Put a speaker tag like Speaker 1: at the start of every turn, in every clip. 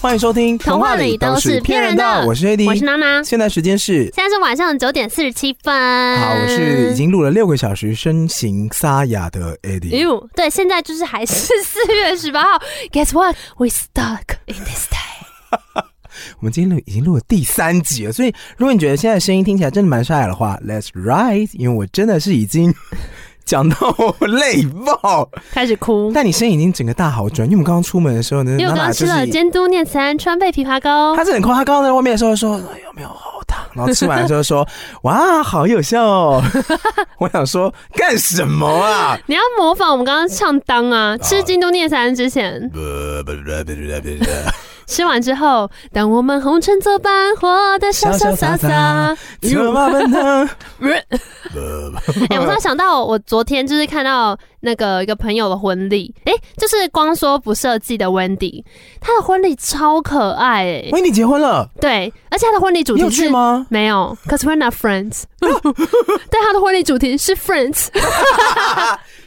Speaker 1: 欢迎收听《
Speaker 2: 童话里都是骗人的
Speaker 1: 我是 AD，
Speaker 2: 我是娜娜，
Speaker 1: 现在时间是。
Speaker 2: 现在是晚上九点四十七分。
Speaker 1: 好，我是已。经录了六个小时，身形沙哑的 Eddie。
Speaker 2: 哟，哎对，现在就是还是 四月十八号。Guess what? We stuck in this day。
Speaker 1: 我们今天录已经录了第三集了，所以如果你觉得现在声音听起来真的蛮沙哑的话，Let's ride，因为我真的是已经讲到我累 爆。
Speaker 2: 开始哭。
Speaker 1: 但你声音已经整个大好转，因为我们刚刚出门的时候呢，
Speaker 2: 因为
Speaker 1: 娜
Speaker 2: 我刚
Speaker 1: 娜
Speaker 2: 刚吃
Speaker 1: 就是
Speaker 2: 了监督念慈庵川贝枇杷膏
Speaker 1: 他，是很夸张，在外面的时候说哎有没有喉糖，然后吃完的时候说哇好有效 哦。我想说干什么啊？
Speaker 2: 你要模仿我们刚刚唱当啊，吃京都念慈庵之 前，吃完之后，当我们红尘作伴，活得潇潇洒洒。
Speaker 1: 怎么办呢？
Speaker 2: 哎、我突然想到，我昨天就是看到那个一个朋友的婚礼，哎、就是光说不设计的 Wendy，她的婚礼超可爱哎、
Speaker 1: 喂，你结婚了？
Speaker 2: 对，而且她的婚礼主
Speaker 1: 你有
Speaker 2: 题
Speaker 1: 去
Speaker 2: 是。
Speaker 1: 吗？
Speaker 2: 没有，cause we're not friends 。 对，她的婚礼主题是 friends。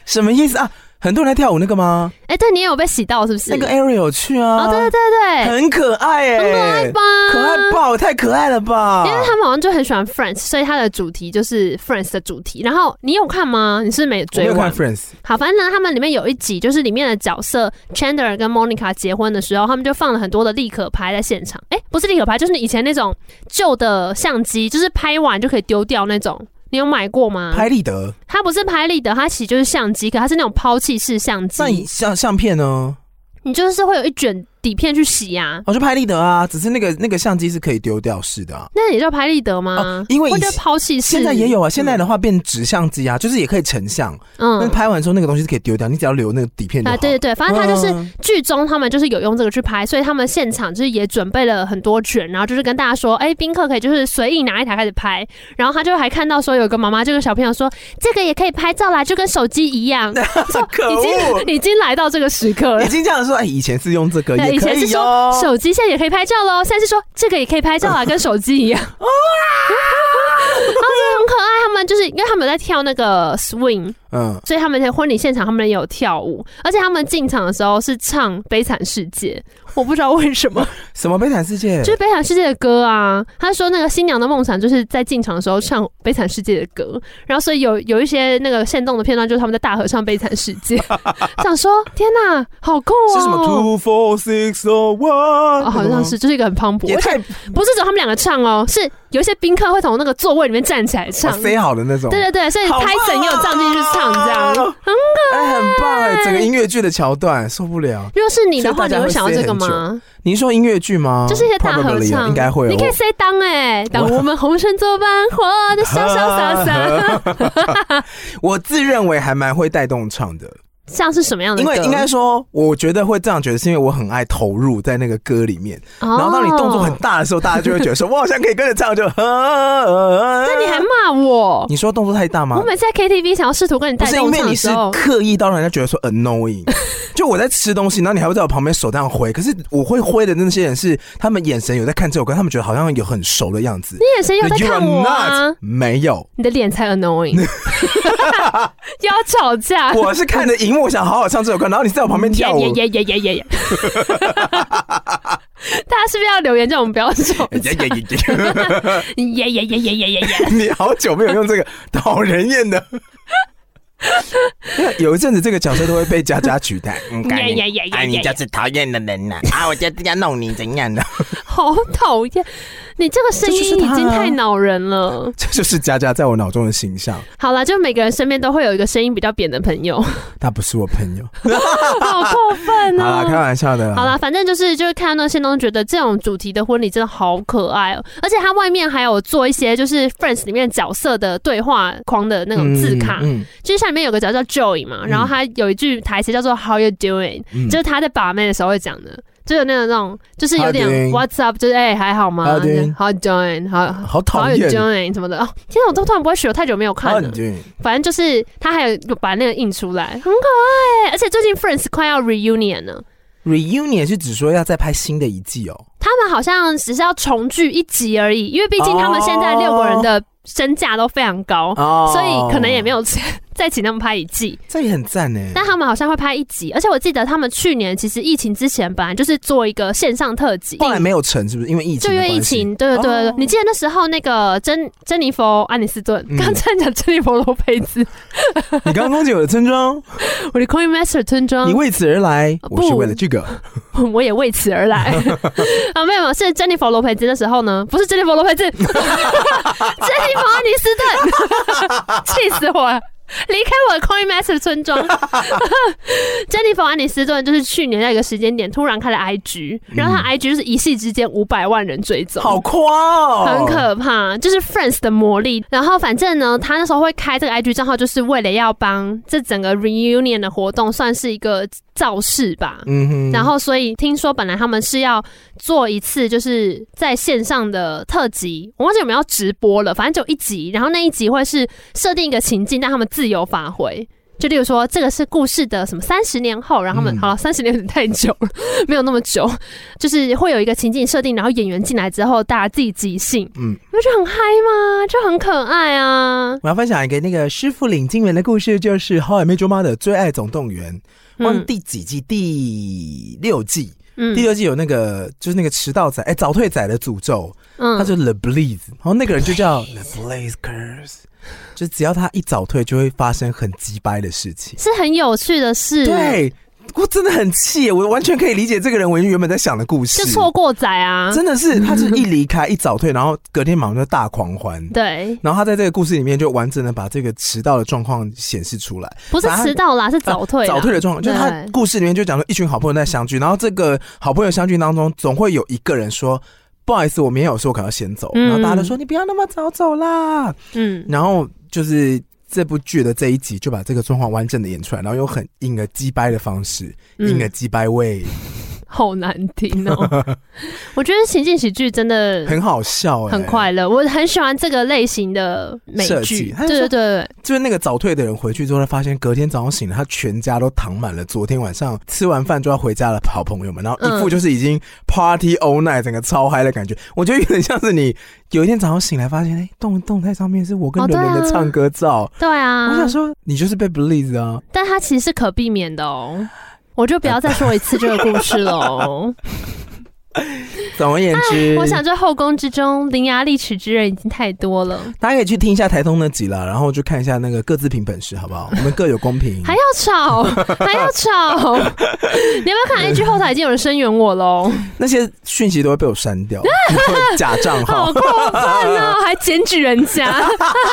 Speaker 1: 什么意思啊？很多人来跳舞那个吗？
Speaker 2: 哎、对你也有被洗到是不是？
Speaker 1: 那个 Ariel 有去啊？
Speaker 2: 哦，对对对对，
Speaker 1: 很可爱
Speaker 2: 很可爱
Speaker 1: 哎，
Speaker 2: 吧？
Speaker 1: 可爱爆，太可爱了吧
Speaker 2: 因！为他们好像就很喜欢 Friends，所以它的主题就是 Friends 的主题。然后你有看吗？你是不是没有
Speaker 1: 我没
Speaker 2: 追
Speaker 1: 有看
Speaker 2: 完？
Speaker 1: Friends，
Speaker 2: 好，反正呢，他们里面有一集，就是里面的角色 Chandler 跟 Monica 结婚的时候，他们就放了很多的立可拍在现场。哎、不是立可拍，就是以前那种旧的相机，就是拍完就可以丢掉那种。你有买过吗？
Speaker 1: 拍立得，
Speaker 2: 它不是拍立得，它其实就是相机，可它是那种抛弃式相
Speaker 1: 那你
Speaker 2: 机，
Speaker 1: 相相片呢？
Speaker 2: 你就是会有一卷底片去洗呀、啊。
Speaker 1: 我就拍立得啊，只是那个那个相机是可以丢掉式的啊。
Speaker 2: 那也叫拍立得吗？
Speaker 1: 哦因为
Speaker 2: 嗯或
Speaker 1: 以
Speaker 2: 者
Speaker 1: 前
Speaker 2: 抛弃式，
Speaker 1: 现在也有啊，现在的话变纸相机啊，就是也可以成像，但
Speaker 2: 嗯
Speaker 1: 拍完之后那个东西是可以丢掉，你只要留那个底片就好。
Speaker 2: 啊，对对对，反正它就是
Speaker 1: 嗯
Speaker 2: 剧中他们就是有用这个去拍，所以他们现场就是也准备了很多卷，然后就是跟大家说，哎、宾客可以就是随意拿一台开始拍，然后他就还看到说有个妈妈就跟小朋友说，这个也可以拍照啦，就跟手机一 样，
Speaker 1: 可
Speaker 2: 已
Speaker 1: 恶，
Speaker 2: 经已经来到这个时刻了
Speaker 1: 已。经这样说，哎，以前是用这个也
Speaker 2: 对，呃以
Speaker 1: 可
Speaker 2: 前是
Speaker 1: 以
Speaker 2: 说
Speaker 1: 哦。
Speaker 2: 手机现在也可以拍照喽，现在是说这个也可以拍照啊，跟手机一样。 哇！然后真的很可爱，他们就是因为他们有在跳那个 swing，
Speaker 1: 嗯，
Speaker 2: 所以他们在婚礼现场，他们也有跳舞，而且他们进场的时候是唱《悲惨世 界》，我不知道为什么，
Speaker 1: 什么悲惨世界
Speaker 2: 就是《悲惨世界》的歌啊。他说那个新娘的梦想就是在进场的时候唱《悲惨世界》的歌，然后所以有有一些那个现动的片段，就是他们在大合唱《悲惨世 界》，想说天哪，好酷哦！
Speaker 1: 是什么 two four six o one？
Speaker 2: 哦，好像是，就是一个很磅礴，
Speaker 1: 也
Speaker 2: 而且
Speaker 1: 太
Speaker 2: 不是只有他们两个唱哦，是有一些宾客会从那个座位里面站起来唱
Speaker 1: 哇，哦塞好的那种，
Speaker 2: 对对对，所以
Speaker 1: 好棒啊，
Speaker 2: Tyson 也有站进去唱这样。
Speaker 1: 很可爱，很棒哎，整个音乐剧的桥段受不了。
Speaker 2: 如果是你的
Speaker 1: 所
Speaker 2: 话，
Speaker 1: 以大家
Speaker 2: 你
Speaker 1: 会
Speaker 2: 会想要这个
Speaker 1: stay
Speaker 2: 吗？
Speaker 1: 您说音乐剧吗？
Speaker 2: 就是一些大合
Speaker 1: Probably 啊
Speaker 2: 唱，
Speaker 1: 应该会哦。
Speaker 2: 你可以 say 当哎、当我们红尘作伴，活得潇潇洒洒。
Speaker 1: 洒。我自认为还蛮会带动唱的，
Speaker 2: 像是什么样的
Speaker 1: 因
Speaker 2: 歌？
Speaker 1: 为应该说，我觉得会这样觉得，是因为我很爱投入在那个歌里面。
Speaker 2: 哦，
Speaker 1: 然
Speaker 2: 然
Speaker 1: 后当你动作很，大的时候，大家就会觉得 说，我好像可以跟着唱，就。那
Speaker 2: 那你还骂我？
Speaker 1: 你说动作太大吗
Speaker 2: 哦我？每次在 KTV 想要试图跟你
Speaker 1: 不
Speaker 2: 带
Speaker 1: 是因
Speaker 2: 动
Speaker 1: 为
Speaker 2: 唱
Speaker 1: 你
Speaker 2: 的
Speaker 1: 是
Speaker 2: 时候，
Speaker 1: 刻意到让人家觉得说 annoying，就我在吃东西，然后你还会在我旁边手这样挥，可是我会挥的那些人是他们眼神有在看这首歌，他们觉得好像有很熟的样子。
Speaker 2: 你眼神有在
Speaker 1: You
Speaker 2: 看
Speaker 1: are
Speaker 2: 我啊
Speaker 1: not，？没有，
Speaker 2: 你的脸才 annoying，又要吵架。
Speaker 1: 我是看着荧幕，我想好好唱这首歌，然后你在我旁边跳 舞。
Speaker 2: 耶耶耶耶耶耶！大家是不是要留言叫我们不要吵？
Speaker 1: 耶耶耶耶！
Speaker 2: 耶耶耶耶耶耶耶！
Speaker 1: 你好久没有用这个讨人厌 的。有一阵子，这个角色都会被佳佳取代。嗯，该你
Speaker 2: 呀呀呀呀
Speaker 1: 啊，你
Speaker 2: 呀
Speaker 1: 就是讨厌的人呐！啊，我就是要弄你怎样的？
Speaker 2: 好讨厌！你这个声
Speaker 1: 这就是
Speaker 2: 音
Speaker 1: 他啊
Speaker 2: 已经太恼人了。
Speaker 1: 这就是佳佳在我脑中的形象。
Speaker 2: 好啦，就每个人身边都会有一个声音比较扁的朋 友，
Speaker 1: 他不是我朋友。
Speaker 2: 好过分
Speaker 1: 好啦，开
Speaker 2: 哦、
Speaker 1: 玩笑的啦。
Speaker 2: 好啦，反正就是就是看到那些东西，觉得这种主题的婚礼真的好可爱哦、而且它外面还有做一些就是 Friends 里面角色的对话框的那种字卡，
Speaker 1: 嗯，
Speaker 2: 就是像里面有个角色叫 Joey 嘛，然后他有一句台词叫做 How you doing，、
Speaker 1: 嗯
Speaker 2: 就是他在把妹的时候会讲的，就有那种那种就是有
Speaker 1: How
Speaker 2: 点
Speaker 1: doing？
Speaker 2: What's up，就是哎、还好吗
Speaker 1: How doing？
Speaker 2: ？How doing？好。
Speaker 1: 嗯好
Speaker 2: How
Speaker 1: 讨
Speaker 2: you
Speaker 1: 厌。
Speaker 2: doing 什么的哦，天啊，我都突然不会学，我太久没有看
Speaker 1: 讨
Speaker 2: 了。
Speaker 1: 厌。
Speaker 2: 反正就是他还有把那个印出来，很可爱欸。而且最近 Friends 快要 reunion 了，
Speaker 1: Reunion 是指说要再拍新的一季哦。
Speaker 2: 他们好像只是要重聚一集而已，因为毕竟他们现在六个人的身价都非常高，
Speaker 1: 哦
Speaker 2: 所以可能也没有钱再请他们拍一季。
Speaker 1: 这也很赞呢。
Speaker 2: 但他们好像会拍一集，而且我记得他们去年其实疫情之前本来就是做一个线上特辑，
Speaker 1: 后来没有成，是不是因为疫情？
Speaker 2: 就因为疫。情，对对对对
Speaker 1: 哦
Speaker 2: 你记得那时候那个珍珍妮佛安妮斯顿，
Speaker 1: 嗯
Speaker 2: 刚才讲珍妮佛罗佩兹，
Speaker 1: 你刚攻击我的村 庄，
Speaker 2: 我的 Coin Master 村庄
Speaker 1: 你，为此而来，
Speaker 2: 嗯呃
Speaker 1: 我是
Speaker 2: 不
Speaker 1: 为了这 个。
Speaker 2: 我也为此而 来。啊，没有没有，是珍妮佛罗佩兹的时候呢，不是珍妮佛罗佩兹， 珍妮佛安妮斯顿， 气死我了。离开我的 Coin Master 村庄， 珍妮佛·安妮斯顿就是去年在一个时间点突然开了 IG，然后他 IG 就是一夕之间五百万人追踪，
Speaker 1: 嗯好夸哦，
Speaker 2: 很可怕，就是 Friends 的魔力。然后反正呢，他那时候会开这个 IG 账号，就是为了要帮这整个 reunion 的活动算是一个造势吧。
Speaker 1: 嗯哼
Speaker 2: 然后，所以听说本来他们是要做一次，就是在线上的特辑，我忘记有没有要直播了，反正就一集。然后那一集会是设定一个情境，让他们自由发挥。就例如说，这个是故事的什么三十年后，然后他们、
Speaker 1: 嗯
Speaker 2: 好了，三十年有点太久了，没有那么久，就是会有一个情境设定，然后演员进来之后，大家自己即兴，
Speaker 1: 嗯
Speaker 2: 嗯，你不觉得很嗨吗？就很可爱啊。
Speaker 1: 我要分享一个那个师傅领进门的故事，就是《How I Met Your Mother》最爱总动员，忘了
Speaker 2: 嗯
Speaker 1: 第几季，第六季。第
Speaker 2: 嗯
Speaker 1: 六季有那个就是那个迟到仔，哎、早退仔的诅咒，他
Speaker 2: 嗯，
Speaker 1: 就 The Blaze，然后那个人就叫 The Blaze Curse，就只要他一早退，就会发生很鸡掰的事情。
Speaker 2: 是很有趣的事，，
Speaker 1: 对，我真的很气耶，我完全可以理解这个人，我原本在想的故事
Speaker 2: 就，错过仔啊，
Speaker 1: 真的是他是一离开一早退，然后隔天马上就大狂欢。
Speaker 2: 对，
Speaker 1: 然后他在这个故事里面就完整的把这个迟到的状况显示出来，
Speaker 2: 不是
Speaker 1: 反而啊
Speaker 2: 迟到啦，是早退、
Speaker 1: 早退。的状况，就是他
Speaker 2: 对
Speaker 1: 故事里面就讲说一群好朋友在相聚，然后这个好朋友相聚当中，总会有一个人说。不好意思，我明天有事，我可能要先走。
Speaker 2: 嗯
Speaker 1: 然后大家都说你不要那么早走啦。
Speaker 2: 嗯，
Speaker 1: 然后就是这部剧的这一集就把这个状况完整的演出来，然后用很硬的击掰的方式，硬的
Speaker 2: 嗯，
Speaker 1: 击掰位，
Speaker 2: 好难听哦。 我觉得情景喜剧真的
Speaker 1: 很好笑哎、
Speaker 2: 很，快乐，我很喜欢这个类型的美
Speaker 1: 设计
Speaker 2: 剧。
Speaker 1: 它
Speaker 2: 对
Speaker 1: 就说
Speaker 2: 对对，
Speaker 1: 就是那个早退的人回去之后，他发现隔天早上醒了，他全家都躺满了昨天晚上吃完饭就要回家的好朋友们，然后一副
Speaker 2: 嗯
Speaker 1: 就是已经 party all night，整个超嗨的感觉。我觉得有点像是你有一天早上醒来发现，哎、动动态上面是我跟
Speaker 2: 哦
Speaker 1: 伦伦
Speaker 2: 对
Speaker 1: 的
Speaker 2: 啊
Speaker 1: 唱歌照，
Speaker 2: 对
Speaker 1: 我想
Speaker 2: 啊，
Speaker 1: 说你就是被 believe 啊，
Speaker 2: 但它其实是可避免的哦。我就不要再说一次这个故事 喽。
Speaker 1: 总而言之，
Speaker 2: 哎我想这后宫之中伶牙俐齿之人已经太多了，
Speaker 1: 大家可以去听一下台通那集了，然后就看一下那个各自评本事，好不好？我们各有公平。
Speaker 2: 还要吵，还 要吵。你有没有看 IG 后台已经有人声援我哦喽？
Speaker 1: 那些讯息都会被我删 掉，假账
Speaker 2: 好
Speaker 1: 号。
Speaker 2: 过 分哦，还检举人家，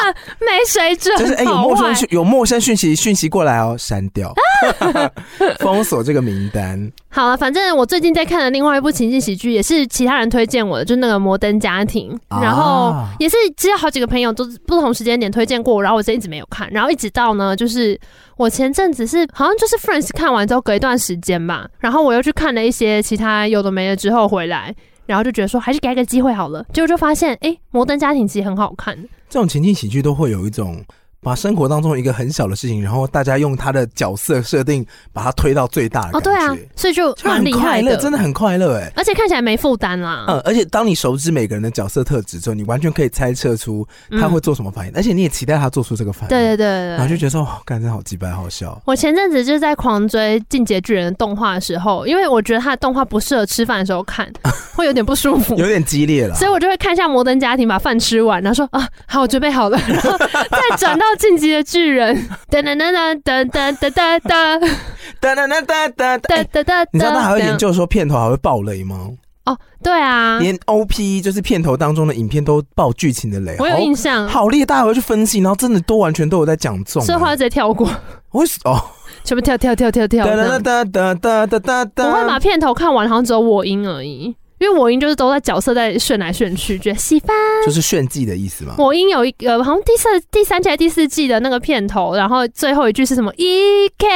Speaker 2: 没水准，
Speaker 1: 就是哎、有
Speaker 2: 好
Speaker 1: 陌
Speaker 2: 坏
Speaker 1: 生讯有陌生讯息讯息过来哦，删掉，
Speaker 2: 啊
Speaker 1: 封锁这个名单。
Speaker 2: 好了，反正我最近在看的另外一部情景喜剧，也是其他人推荐我的，就那个《摩登家庭》，
Speaker 1: 啊
Speaker 2: 然后也是其实好几个朋友都是不同时间点推荐过我，然后我真一直没有看，然后一直到呢，就是我前阵子是好像就是 Friends 看完之后隔一段时间吧，然后我又去看了一些其他有的没的之后回来。然后就觉得说还是给他一个机会好了，结果就发现，哎，《摩登家庭》其实很好看，
Speaker 1: 这种情境喜剧都会有一种把生活当中一个很小的事情，然后大家用他的角色设定把它推到最大的
Speaker 2: 哦，对啊
Speaker 1: 感觉，
Speaker 2: 所以就
Speaker 1: 就
Speaker 2: 蛮
Speaker 1: 很
Speaker 2: 厉
Speaker 1: 快
Speaker 2: 害
Speaker 1: 乐，真的很快乐哎、
Speaker 2: 而且看起来没负担啦。
Speaker 1: 嗯，而且当你熟知每个人的角色特质之后，你完全可以猜测出他会做什么反应，而且你也期待他做出这个反应。
Speaker 2: 嗯对对对对
Speaker 1: 然后
Speaker 2: 对
Speaker 1: 就觉得说，哦，干真好鸡掰，好笑。
Speaker 2: 我前阵子就是在狂追《进阶巨人》的动画的时候，因为我觉得他的动画不适合吃饭的时候看，会有点不舒服。
Speaker 1: 有点激烈了，
Speaker 2: 所以我就会看一下《摩登家庭》，把饭吃完，然后说啊，好，我准备好了，然后再转到《进击的巨人》，噔噔噔噔噔噔噔噔噔
Speaker 1: 哒哒哒哒哒哒。
Speaker 2: 噔
Speaker 1: 哎
Speaker 2: 噔噔。
Speaker 1: 你知道他还会研究说片头还会爆雷吗？
Speaker 2: 哦，对啊，
Speaker 1: 连 OP 就是片头当中的影片都爆剧情的雷，
Speaker 2: 我有印象
Speaker 1: 好，好厉害，大家会去分析，然后真的都完全都有在讲中、
Speaker 2: 所以后来
Speaker 1: 啊。
Speaker 2: 直接跳过，
Speaker 1: 我会哦，
Speaker 2: 全部跳跳跳跳跳。
Speaker 1: 哒
Speaker 2: 这
Speaker 1: 哒
Speaker 2: 样
Speaker 1: 哒哒哒哒哒
Speaker 2: 我会把
Speaker 1: 哒，
Speaker 2: 片头看完，好像只有我音而已，因为我音就是都在角色在炫来炫去，觉得喜欢。
Speaker 1: 就是炫技的意思嘛。
Speaker 2: 我英有一个好像第四、第三季、还是第四季的那个片头，然后最后一句是什么 “E K”，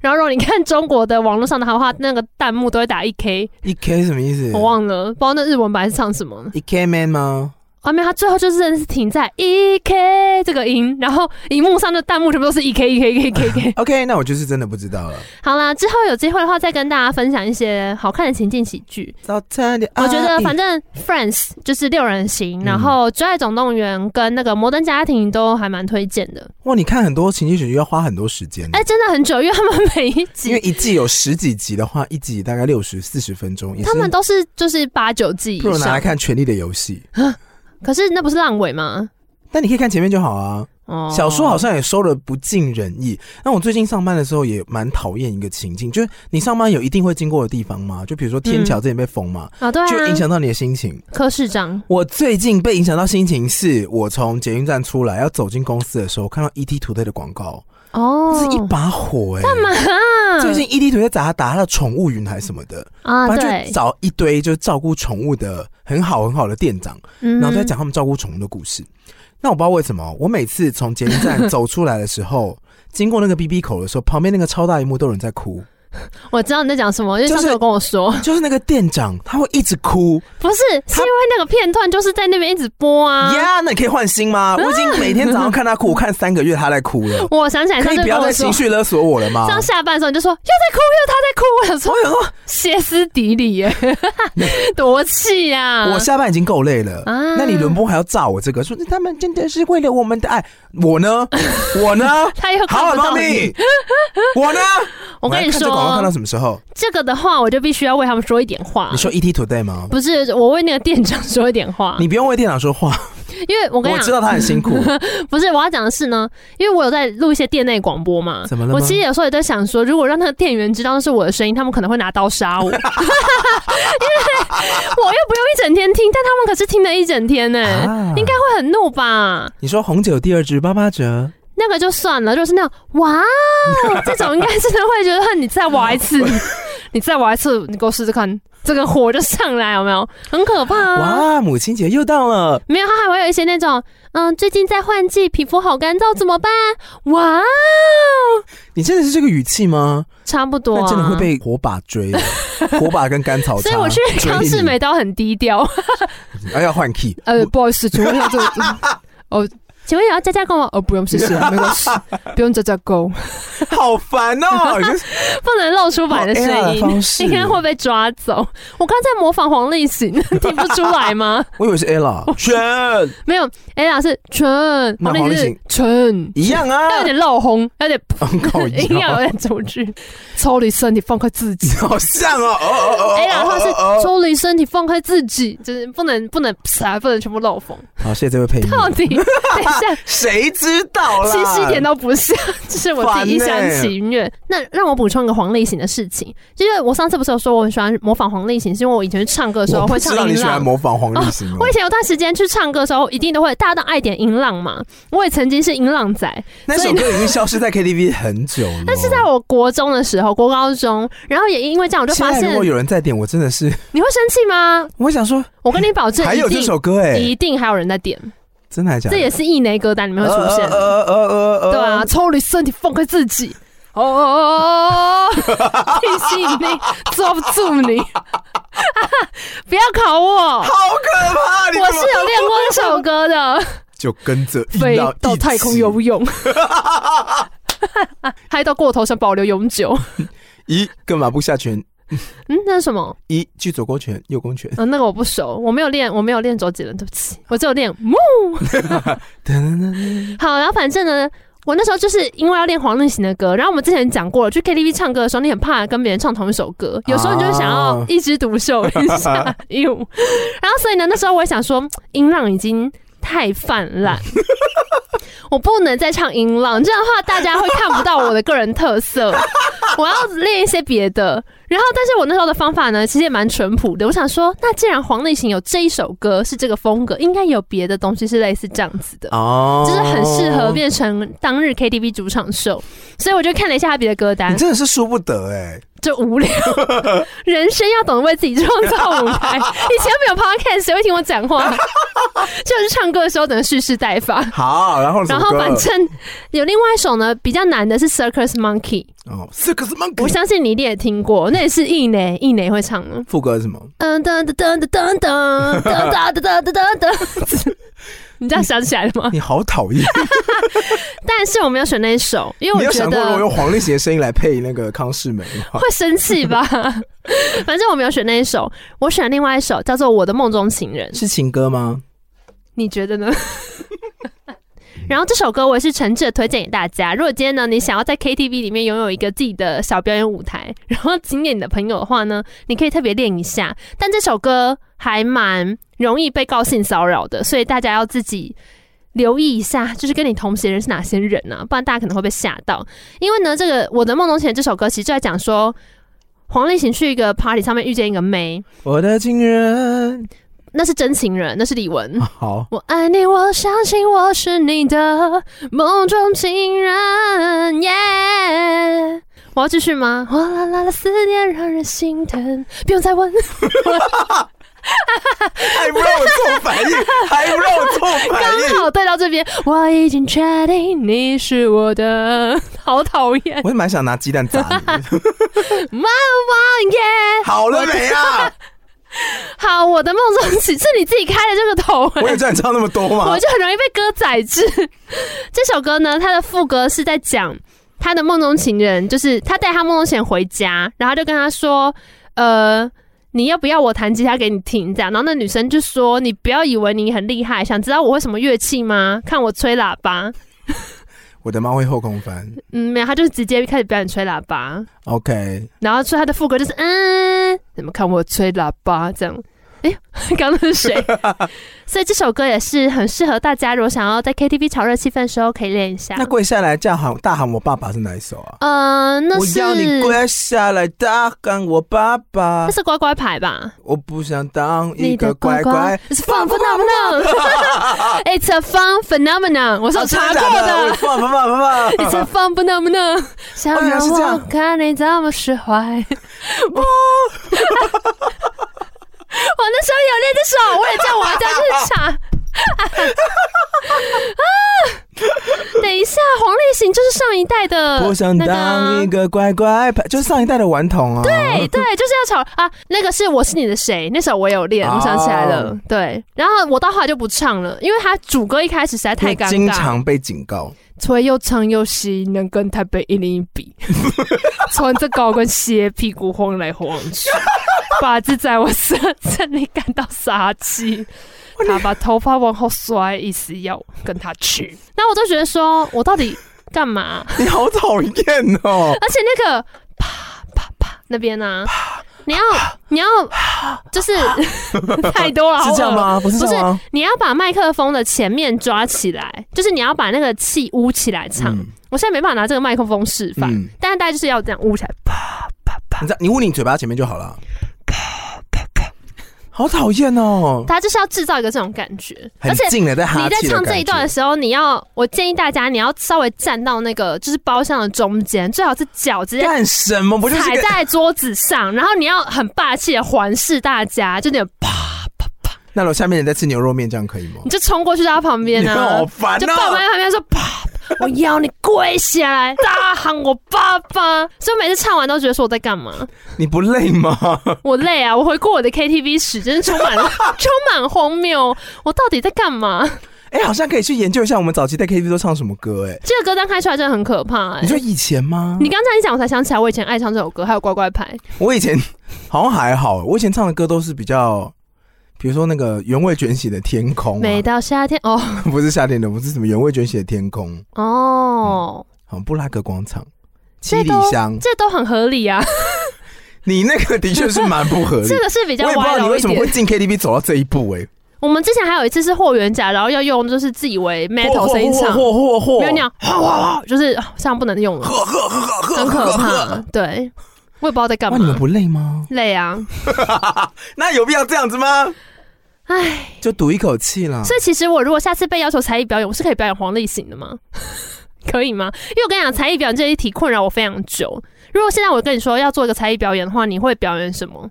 Speaker 2: 然后如果你看中国的网络上的话，那个弹幕都会打 “E K”，
Speaker 1: 一 K 什么意思？
Speaker 2: 我忘了，不知道那日文版是唱什么。
Speaker 1: 一 K man 吗？
Speaker 2: 啊，没有，他最后就是真的是停在 E K 这个音，然后荧幕上的弹幕全部都是 E K E K E K E K。
Speaker 1: OK，那我就是真的不知道了。
Speaker 2: 好啦，之后有机会的话再跟大家分享一些好看的情境喜剧。
Speaker 1: 早餐的，啊
Speaker 2: 我觉得反正 Friends 就是六人
Speaker 1: 嗯
Speaker 2: 行，然后《最爱总动员》跟那个《摩登家庭》都还蛮推荐的。
Speaker 1: 哇，你看很多情景喜剧要花很多时间，
Speaker 2: 哎、真的很久，因为他们每一
Speaker 1: 因为
Speaker 2: 集
Speaker 1: 一季有十几集的话，一集大概六十四十分钟，也是
Speaker 2: 他们都是就是八九季
Speaker 1: 不
Speaker 2: 以
Speaker 1: 如拿来
Speaker 2: 上，
Speaker 1: 看《权力的游戏》，
Speaker 2: 可是那不是烂尾吗？
Speaker 1: 但你可以看前面就好啊。
Speaker 2: 哦，
Speaker 1: 小说好像也收的不尽人意。那我最近上班的时候也蛮讨厌一个情境，就是你上班有一定会经过的地方吗？就比如说天桥之前被封嘛，
Speaker 2: 啊，对啊，
Speaker 1: 就影响到你的心情。
Speaker 2: 柯市长
Speaker 1: 我最近被影响到心情是，我从捷运站出来要走进公司的时候，看到 ET 图 y 的广告，
Speaker 2: 哦，
Speaker 1: 是一把火哎、干嘛？最近 E ET 图 y 咋打他的宠物云还是什么的，
Speaker 2: 啊，
Speaker 1: 他
Speaker 2: 对
Speaker 1: 就，找一堆就是照顾宠物的很好很好的店长，
Speaker 2: 然
Speaker 1: 然后在讲他们照顾宠物的故事。那我不知道为什么，我每次从捷运站走出来的时候，经过那个 B B 口的时候，旁边那个超大荧幕都有人在哭，
Speaker 2: 我知道你在讲什么，因为
Speaker 1: 就
Speaker 2: 上
Speaker 1: 是
Speaker 2: 次有跟我说，
Speaker 1: 就是那个店长他会一直哭
Speaker 2: 不是，是因为那个片段就是在那边一直播啊。
Speaker 1: 呀。那你可以换新吗？我已经每天早上看他哭，我看三个月他在哭 了，
Speaker 2: 我想起来，
Speaker 1: 可
Speaker 2: 上
Speaker 1: 以
Speaker 2: 次
Speaker 1: 不
Speaker 2: 哎跟
Speaker 1: 要
Speaker 2: 我
Speaker 1: 再
Speaker 2: 说
Speaker 1: 情，绪勒索我了吗
Speaker 2: 这？样下班的时候你就说又在哭，又他在哭， 我想说
Speaker 1: 啊我想说，
Speaker 2: 歇斯底里耶，多气啊呀！
Speaker 1: 我下班已经够累了，
Speaker 2: 啊
Speaker 1: 那你轮播还要炸我这个？说他们真的是为了我们的爱，我 呢，我呢，
Speaker 2: 他又
Speaker 1: 好
Speaker 2: 看
Speaker 1: 好
Speaker 2: 不
Speaker 1: 妈
Speaker 2: 到
Speaker 1: 咪
Speaker 2: 你。，
Speaker 1: 我呢，
Speaker 2: 我跟
Speaker 1: 还
Speaker 2: 你
Speaker 1: 看这广告看到
Speaker 2: 说，啊
Speaker 1: 什么时候？
Speaker 2: 这个的话，我就必须要为他们说一点话
Speaker 1: 你。说 ET Today 吗？
Speaker 2: 不是，我为那个店长说一点话，
Speaker 1: 你不用为店长说话，
Speaker 2: 因为啊我跟
Speaker 1: 我
Speaker 2: 你
Speaker 1: 知
Speaker 2: 讲，
Speaker 1: 道他很辛 苦。
Speaker 2: 不是我要讲的是呢，因为我有在录一些店内广播嘛。
Speaker 1: 怎么了吗
Speaker 2: 我其实有时候也在想说，如果让那个店员知道那是我的声音，他们可能会拿刀 杀我，因为我又不用一整天听，但他们可是听了一整天呢、
Speaker 1: 啊
Speaker 2: 应该会很怒吧？
Speaker 1: 你说红酒第二支八八折，
Speaker 2: 那个就算了，就是那种哇哦，这种应该真的会觉得恨你再挖一次， 你再挖一次，你给我试试看，这个火就上来有没有？很可怕、啊。
Speaker 1: 哇，母亲节又到了，
Speaker 2: 没有，它还会有一些那种，嗯，最近在换季，皮肤好干燥，怎么办？哇哦，
Speaker 1: 你真的是这个语气吗？
Speaker 2: 差不多、
Speaker 1: 那
Speaker 2: 啊，
Speaker 1: 真的会。被火把 追，火把跟甘草。
Speaker 2: 所以我去康
Speaker 1: 市
Speaker 2: 士美，都很低 调。
Speaker 1: 哎要换 key。
Speaker 2: 呃，不好意思，请问一下这个，哦，请问也要加价购吗？哦，不用，谢谢，没关 系，不用加价购，
Speaker 1: 我好烦哦！ 你就是
Speaker 2: 不能露出版的声
Speaker 1: 好 air 哦的
Speaker 2: 音
Speaker 1: 方式，
Speaker 2: 应该会被抓走。我刚才模仿黄立行，听不出 来吗？
Speaker 1: 我以为是 ella，选
Speaker 2: 没有，A 老是纯，
Speaker 1: 那
Speaker 2: 黄
Speaker 1: 黄
Speaker 2: 立
Speaker 1: 立
Speaker 2: 行
Speaker 1: 行
Speaker 2: 是纯，
Speaker 1: 一样啊哦
Speaker 2: 要 有，点漏红，要有点
Speaker 1: 搞
Speaker 2: 音要有点走句，抽离身体，放开自己。
Speaker 1: 好像哦，哦哦哦哦，
Speaker 2: A 老话是
Speaker 1: 哦哦
Speaker 2: 抽离身体，放开自己，就是不能不能啪不能全部漏风。
Speaker 1: 好，谢谢这位配音。
Speaker 2: 到底等一下，
Speaker 1: 谁知道啦？
Speaker 2: 其实一点都不像，这是我自己一厢情愿。那让我补充一个黄立行的事情，因为我上次不是有说我很喜欢模仿黄立行，是因为我以前去唱歌的时候
Speaker 1: 我
Speaker 2: 会
Speaker 1: 不知
Speaker 2: 唱
Speaker 1: 道你
Speaker 2: 音
Speaker 1: 喜欢
Speaker 2: 浪。
Speaker 1: 模仿黄立行哦
Speaker 2: 我以前有段时间去唱歌的时候，一定都会大家都爱点音浪嘛。我也曾经是音浪仔，
Speaker 1: 那
Speaker 2: 所以
Speaker 1: 首歌已经消失在 KTV 很久了。
Speaker 2: 但是在我国中的时候，国高中，然后也因为这样，我就
Speaker 1: 现
Speaker 2: 发
Speaker 1: 在
Speaker 2: 现
Speaker 1: 如果有人在点，我真的是，
Speaker 2: 你会生气吗？
Speaker 1: 我想说，
Speaker 2: 我跟你保证，
Speaker 1: 还有这
Speaker 2: 一定
Speaker 1: 首歌哎、
Speaker 2: 一定还有人在点，
Speaker 1: 真的还假的？
Speaker 2: 这也是异类歌单里面会出现的。
Speaker 1: 呃呃呃呃
Speaker 2: 对啊，，抽离身体，放开自己。哦哦哦！地心引力抓不住你， 不要考我，
Speaker 1: 好
Speaker 2: 我
Speaker 1: 可怕！
Speaker 2: 是
Speaker 1: 你
Speaker 2: 有
Speaker 1: 怎么
Speaker 2: 练过这首 歌的，
Speaker 1: 就跟着一
Speaker 2: 飞
Speaker 1: 浪一
Speaker 2: 到
Speaker 1: 起
Speaker 2: 太空 游泳，嗨到过头想保留永久。
Speaker 1: 一个马步下拳，
Speaker 2: 嗯，那是什么？
Speaker 1: 一去左勾拳，右勾拳，
Speaker 2: 嗯，那个我不熟，我没有练，我没有练周杰伦，对不起，我只有练木。
Speaker 1: 噔噔噔
Speaker 2: 好，然后反正呢。我那时候就是因为要练黄立行的歌，然后我们之前讲过了，去 KTV 唱歌的时候，你很怕跟别人唱同一首歌，有时候你就会想要
Speaker 1: 啊
Speaker 2: 一枝独秀一下一舞，然后所以呢，那时候我也想说，音浪已经太泛滥， 我不能再唱音浪，这样的话大家会看不到我的个人特色，我要练一些别的。然后，但是我那时候的方法呢，其实也蛮淳朴的。我想说，那既然黄立行有这一首歌是这个风格，应该有别的东西是类似这样子的。
Speaker 1: 哦
Speaker 2: 就是很适合。变成当日 KTV 主场秀，所以我就看了一下他别的歌单
Speaker 1: 你，真的是输不得哎、
Speaker 2: 就无聊。人生要懂得为自己创造舞台。以前没有 podcast，谁会听我讲话？就是唱歌的时候等蓄势待发。
Speaker 1: 好，然后什
Speaker 2: 然
Speaker 1: 么
Speaker 2: 后
Speaker 1: 歌
Speaker 2: 反正有另外一首呢，比较难的是 Circus Monkey，
Speaker 1: 哦，Circus
Speaker 2: 我
Speaker 1: Monkey
Speaker 2: 相信你一定也听过，那也是易磊易磊会唱的。
Speaker 1: 副歌是什么？
Speaker 2: 噔噔噔噔噔噔噔噔噔噔噔噔，你这样想起来了吗？
Speaker 1: 你好讨厌！
Speaker 2: 但是我没有选那一首，因
Speaker 1: 你
Speaker 2: 为
Speaker 1: 有
Speaker 2: 我觉
Speaker 1: 想过如果
Speaker 2: 得
Speaker 1: 用黄立行的声音来配那个康世美吗？
Speaker 2: 会生气吧。 反正我没有选那一首，我选另外一首叫做《我的梦中情人》，
Speaker 1: 是情歌吗？
Speaker 2: 你觉得呢？然后这首歌我也是诚挚的推荐给大家。如果今天呢，你想要在 KTV 里面拥有一个自己的小表演舞台，然后请给你的朋友的话呢，你可以特别练一下。但这首歌还蛮容易被告性骚扰的，所以大家要自己留意一下，就是跟你同行的人是哪些人啊，不然大家可能会被吓到。因为呢，这个《我的梦中情人》这首歌其实就在讲说，黄立行去一个 party 上面遇见一个妹，
Speaker 1: 我的情 人，
Speaker 2: 那是真情人，那是李玟。
Speaker 1: 啊好，
Speaker 2: 我爱你，我相信我是你的梦中情人，耶、我要继续吗？哗啦啦啦，思念让人心疼，不用再问。
Speaker 1: 还不让我做反 应，还不让我做反应。
Speaker 2: 刚好对到这边，我已经确定你是我的， 好讨厌
Speaker 1: 我也蛮想拿鸡蛋砸 你。
Speaker 2: 耶！
Speaker 1: 好了没啊？
Speaker 2: 好，我的梦中情 是你自己开的这个头、
Speaker 1: 我有叫你唱那么多吗
Speaker 2: 我？就很容易被歌宰制。 这首歌呢，它的副歌是在讲他的梦中情人，就是他带他梦中情人回家，然后就跟他说，呃。你要不要我弹吉他给你听？这样，然后那女生就说：“你不要以为你很厉害，想知道我会什么乐器吗？看我吹喇叭。
Speaker 1: 我的猫会后空翻。”
Speaker 2: 嗯，没有，他就是直接开始表演吹喇叭，
Speaker 1: OK，
Speaker 2: 然后所以他的副歌就是嗯，你们看我吹喇叭这样。哎， 刚刚那是 谁？所以这首歌也是很适合大家，如果想要在 KTV 炒热气氛的时候，可以练一下
Speaker 1: 那。跪下来叫喊大喊我爸爸是哪一首啊？
Speaker 2: 呃，那
Speaker 1: 我
Speaker 2: 是
Speaker 1: 要你啊跪下来大喊我爸爸
Speaker 2: 那，是乖乖牌吧？
Speaker 1: 我不想当一个乖
Speaker 2: 乖
Speaker 1: 乖。
Speaker 2: 是 fun phenomenon。It's a fun phenomenon，我是有
Speaker 1: 啊真
Speaker 2: 查
Speaker 1: 的
Speaker 2: 过
Speaker 1: 假的，我
Speaker 2: 的。
Speaker 1: 爸爸爸爸
Speaker 2: It's a fun phenomenon，想
Speaker 1: 哦原来
Speaker 2: 让
Speaker 1: 是这
Speaker 2: 我
Speaker 1: 样
Speaker 2: 看你怎么释 怀。我我那时候有练这首，我也叫我家去查。 啊！等一下，黄立行就是上一代的、那个啊，
Speaker 1: 不想当一个乖乖牌，就是上一代的顽童啊。
Speaker 2: 对
Speaker 1: 对，
Speaker 2: 对，就是要吵啊！那个是我是你的谁，那首我有练，我想起来了
Speaker 1: 哦。
Speaker 2: 对，然后我到后来就不唱了，因为他主歌一开始实在太尴
Speaker 1: 经
Speaker 2: 尬，
Speaker 1: 常被警告。
Speaker 2: 腿又长又细，能跟台北一零一 比，穿着高跟鞋，屁股晃来晃去， 把子在我身上里感到杀气。他把头发往后甩，意思要跟他去。那我就觉得说，我到底干嘛？
Speaker 1: 你好讨厌哦！
Speaker 2: 而且那个啪啪啪那边呢、你要你要就是 太多了， 好
Speaker 1: 是
Speaker 2: 恶
Speaker 1: 这样？吗？不是这样吗？
Speaker 2: 你要把麦克风的前面抓起来，就是你要把那个气捂起来唱。
Speaker 1: 嗯
Speaker 2: 我现在没办法拿这个麦克风示范，
Speaker 1: 嗯，
Speaker 2: 但是大家就是要这样捂起来。
Speaker 1: 你知道你捂你嘴巴前面就好了。好讨厌哦！
Speaker 2: 他就是要制造一个这种感觉，
Speaker 1: 很
Speaker 2: 而且。
Speaker 1: 近了，在
Speaker 2: 你
Speaker 1: 哈
Speaker 2: 在
Speaker 1: 气的
Speaker 2: 唱这
Speaker 1: 感
Speaker 2: 一段的
Speaker 1: 觉。
Speaker 2: 时候，你要我建议大家，你要稍微站到那个就是包厢的中间，最好是脚直接
Speaker 1: 干什么？不啊就是
Speaker 2: 踩
Speaker 1: 个
Speaker 2: 在桌子上，然后你要很霸气的环视大家，就那种
Speaker 1: 那楼下面人在吃牛肉面，这样可以吗
Speaker 2: 你？就冲过去到他旁边
Speaker 1: 你
Speaker 2: 啊
Speaker 1: 好，烦
Speaker 2: 就抱
Speaker 1: 哦！
Speaker 2: 在旁边说：“啪，我要你跪下来，大喊我爸爸。”所以每次唱完都觉得说我在干嘛？
Speaker 1: 你不累吗？
Speaker 2: 我累啊！我回顾我的 KTV 史，真是充满了充满荒谬。我到底在干嘛？
Speaker 1: 哎、好像可以去研究一下我们早期在 KTV 都唱什么歌、哎，
Speaker 2: 这个歌单开出来真的很可怕、
Speaker 1: 你说
Speaker 2: 欸。
Speaker 1: 以前吗？
Speaker 2: 你刚才一讲，我才想起来，我以前爱唱这首歌，还有乖乖牌。
Speaker 1: 我以前 好像还好、我以前唱的歌都是比较，比如说那个原味卷起的天空、
Speaker 2: 每
Speaker 1: 啊，
Speaker 2: 到夏天，哦
Speaker 1: 不是夏天的，不是什么原味卷起的天空，
Speaker 2: 哦，
Speaker 1: 好像布拉格广场、七
Speaker 2: 这
Speaker 1: 里
Speaker 2: 都
Speaker 1: 香，
Speaker 2: 这都很合理啊。
Speaker 1: 你那个的确是蛮不合理。
Speaker 2: 这个是比较
Speaker 1: 我也不知
Speaker 2: 歪
Speaker 1: 道你
Speaker 2: 楼
Speaker 1: 为
Speaker 2: 一
Speaker 1: 什么
Speaker 2: 点
Speaker 1: 会。进 KTV 走到这一步、哎，
Speaker 2: 我们之前还有一次是霍元甲，然后要用就是自以为 metal 声音唱，
Speaker 1: 嚯嚯嚯，
Speaker 2: 没有那样，哗哗哗，就是啊这样不能用了，
Speaker 1: 呵呵呵 呵
Speaker 2: 很可怕。对，我也不知道在干
Speaker 1: 哇，你们
Speaker 2: 嘛，
Speaker 1: 不累吗？
Speaker 2: 累啊。
Speaker 1: 那有必要这样子吗？
Speaker 2: 唉，
Speaker 1: 就赌一口气啦。
Speaker 2: 所以其实我如果下次被要求才艺表演，我是可以表演黄立行的吗？ 可以吗？因为我跟你讲，才艺表演这一题困扰我非常久。如果现在我跟你说要做一个才艺表演的话，你会表演什么？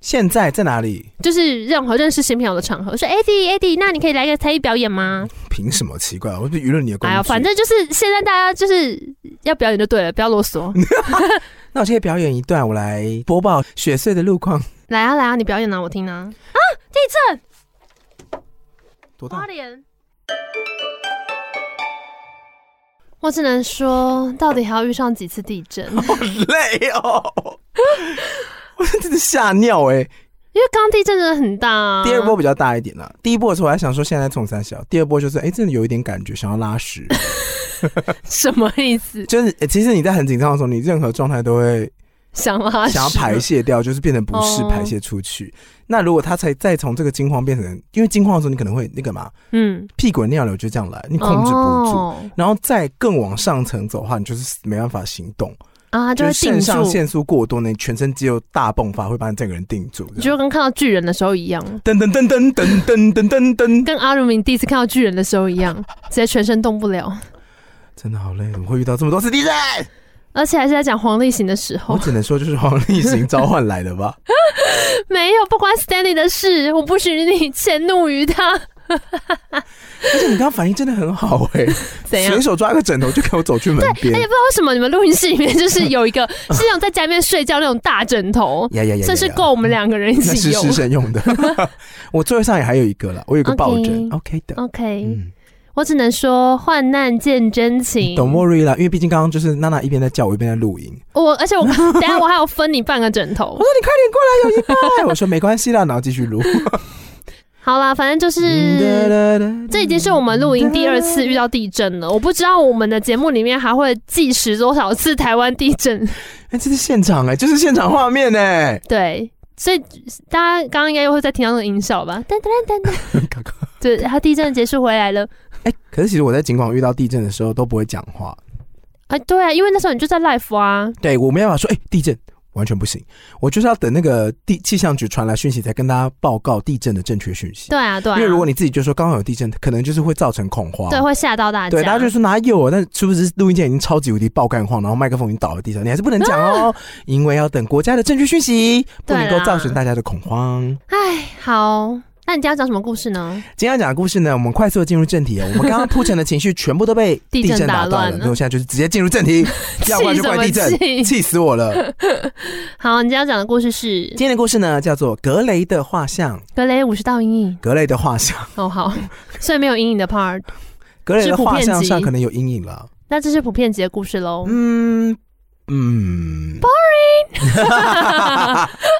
Speaker 1: 现在在哪里？
Speaker 2: 就是任何认识新朋友的场合，说 Eddie Eddie，那你可以来个才艺表演吗？
Speaker 1: 凭什么奇怪？我是舆论你的工
Speaker 2: 哎
Speaker 1: 具。
Speaker 2: 呀，反正就是现在大家就是要表演就对了，不要 啰嗦。
Speaker 1: 那我现在表演一段，我来播报雪穗的路况。
Speaker 2: 来啊来啊，你表演啊，我听啊。
Speaker 1: 多
Speaker 2: 花
Speaker 1: 大？
Speaker 2: 莲。我只能说，到底还要遇上几次地震？
Speaker 1: 好 累哦！ 我真的吓尿哎、
Speaker 2: 因为刚刚地震真的很大、啊。
Speaker 1: 第二波比较大一点啦，第一波的时候我还想说现在冲三小，第二波就是哎、真的有一点感觉，想要拉屎。
Speaker 2: 什么意思？
Speaker 1: 就是、欸其实你在很紧张的时候，你任何状态都会
Speaker 2: 想拉屎
Speaker 1: 想要排泄掉，就是变成不适
Speaker 2: 啊哦
Speaker 1: 排泄出去。那如果他才再从这个惊慌变成，因为惊慌的时候你可能会那个嘛，
Speaker 2: 嗯，
Speaker 1: 屁滚尿流就这样来，你控制不住。
Speaker 2: 哦、
Speaker 1: 然后再更往上层走的话，你就是没办法行动，
Speaker 2: 啊，就
Speaker 1: 就
Speaker 2: 会
Speaker 1: 是
Speaker 2: 定
Speaker 1: 肾上
Speaker 2: 住，
Speaker 1: 腺素过多，那你全身肌肉大迸发，会把你整个人定住。
Speaker 2: 你就跟看到巨人的时候一样，
Speaker 1: 噔噔噔噔噔噔噔噔噔，
Speaker 2: 跟阿如明第一次看到巨人的时候一样，直接全身动不了，
Speaker 1: 真的好累，怎么会遇到这么多次地震？
Speaker 2: 而且还是在讲黄立行的时
Speaker 1: 我
Speaker 2: 候。
Speaker 1: 只能说，就是黄立行召唤来的吧。
Speaker 2: 没有，不关 Stanley 的事，我不许你迁怒于他。
Speaker 1: 而且你刚刚反应真的很好哎、
Speaker 2: 怎样
Speaker 1: 随？手抓个枕头就给我走去门边
Speaker 2: 而且。不知道为什么你们录音室里面就是 有一个是那种在家里面睡觉那种大枕头，
Speaker 1: 呀呀呀呀呀！
Speaker 2: 这是够我们两个人一
Speaker 1: 那
Speaker 2: 起
Speaker 1: 是
Speaker 2: 用
Speaker 1: 师。生用的。 我座位上也还有一个了，我有一个抱枕 OK 的。
Speaker 2: OK，、
Speaker 1: 嗯
Speaker 2: 我只能说患难见真情。
Speaker 1: ，Don't worry 啦，因为毕竟刚刚就是娜娜一边在叫我，一边在录音。
Speaker 2: 我而且我 等一下我还要分你半个枕头
Speaker 1: 我。说你快点过来，有一半。我说没关系啦，然后继续录。
Speaker 2: 好啦，反 正
Speaker 1: 嗯
Speaker 2: 就是。这已经是我们录音第二次遇到地震了，我不知道我们的节目里面还会计时多少次台湾地震。
Speaker 1: 哎，这是现场哎，这是现场画面哎。
Speaker 2: 对，所以大家刚刚应该又会再听到那个音效吧？噔噔噔噔噔，
Speaker 1: 刚刚
Speaker 2: 对，它地震结束回来了。
Speaker 1: 哎，可是其实我在尽管遇到地震的时候都不会讲话，
Speaker 2: 啊，对啊，因为那时候你就在 live 啊，
Speaker 1: 对我没办法说哎地震。完全不行，我就是要等那个地气象局传来讯息，才跟大家报告地震的正确讯息。
Speaker 2: 对啊，对啊，
Speaker 1: 因为如果你自己就说刚刚有地震，可能就是会造成恐慌。
Speaker 2: 对会吓到大家，
Speaker 1: 对，大家就说哪有啊？但是不是录音键已经超级无敌爆干晃，然后麦克风已经倒在地上，你还是不能讲 哦，因为要等国家的证据讯息，不
Speaker 2: 对啦
Speaker 1: 能够造成大家的恐慌。
Speaker 2: 哎，好，那你今天要讲什么故事呢？
Speaker 1: 今天要讲的故事呢，我们快速的进入正题哦。我们刚刚铺陈的情绪全部都被
Speaker 2: 地
Speaker 1: 地
Speaker 2: 震
Speaker 1: 震
Speaker 2: 打
Speaker 1: 打断
Speaker 2: 乱了
Speaker 1: 了，那我现在就是直接进入正 题，要不然就怪地震
Speaker 2: 气什么气
Speaker 1: 气死我了。
Speaker 2: 好，你今天要讲的故事是
Speaker 1: 今天的故事呢，叫做《格雷的画像》。
Speaker 2: 格雷五十道阴影。
Speaker 1: 格雷的画像，
Speaker 2: 哦，好， 所以没有阴影的 part。
Speaker 1: 格雷的画像
Speaker 2: 是普遍
Speaker 1: 上
Speaker 2: 级
Speaker 1: 可能有阴影了。
Speaker 2: 那这是普遍级的故事 喽，
Speaker 1: 嗯嗯，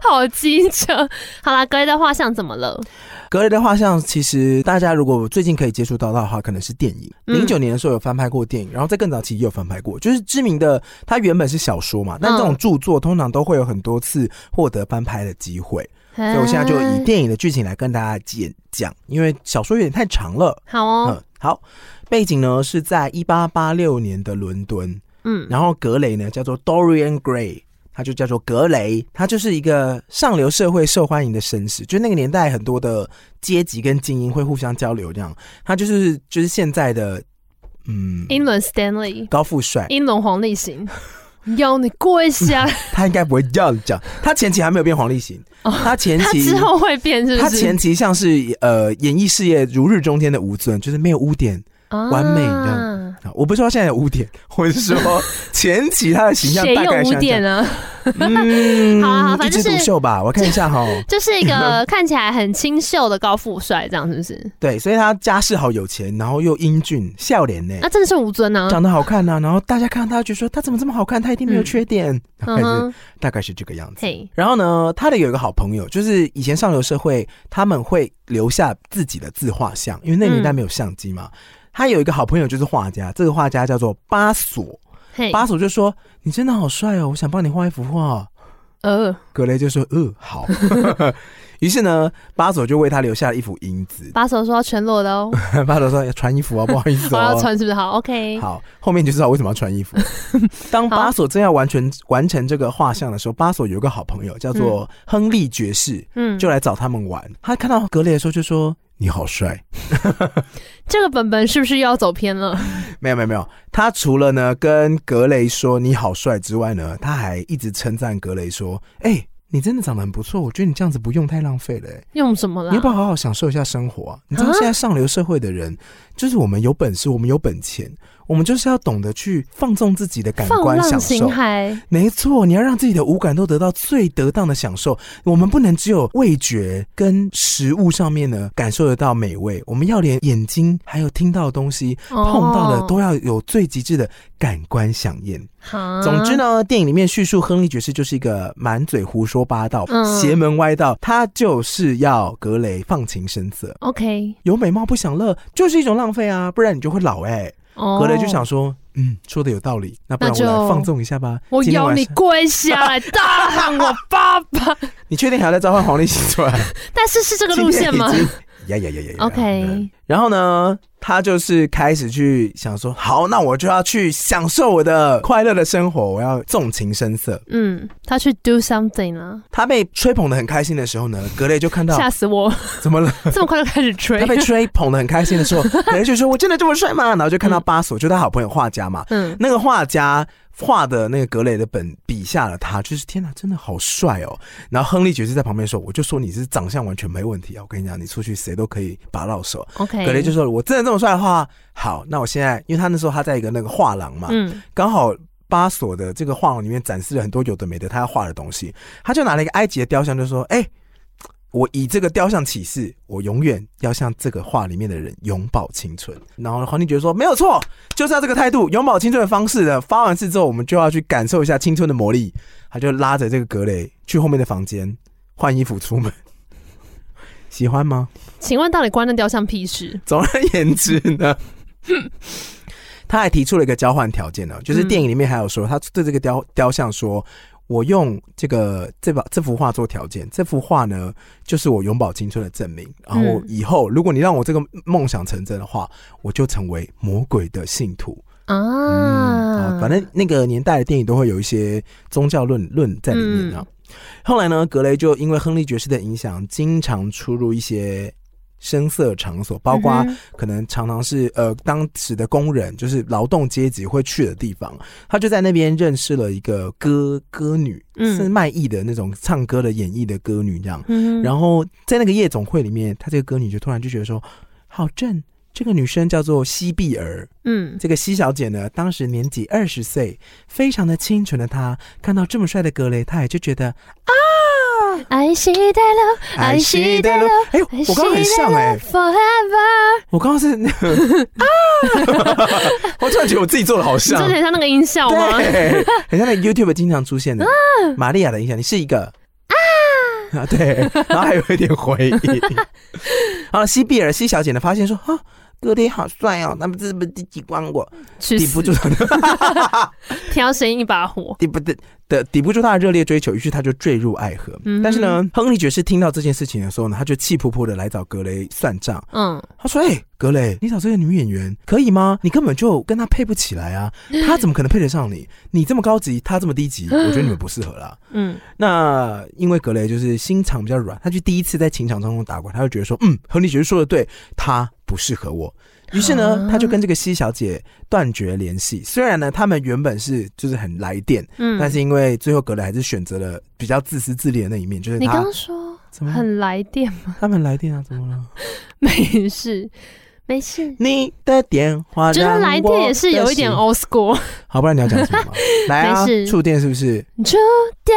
Speaker 2: 好机车。好啦，格雷的画像怎么了？
Speaker 1: 格雷的画像，其实大家如果最近可以接触到的话，可能是电影。
Speaker 2: 嗯
Speaker 1: 零九年的时候有翻拍过电影，然后在更早期也有翻拍过，就是知名的，它原本是小说
Speaker 2: 嗯
Speaker 1: 嘛，但这种著作通常都会有很多次获得翻拍的机会，
Speaker 2: 所
Speaker 1: 所以我现在就以电影的剧情来跟大家简讲，因为小说有点太长了。
Speaker 2: 好哦，
Speaker 1: 嗯，好，背景呢是在一八八六年的伦敦，
Speaker 2: 嗯
Speaker 1: 然后格雷呢叫做 Dorian Gray，他就叫做格雷，他就是一个上流社会受欢迎的绅士，就那个年代很多的阶级跟精英会互相交流，这样他就是就是现在的嗯
Speaker 2: 英伦 Stanley，
Speaker 1: 高富帅，
Speaker 2: 英伦黄 立行，要你跪下，
Speaker 1: 他应该不会这样讲，他前期还没有变黄立行，
Speaker 2: 哦
Speaker 1: 他前
Speaker 2: 他
Speaker 1: 期
Speaker 2: 之。后会变是不是？
Speaker 1: 他前期像是呃演艺事业如日中天的吴尊，就是没有污点完美这
Speaker 2: 啊
Speaker 1: 样啊。我不是说现在有污点， 我是说前期他的形象
Speaker 2: 谁
Speaker 1: 大概像
Speaker 2: 有污
Speaker 1: 这样
Speaker 2: 点。 啊？
Speaker 1: 嗯，
Speaker 2: 好啊好啊反正
Speaker 1: 一枝独
Speaker 2: 是
Speaker 1: 秀吧，我看一下哈。
Speaker 2: 就是 一个看起来很清秀的高富帅，这样是不是？
Speaker 1: 对，所以他家世好有钱，然后又英俊，笑脸呢，
Speaker 2: 那、真的是吴尊啊，
Speaker 1: 长得好看呐、然后大家看到他就说他怎么这么好看，他一定没有缺点， 大概
Speaker 2: 嗯
Speaker 1: 是
Speaker 2: 哼，
Speaker 1: 大概是这个样子。
Speaker 2: 嘿，
Speaker 1: 然后呢，他的有一个好朋友，就是以前上流社会他们会留下自己的自画像，因为那
Speaker 2: 嗯
Speaker 1: 年代没有相机嘛。他有一个好朋友就是画家，这个画家叫做巴索，
Speaker 2: 嘿，
Speaker 1: 巴索就说：“你真的好帅哦，我想帮你画一幅画。”
Speaker 2: 呃，
Speaker 1: 格雷就说：“嗯，好。” 于是呢，巴佐就为他留下了一幅英姿。
Speaker 2: 把手说要全裸的哦，
Speaker 1: 巴佐说：“要穿衣服啊，不好意思
Speaker 2: 我要
Speaker 1: 哦。
Speaker 2: 穿是不是好？OK，”
Speaker 1: 好，后面就知道为什么要穿 衣服。当
Speaker 2: 好
Speaker 1: 巴索正要完全完成这个画像的时候，巴索有一个好朋友叫做亨利爵士，
Speaker 2: 嗯，
Speaker 1: 就来找他们玩。他看到格雷的时候就说：“你好帅。”
Speaker 2: 这个本本是不是又要走偏了？
Speaker 1: 没有没有没有，他除了呢跟格雷说你好帅之外呢，他还一直称赞格雷说：“哎、你真的长得很不错，我觉得你这样子不用太浪费了、欸，
Speaker 2: 用什么
Speaker 1: 你要不
Speaker 2: 啦？
Speaker 1: 要好好享受一下生活啊？你知道
Speaker 2: 啊
Speaker 1: 现在上流社会的人，就是我们有本事，我们有本钱，我们就是要懂得去放纵自己的感
Speaker 2: 放
Speaker 1: 官
Speaker 2: 浪
Speaker 1: 享
Speaker 2: 形
Speaker 1: 受。
Speaker 2: 骸，
Speaker 1: 没错，你要让自己的五感都得到最得当的享受。我们不能只有味觉跟食物上面呢感受得到美味，我们要连眼睛还有听到的东西碰到的
Speaker 2: 哦
Speaker 1: 都要有最极致的感官响应。
Speaker 2: 哈
Speaker 1: 总之呢，电影里面叙述亨利爵士就是一个满嘴胡说八道、
Speaker 2: 嗯
Speaker 1: 邪门歪道，他就是要格雷放情声色。
Speaker 2: ，OK，
Speaker 1: 有美貌不享乐就是一种浪费啊，不然你就会老哎、
Speaker 2: 哦，
Speaker 1: 格雷就想说，嗯，说的有道理，那不然
Speaker 2: 那
Speaker 1: 我
Speaker 2: 就
Speaker 1: 来放纵一下吧。
Speaker 2: 我
Speaker 1: 今天
Speaker 2: 要
Speaker 1: 晚
Speaker 2: 你
Speaker 1: 上，
Speaker 2: 跪下来大喊我爸爸，
Speaker 1: 你确定还要再召唤黄立行出来？
Speaker 2: 但是 是这个
Speaker 1: 今
Speaker 2: 路
Speaker 1: 天
Speaker 2: 线
Speaker 1: 已
Speaker 2: 吗
Speaker 1: 经？呀呀呀呀呀呀嗯
Speaker 2: ？OK，
Speaker 1: 然后呢，他就是开始去想说，好，那我就要去享受我的快乐的生活，我要纵情声色。
Speaker 2: 嗯，他去 do something 了，
Speaker 1: 他被吹捧的很开心的时候呢，格雷就看到
Speaker 2: 吓死我！
Speaker 1: 怎 么了？
Speaker 2: 这么快就开始吹
Speaker 1: 他，被吹捧的很开心的时候，格雷就说：“我真的这么帅吗？”然后就看到巴索，就他好朋友画家嘛，
Speaker 2: 嗯，
Speaker 1: 那个画家画的那个格雷的本笔下了他，就是天哪，真的好帅哦。然后亨利爵士在旁边说：“我就说你是长相完全没问题啊，我跟你讲，你出去谁都可以拔到手。”
Speaker 2: OK，
Speaker 1: 格雷就说：“我真的这么帅的话，好，那我现在，因为他那时候他在一个那个画廊嘛，
Speaker 2: 嗯
Speaker 1: 刚好巴索的这个画廊里面展示了很多有的没的他要画的东西，他就拿了一个埃及的雕像，就说：‘哎、我以这个雕像起誓，我永远要向这个画里面的人永葆青春。’然后黄帝觉得说：‘没有错，就是要这个态度，永葆青春的方式的。’发完誓之后，我们就要去感受一下青春的魔力。他就拉着这个格雷去后面的房间换衣服出门， 喜欢吗？”
Speaker 2: 请问到底关那雕像屁事？
Speaker 1: 总而言之 呢，他还提出了一个交换条件呢，
Speaker 2: 嗯
Speaker 1: 就是电影里面还有说，他对这个雕雕像说。我用这个这把这幅画做条件，这幅画呢，就是我永葆青春的证明。然后
Speaker 2: 嗯
Speaker 1: 以后，如果你让我这个梦想成真的话，我就成为魔鬼的信徒。
Speaker 2: 啊，
Speaker 1: 嗯反正那个年代的电影都会有一些宗教论论在里面啊。
Speaker 2: 嗯
Speaker 1: 后来呢，格雷就因为亨利爵士的影响，经常出入一些声色场所，包括
Speaker 2: 嗯哼
Speaker 1: 可能常常是呃当时的工人，就是劳动阶级会去的地方。他就在那边认识了一个歌歌女，
Speaker 2: 嗯
Speaker 1: 是卖艺的那种唱歌的演绎的歌女这样。
Speaker 2: 嗯
Speaker 1: 然后在那个夜总会里面，他这个歌女就突然就觉得说，好正。这个女生叫做西碧儿，
Speaker 2: 嗯，
Speaker 1: 这个西小姐呢，当时年仅二十岁，非常的清纯的她，看到这么帅的格雷，她也就觉得
Speaker 2: 爱惜的了爱惜的了
Speaker 1: 哎呦，我刚刚很像哎、
Speaker 2: ，Forever，
Speaker 1: 我 刚刚是 那个啊，我突然觉得我自己做的好
Speaker 2: 你
Speaker 1: 像
Speaker 2: 真的，很像那个音效吗？
Speaker 1: 啊
Speaker 2: 啊
Speaker 1: 对，很像那个 YouTube 经常出现的玛利亚的影响，你是一个啊，对，然后还有一点回忆。 好了，西比尔西小姐呢，发现说啊，格雷好帅哦，那么这不是抵光我，
Speaker 2: 去
Speaker 1: 抵不
Speaker 2: 死！
Speaker 1: 住他的，
Speaker 2: 挑神一把火，
Speaker 1: 抵不的的抵不住他的热烈追求，于是他就坠入爱河。
Speaker 2: 嗯哼
Speaker 1: 但是呢，亨利爵士听到这件事情的时候呢，他就气扑扑的来找格雷算账。
Speaker 2: 嗯，
Speaker 1: 他说：“哎、格雷，你找这个女演员可以吗？你根本就跟她配不起来 啊，她怎么可能配得上你？你这么高级，她这么低级，我觉得你们不适合啦。
Speaker 2: 嗯，
Speaker 1: 那因为格雷就是心肠比较软，他就第一次在情场当中打滚，他就觉得说，嗯，亨利爵士说的对，他不适合我。于是呢
Speaker 2: 啊，
Speaker 1: 他就跟这个西小姐断绝联系。虽然呢，他们原本是就是很来电，
Speaker 2: 嗯，
Speaker 1: 但是因为最后格雷还是选择了比较自私自利的那一面，就是
Speaker 2: 你
Speaker 1: 他嗯
Speaker 2: 刚说
Speaker 1: 怎么了
Speaker 2: 很来电吗？
Speaker 1: 他们来电啊，怎么了？
Speaker 2: 没事，没事。
Speaker 1: 你的电话
Speaker 2: 觉得
Speaker 1: 让
Speaker 2: 来
Speaker 1: 我
Speaker 2: 电也是有
Speaker 1: 的
Speaker 2: 一点
Speaker 1: 心
Speaker 2: old school，
Speaker 1: 好，不然你要讲什么 吗？来啊
Speaker 2: 没，事
Speaker 1: 触电是不是？
Speaker 2: 触电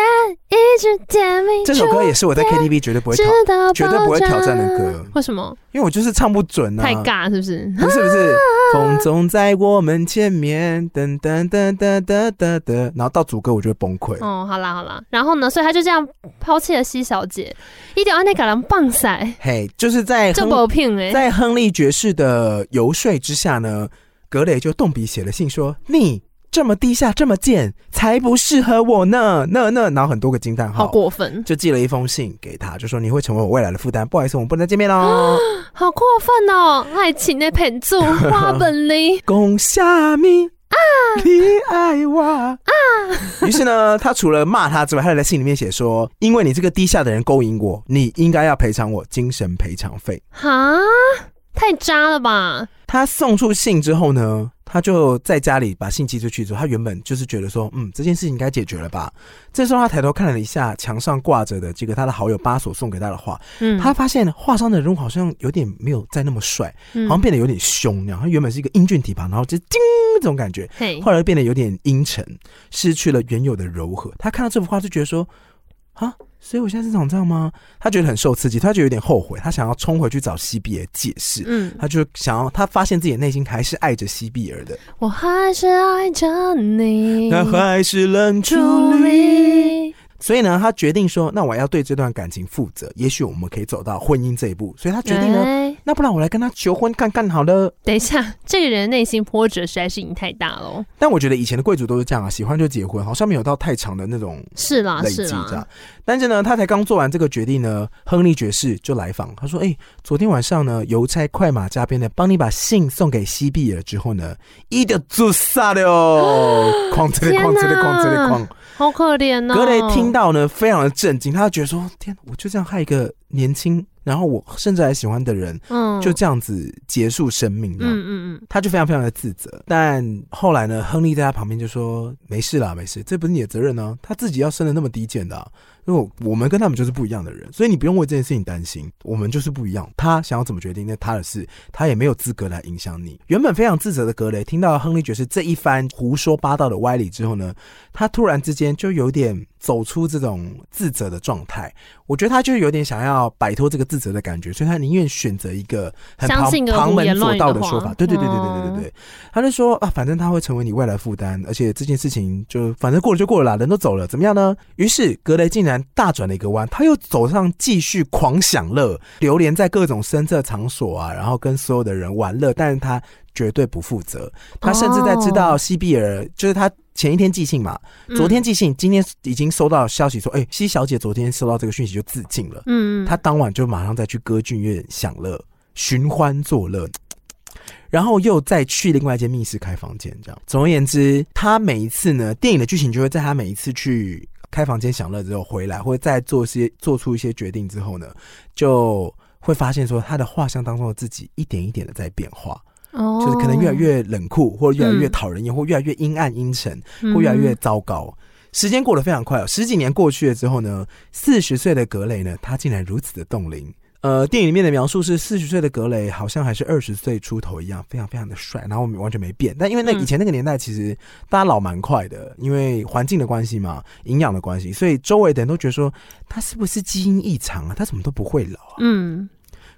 Speaker 2: 一直点名，
Speaker 1: 这首歌也是我在
Speaker 2: 触
Speaker 1: KTV 绝对不会
Speaker 2: 直
Speaker 1: 挑，
Speaker 2: 到爆
Speaker 1: 绝对不会
Speaker 2: 炸
Speaker 1: 挑战的歌
Speaker 2: 为什么？
Speaker 1: 因为我就是唱不准啊。
Speaker 2: 太尬是不是？
Speaker 1: 不是不是，风总在我们前面，噔噔噔噔噔噔噔，然后到主歌我就会崩溃。
Speaker 2: 哦，好啦好啦，然后呢？所以他就这样抛弃了西小姐，一点安内改良棒塞，
Speaker 1: 嘿，就是在
Speaker 2: 这
Speaker 1: 亨
Speaker 2: 不骗哎，
Speaker 1: 在亨利爵士的游说之下呢，格雷就动笔写了信说：“你这么低下，这么贱，才不适合我呢，那那，然后很多个惊叹
Speaker 2: 好
Speaker 1: 号，
Speaker 2: 过分，
Speaker 1: 就寄了一封信给他，就说你会成为我未来的负担，不好意思，我们不能再见面喽。
Speaker 2: 好过分哦！爱情的骗子，花本领
Speaker 1: 恭下米啊，你爱我啊。于是呢，他除了骂他之外，他还在信里面写说，因为你这个低下的人勾引我，你应该要赔偿我精神赔偿费。
Speaker 2: 哈，太渣了吧！
Speaker 1: 他送出信之后呢，他就在家里把信寄出去之后，他原本就是觉得说，嗯，这件事情应该解决了吧。这时候他抬头看了一下墙上挂着的这个他的好友巴索送给他的画，
Speaker 2: 嗯，
Speaker 1: 他发现画上的人物好像有点没有再那么帅，
Speaker 2: 嗯
Speaker 1: 好像变得有点凶那样。他原本是一个英俊体庞，然后就叮这种感觉，
Speaker 2: 嘿，
Speaker 1: 后来变得有点阴沉，失去了原有的柔和。他看到这幅画就觉得说，啊，所以我现在是长这样吗？他觉得很受刺激，他觉得有点后悔，他想要冲回去找西比尔解释。
Speaker 2: 嗯，
Speaker 1: 他就想要，他发现自己的内心还是爱着西比尔的，
Speaker 2: 我还是爱着你，
Speaker 1: 那还是冷处
Speaker 2: 朱
Speaker 1: 理。
Speaker 2: 莉，
Speaker 1: 所以呢，他决定说，那我要对这段感情负责，也许我们可以走到婚姻这一步。所以他决定呢，
Speaker 2: 哎
Speaker 1: 那不然我来跟他求婚看看好了。
Speaker 2: 等一下，这个人内心波折实在是已经太大了哦。
Speaker 1: 但我觉得以前的贵族都是这样啊，喜欢就结婚，好像没有到太长的那种
Speaker 2: 是啦，
Speaker 1: 累
Speaker 2: 啊是
Speaker 1: 积这
Speaker 2: 啦
Speaker 1: 样，。但是呢，他才刚做完这个决定呢，亨利爵士就来访，他说：“哎、昨天晚上呢，邮差快马加鞭的帮你把信送给西比尔之后呢，一就自杀 了哦，哐哧的
Speaker 2: 天
Speaker 1: 哐哧的哐哧的
Speaker 2: 哪
Speaker 1: 哐。”
Speaker 2: 好可怜哦。
Speaker 1: 格雷听到呢，非常的震惊，他就觉得说：“天，我就这样害一个年轻，然后我甚至还喜欢的人，
Speaker 2: 嗯，
Speaker 1: 就这样子结束生命。”这样。
Speaker 2: 嗯嗯嗯，
Speaker 1: 他就非常非常的自责，但后来呢，亨利在他旁边就说：“没事啦，没事，这不是你的责任呢、他自己要生的那么低贱的、啊，因为我我们跟他们就是不一样的人，所以你不用为这件事情担心，我们就是不一样。他想要怎么决定，那他的事，他也没有资格来影响你。”原本非常自责的格雷，听到亨利爵士这一番胡说八道的歪理之后呢，他突然之间就有点走出这种自责的状态。我觉得他就是有点想要摆脱这个自责的感觉，所以他宁愿选择一个很
Speaker 2: 相
Speaker 1: 旁
Speaker 2: 信个
Speaker 1: 旁
Speaker 2: 胡言
Speaker 1: 门左
Speaker 2: 乱语
Speaker 1: 道
Speaker 2: 的
Speaker 1: 的说
Speaker 2: 话
Speaker 1: 法。对对对对对对
Speaker 2: 嗯
Speaker 1: 对对。他就说啊，反正他会成为你未来负担，而且这件事情就反正过了就过了啦，人都走了，怎么样呢？于是格雷竟然大转了一个弯，他又走上继续狂享乐，流连在各种深色场所啊，然后跟所有的人玩乐，但是他绝对不负责，他甚至在知
Speaker 2: 哦
Speaker 1: 道西比尔就是他。前一天寄信嘛，
Speaker 2: 嗯
Speaker 1: 昨天寄信，今天已经收到消息说，哎、西小姐昨天收到这个讯息就自尽了。
Speaker 2: 嗯，嗯
Speaker 1: 他当晚就马上再去歌剧院享乐、寻欢作乐，然后又再去另外一间密室开房间，这样。总而言之，他每一次呢，电影的剧情就会在他每一次去开房间享乐之后回来，或者再做些做出一些决定之后呢，就。会发现说他的画像当中的自己一点一点的在变化，
Speaker 2: 哦
Speaker 1: 就是可能越来越冷酷，或者越来越
Speaker 2: 嗯
Speaker 1: 讨人厌，或越来越阴暗阴沉，会越来越糟糕。时间过得非常快哦，十几年过去了之后呢，四十岁的格雷呢，他竟然如此的冻龄。呃，电影里面的描述是四十岁的格雷好像还是二十岁出头一样，非常非常的帅，然后完全没变。但因为那
Speaker 2: 嗯
Speaker 1: 以前那个年代，其实大家老蛮快的，因为环境的关系嘛，营养的关系，所以周围的人都觉得说他是不是基因异常啊？他怎么都不会老啊？
Speaker 2: 嗯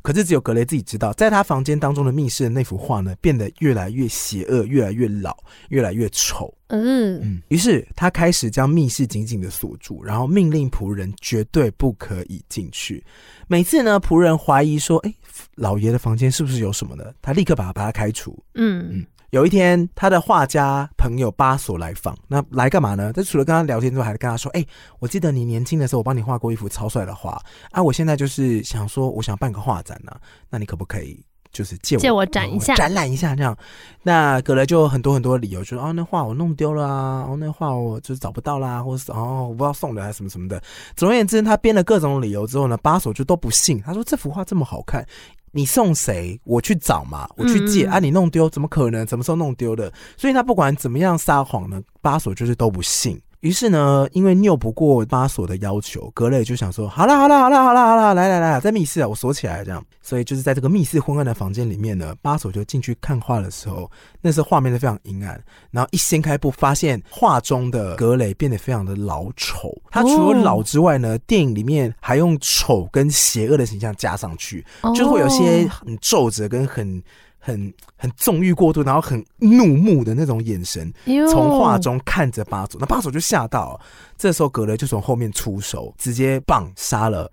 Speaker 1: 可是只有格雷自己知道，在他房间当中的密室的那幅画呢，变得越来越邪恶，越来越老，越来越丑。
Speaker 2: 嗯
Speaker 1: 嗯，于是他开始将密室紧紧的锁住，然后命令仆人绝对不可以进去。每次呢，仆人怀疑说：“哎，老爷的房间是不是有什么呢？”他立刻把他把他开除。
Speaker 2: 嗯
Speaker 1: 有一天，他的画家朋友巴索来访，那来干嘛呢？他除了跟他聊天之外，还跟他说：“哎、我记得你年轻的时候，我帮你画过一幅超帅的画啊，我现在就是想说，我想办个画展呢、啊那你可不可以就是借我
Speaker 2: 借我展一下
Speaker 1: 嗯展览一下这样？”那格雷就很多很多理由，就说：“哦，那画我弄丢了啊，哦，那画我就是找不到啦，或是哦，我不知道送的还是什么什么的。”总而言之，他编了各种理由之后呢，巴索就都不信，他说：“这幅画这么好看，你送谁，我去找嘛，我去借、
Speaker 2: 嗯嗯
Speaker 1: 啊！你弄丢，怎么可能？什么时候弄丢的？所以他不管怎么样撒谎呢，巴索就是都不信。于是呢，因为拗不过巴索的要求，格雷就想说：好了，好了，好了，好了，好了，来来来，在密室啊，我锁起来这样。所以就是在这个密室昏暗的房间里面呢，巴索就进去看画的时候，那时候画面都非常阴暗。然后一掀开布，发现画中的格雷变得非常的老丑。他除了
Speaker 2: 哦
Speaker 1: 老之外呢，电影里面还用丑跟邪恶的形象加上去，
Speaker 2: 嗯，
Speaker 1: 就是会有些很皱褶跟很很很纵欲过度，然后很怒目的那种眼神，
Speaker 2: 哦
Speaker 1: 从画中看着巴祖，那巴祖就吓到，这时候格雷就从后面出手，直接棒杀了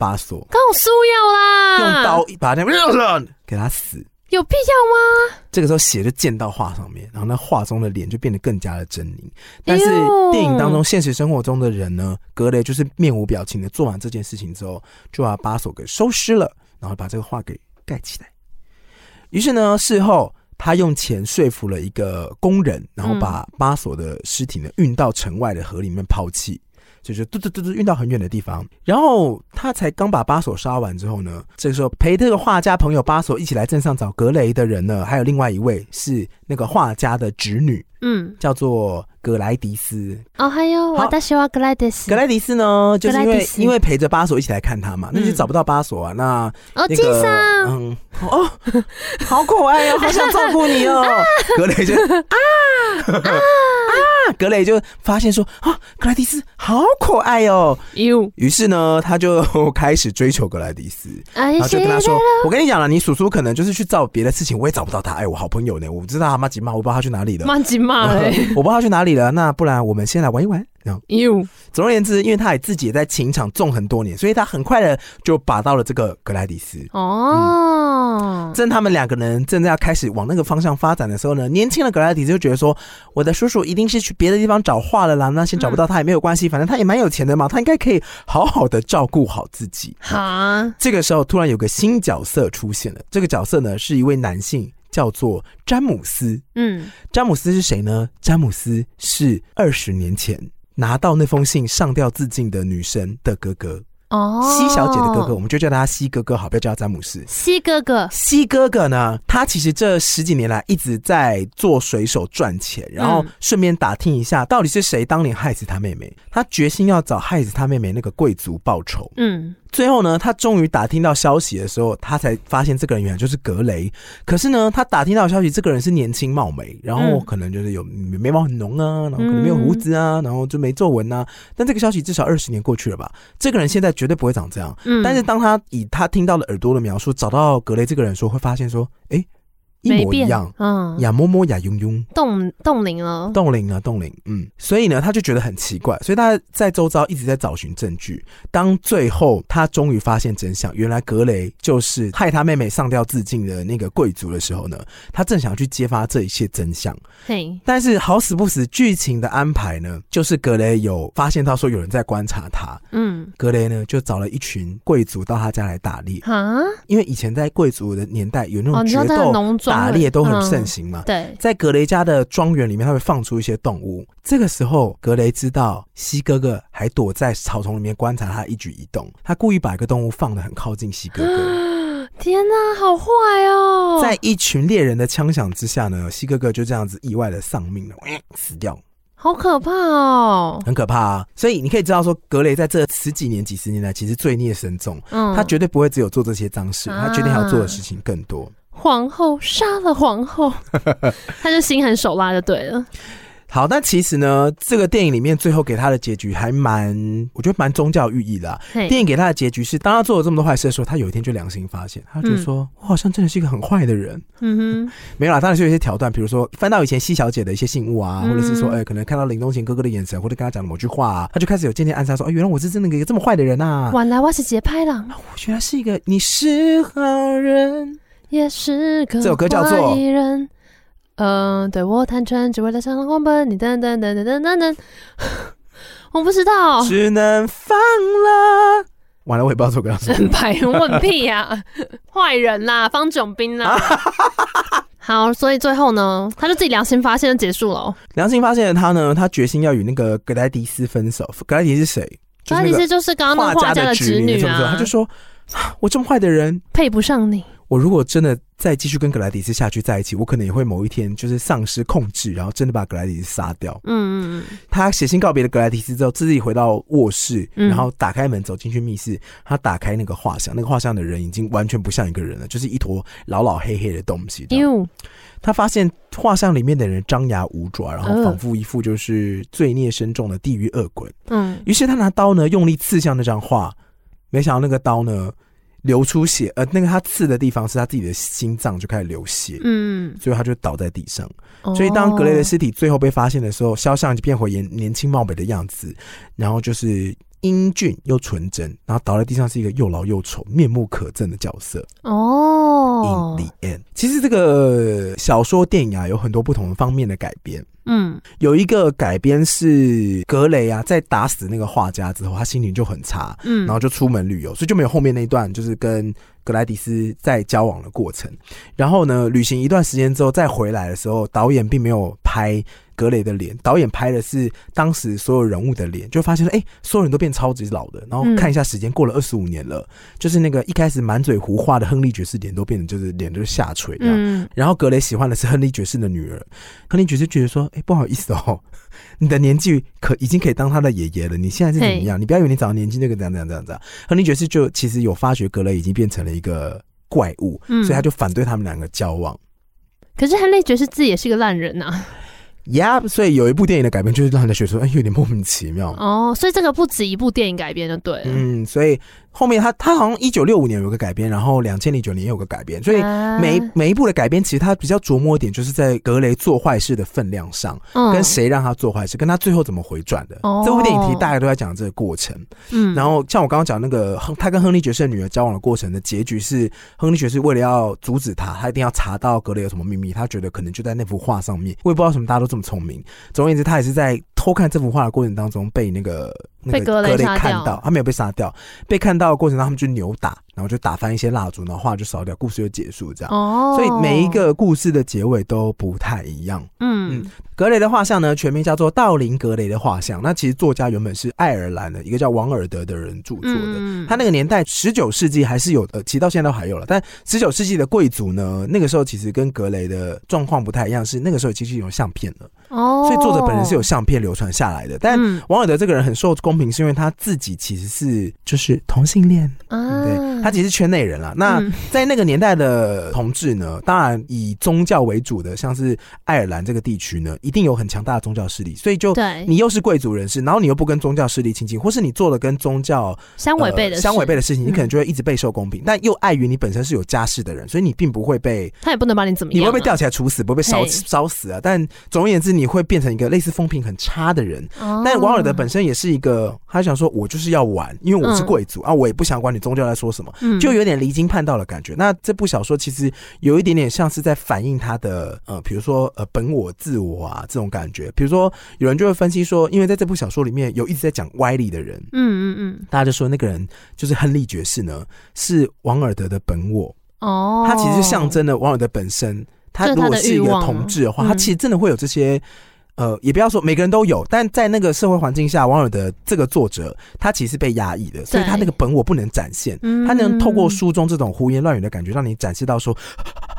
Speaker 1: 巴索，
Speaker 2: 告诉要 啦，
Speaker 1: 用刀一把他给他死。
Speaker 2: 有必要
Speaker 1: 这个时候血就溅到画上面，然后那画中的脸就变得更加的狰狞。但是电影当中，现实生活中的人呢，格雷就是面无表情的做完这件事情之后，就把把手给收尸了，然后把这个画给盖起来。于是呢，事后他用钱说服了一个工人，然后把
Speaker 2: 嗯
Speaker 1: 巴索的尸体呢运到城外的河里面抛弃，所以就嘟嘟嘟嘟运到很远的地方。然后他才刚把巴索杀完之后呢，这个时候陪这个画家朋友巴索一起来镇上找格雷的人呢，还有另外一位是那个画家的侄女，
Speaker 2: 嗯，
Speaker 1: 叫做格莱迪斯。
Speaker 2: 哦，还有
Speaker 1: 好
Speaker 2: 我大西瓜格莱迪斯
Speaker 1: 格，莱迪斯呢，就是因
Speaker 2: 格莱
Speaker 1: 为
Speaker 2: 迪斯
Speaker 1: 因为陪着巴索一起来看他嘛，那就找不到巴索啊，那
Speaker 2: 哦，
Speaker 1: 那
Speaker 2: 金
Speaker 1: 个
Speaker 2: 桑，
Speaker 1: 嗯，哦，好可爱 哦，好想照顾你哦。格雷就啊啊，格雷就发现说啊，格莱迪斯好可爱哦。
Speaker 2: 哟，
Speaker 1: 于是呢，他就开始追求格莱迪斯，
Speaker 2: 哎
Speaker 1: 然后就跟他
Speaker 2: 谢谢
Speaker 1: 说：“我跟你讲了，你叔叔可能就是去找别的事情，我也找不到他。哎，我好朋友呢，我不知道他妈吉妈，我不知道他去哪里了，
Speaker 2: 骂几骂嘞，
Speaker 1: 我不知道他去哪里了。那不然我们先来玩一玩。”然后
Speaker 2: 哟，
Speaker 1: 总而言之，因为他也自己也在情场纵横多年，所以他很快的就把到了这个格莱迪斯。
Speaker 2: 哦，
Speaker 1: 正他们两个人正在要开始往那个方向发展的时候呢，年轻的格莱迪斯就觉得说，我的叔叔一定是去别的地方找画了啦，那先找不到他也没有关系，反正他也蛮有钱的嘛，他应该可以好好的照顾好自己。
Speaker 2: 嗯哈，
Speaker 1: 这个时候突然有个新角色出现了，这个角色呢是一位男性，叫做詹姆斯。
Speaker 2: 嗯，
Speaker 1: 詹姆斯是谁呢？詹姆斯是二十年前拿到那封信上吊自尽的女生的哥哥，
Speaker 2: 哦，
Speaker 1: 西小姐的哥哥，我，们就叫他西哥哥好，不要叫他詹姆斯。
Speaker 2: 西哥哥，
Speaker 1: 西哥哥呢，他其实这十几年来一直在做水手赚钱，然后顺便打听一下到底是谁当年害死他妹妹。他决心要找害死他妹妹那个贵族报仇。
Speaker 2: 嗯，
Speaker 1: 最后呢，他终于打听到消息的时候，他才发现这个人原来就是格雷。可是呢，他打听到消息，这个人是年轻貌美，然后
Speaker 2: 嗯
Speaker 1: 可能就是有眉毛很浓啊，然后可能没有胡子啊，然后就没皱纹啊。但这个消息至少二十年过去了吧？这个人现在绝对不会长这样。
Speaker 2: 嗯，
Speaker 1: 但是当他以他听到的耳朵的描述找到格雷这个人的时候，会发现说，哎、一
Speaker 2: 没
Speaker 1: 模一
Speaker 2: 变
Speaker 1: 样，，
Speaker 2: 嗯，
Speaker 1: 呀摸摸呀拥拥，
Speaker 2: 冻冻龄了，
Speaker 1: 冻龄啊冻龄，嗯，所以呢，他就觉得很奇怪，所以他在周遭一直在找寻证据。当最后他终于发现真相，原来格雷就是害他妹妹上吊自尽的那个贵族的时候呢，他正想去揭发这一切真相，
Speaker 2: 嘿，
Speaker 1: 但是好死不死，剧情的安排呢，就是格雷有发现到说有人在观察他，
Speaker 2: 嗯，
Speaker 1: 格雷呢就找了一群贵族到他家来打猎。
Speaker 2: 哈，
Speaker 1: 因为以前在贵族的年代，有那
Speaker 2: 哦，
Speaker 1: 种
Speaker 2: 你
Speaker 1: 决
Speaker 2: 说在
Speaker 1: 斗、
Speaker 2: 农庄
Speaker 1: 打
Speaker 2: 里
Speaker 1: 猎都很
Speaker 2: 嗯
Speaker 1: 盛行嘛。
Speaker 2: 对，
Speaker 1: 在格雷家的庄园里面，他会放出一些动物。这个时候，格雷知道西哥哥还躲在草丛里面观察他一举一动，他故意把一个动物放得很靠近西哥哥。
Speaker 2: 天哪，好坏哦，
Speaker 1: 在一群猎人的枪响之下呢，西哥哥就这样子意外的丧命了，死掉，
Speaker 2: 好可怕哦，
Speaker 1: 很可怕啊！所以你可以知道说，格雷在这十几年、几十年来，其实罪孽深重。
Speaker 2: 嗯，啊
Speaker 1: 他绝对不会只有做这些脏事，他决定还要做的事情更多。
Speaker 2: 皇后杀了 皇后，他就心狠手辣就对了。
Speaker 1: 好，但其实呢，这个电影里面最后给他的结局还蛮，我觉得蛮宗教寓意的啊、
Speaker 2: 嘿
Speaker 1: 电影给他的结局是，当他做了这么多坏事的时候，他有一天就良心发现，他就说：“我好像真的是一个很坏的人。
Speaker 2: 嗯哼，”
Speaker 1: 没有啦，当然是有一些条段，比如说翻到以前西小姐的一些信物啊，
Speaker 2: 嗯
Speaker 1: 或者是说，哎、可能看到林东贤哥哥的眼神，或者跟他讲的某句话、啊，他就开始有渐渐暗杀说：“哎、原来我是真的一个这么坏的人啊！
Speaker 2: 晚来我是节拍郎，
Speaker 1: 我原来是一个你是好人。
Speaker 2: 也是个
Speaker 1: 这首歌叫做
Speaker 2: 坏人。嗯、对我坦诚，只为了上了光奔，你等等等等等等等， 我不知道，
Speaker 1: 只能放了。”完了，我也不知道这首歌要什么。
Speaker 2: 很白问屁呀、 坏人啦，方炯斌啦。
Speaker 1: 啊
Speaker 2: 好，所以最后呢，他就自己良心发现就结束了哦。
Speaker 1: 良心发现的他呢，他决心要与那个格莱迪斯分手。格莱迪是谁？就
Speaker 2: 所
Speaker 1: 是
Speaker 2: 以
Speaker 1: 那个
Speaker 2: 其实就是刚刚啊那个画
Speaker 1: 画
Speaker 2: 家
Speaker 1: 的
Speaker 2: 侄
Speaker 1: 女，
Speaker 2: 女
Speaker 1: 是不是？
Speaker 2: 啊，
Speaker 1: 他就说：“啊我这么坏的人，
Speaker 2: 配不上你。
Speaker 1: 我如果真的再继续跟格莱迪斯下去在一起，我可能也会某一天就是丧失控制，然后真的把格莱迪斯杀掉。
Speaker 2: 嗯嗯嗯，”
Speaker 1: 他写信告别了格莱迪斯之后，自己回到卧室，
Speaker 2: 嗯
Speaker 1: 然后打开门走进去密室。他打开那个画像，那个画像的人已经完全不像一个人了，就是一坨老老黑黑的东西这样。
Speaker 2: 因为
Speaker 1: 他发现画像里面的人张牙舞爪，然后
Speaker 2: 呃
Speaker 1: 仿佛一副就是罪孽深重的地狱恶鬼。
Speaker 2: 嗯
Speaker 1: 于是他拿刀呢，用力刺向那张画，没想到那个刀呢流出血，呃，那个他刺的地方是他自己的心脏就开始流血，
Speaker 2: 嗯，
Speaker 1: 所以他就倒在地上。
Speaker 2: 哦
Speaker 1: 所以当格雷的尸体最后被发现的时候，肖像就变回年年轻貌美的样子，然后就是英俊又纯真，然后倒在地上是一个又老又丑、面目可憎的角色。
Speaker 2: 哦，哦
Speaker 1: In，the end，其实这个小说、电影啊，有很多不同方面的改编。
Speaker 2: 嗯，
Speaker 1: 有一个改编是格雷啊，在打死那个画家之后，他心情就很差，
Speaker 2: 嗯，
Speaker 1: 然后就出门旅游，所以就没有后面那一段，就是跟格莱迪斯在交往的过程。然后呢，旅行一段时间之后再回来的时候，导演并没有拍格雷的脸，导演拍的是当时所有人物的脸，就发现了，哎、所有人都变超级老的。然后
Speaker 2: 嗯
Speaker 1: 看一下时间，过了二十五年了，就是那个一开始满嘴胡话的亨利爵士脸都变得就是脸都下垂这样。
Speaker 2: 嗯，
Speaker 1: 然后格雷喜欢的是亨利爵士的女儿，亨利爵士觉得说：“哎、不好意思哦， 你的年纪可已经可以当他的爷爷了，你现在是怎么样？你不要以为你长到年纪那个怎样怎样怎样怎样。”亨利爵士就其实有发觉格雷已经变成了一个怪物，
Speaker 2: 嗯
Speaker 1: 所以他就反对他们两个交往。
Speaker 2: 可是亨利爵士自己也是个烂人啊呐、
Speaker 1: Yeah，所以有一部电影的改编就是让人家觉得说：“哎、有点莫名其妙。
Speaker 2: 哦，所以这个不止一部电影改编的，对了，
Speaker 1: 嗯，所以后面他他好像一九六五年有个改编，然后两千零九年也有个改编，所以
Speaker 2: 啊
Speaker 1: 每每一部的改编其实他比较琢磨一点，就是在格雷做坏事的分量上。跟，谁让他做坏事，跟他最后怎么回转的。
Speaker 2: 嗯哦
Speaker 1: 这部电影其实大概都在讲这个过程。
Speaker 2: 嗯嗯
Speaker 1: 然后像我刚刚讲那个，亨他跟亨利爵士的女儿交往的过程的结局是，亨利爵士为了要阻止他，他一定要查到格雷有什么秘密，他觉得可能就在那幅画上面。我也不知道为什么大家都这么聪明。总而言之，他也是在偷看这幅画的过程当中被那个那
Speaker 2: 被
Speaker 1: 个
Speaker 2: 格雷
Speaker 1: 格雷
Speaker 2: 杀
Speaker 1: 看
Speaker 2: 掉
Speaker 1: 到，他没有被杀掉，被看到的过程当中他们就扭打，然后就打翻一些蜡烛，然后画就烧掉，故事就结束这样。
Speaker 2: 哦，
Speaker 1: 所以每一个故事的结尾都不太一样。
Speaker 2: 嗯
Speaker 1: 格雷的画像呢，全名叫做道林·格雷的画像。那其实作家原本是爱尔兰的一个叫王尔德的人著作的。
Speaker 2: 嗯，
Speaker 1: 他那个年代，十九世纪还是有呃的，其实到现在都还有了。但十九世纪的贵族呢，那个时候其实跟格雷的状况不太一样，是那个时候其实有相片了，
Speaker 2: 哦，
Speaker 1: 所以作者本人是有相片流传下来的。但
Speaker 2: 嗯
Speaker 1: 王尔德这个人很受公平，是因为他自己其实是就是同性恋，
Speaker 2: 啊，
Speaker 1: 嗯对他其实是圈内人啦。那
Speaker 2: 嗯
Speaker 1: 在那个年代的同志呢，当然以宗教为主的，像是爱尔兰这个地区呢，一定有很强大的宗教势力，所以就。
Speaker 2: 对
Speaker 1: 你又是贵族人士，然后你又不跟宗教势力亲近，或是你做了跟宗教
Speaker 2: 相违背
Speaker 1: 呃
Speaker 2: 的事
Speaker 1: 相违背，的事情，你
Speaker 2: 嗯
Speaker 1: 可能就会一直备受公平。但又碍于你本身是有家室的人，所以你并不会被，
Speaker 2: 他也不能把你怎么
Speaker 1: 你
Speaker 2: 样啊，
Speaker 1: 不会被吊起来处死，不会被烧
Speaker 2: 嘿
Speaker 1: 烧死啊。但总而言之，你会变成一个类似风评很差的人。
Speaker 2: 哦，
Speaker 1: 但王尔德本身也是一个，他想说，我就是要玩，因为我是
Speaker 2: 嗯
Speaker 1: 贵族、啊，我也不想管你宗教在说什么。
Speaker 2: 嗯
Speaker 1: 就有点离经叛道的感觉。那这部小说其实有一点点像是在反映他的呃，比如说呃本我、自我啊这种感觉。比如说有人就会分析说，因为在这部小说里面有一直在讲歪理的人，
Speaker 2: 嗯嗯嗯
Speaker 1: 大家就说那个人就是亨利爵士呢，是王尔德的本我，
Speaker 2: 哦，
Speaker 1: 他其实象征了王尔德本身。他
Speaker 2: 就是
Speaker 1: 如
Speaker 2: 他
Speaker 1: 果
Speaker 2: 的
Speaker 1: 是一
Speaker 2: 欲
Speaker 1: 个
Speaker 2: 望啊
Speaker 1: 同志的话，
Speaker 2: 嗯
Speaker 1: 他其实真的会有这些。呃，也不要说每个人都有，但在那个社会环境下，王尔德这个作者他其实是被压抑的，所以他那个本我不能展现。
Speaker 2: 嗯，
Speaker 1: 他能透过书中这种胡言乱语的感觉，让你展示到说，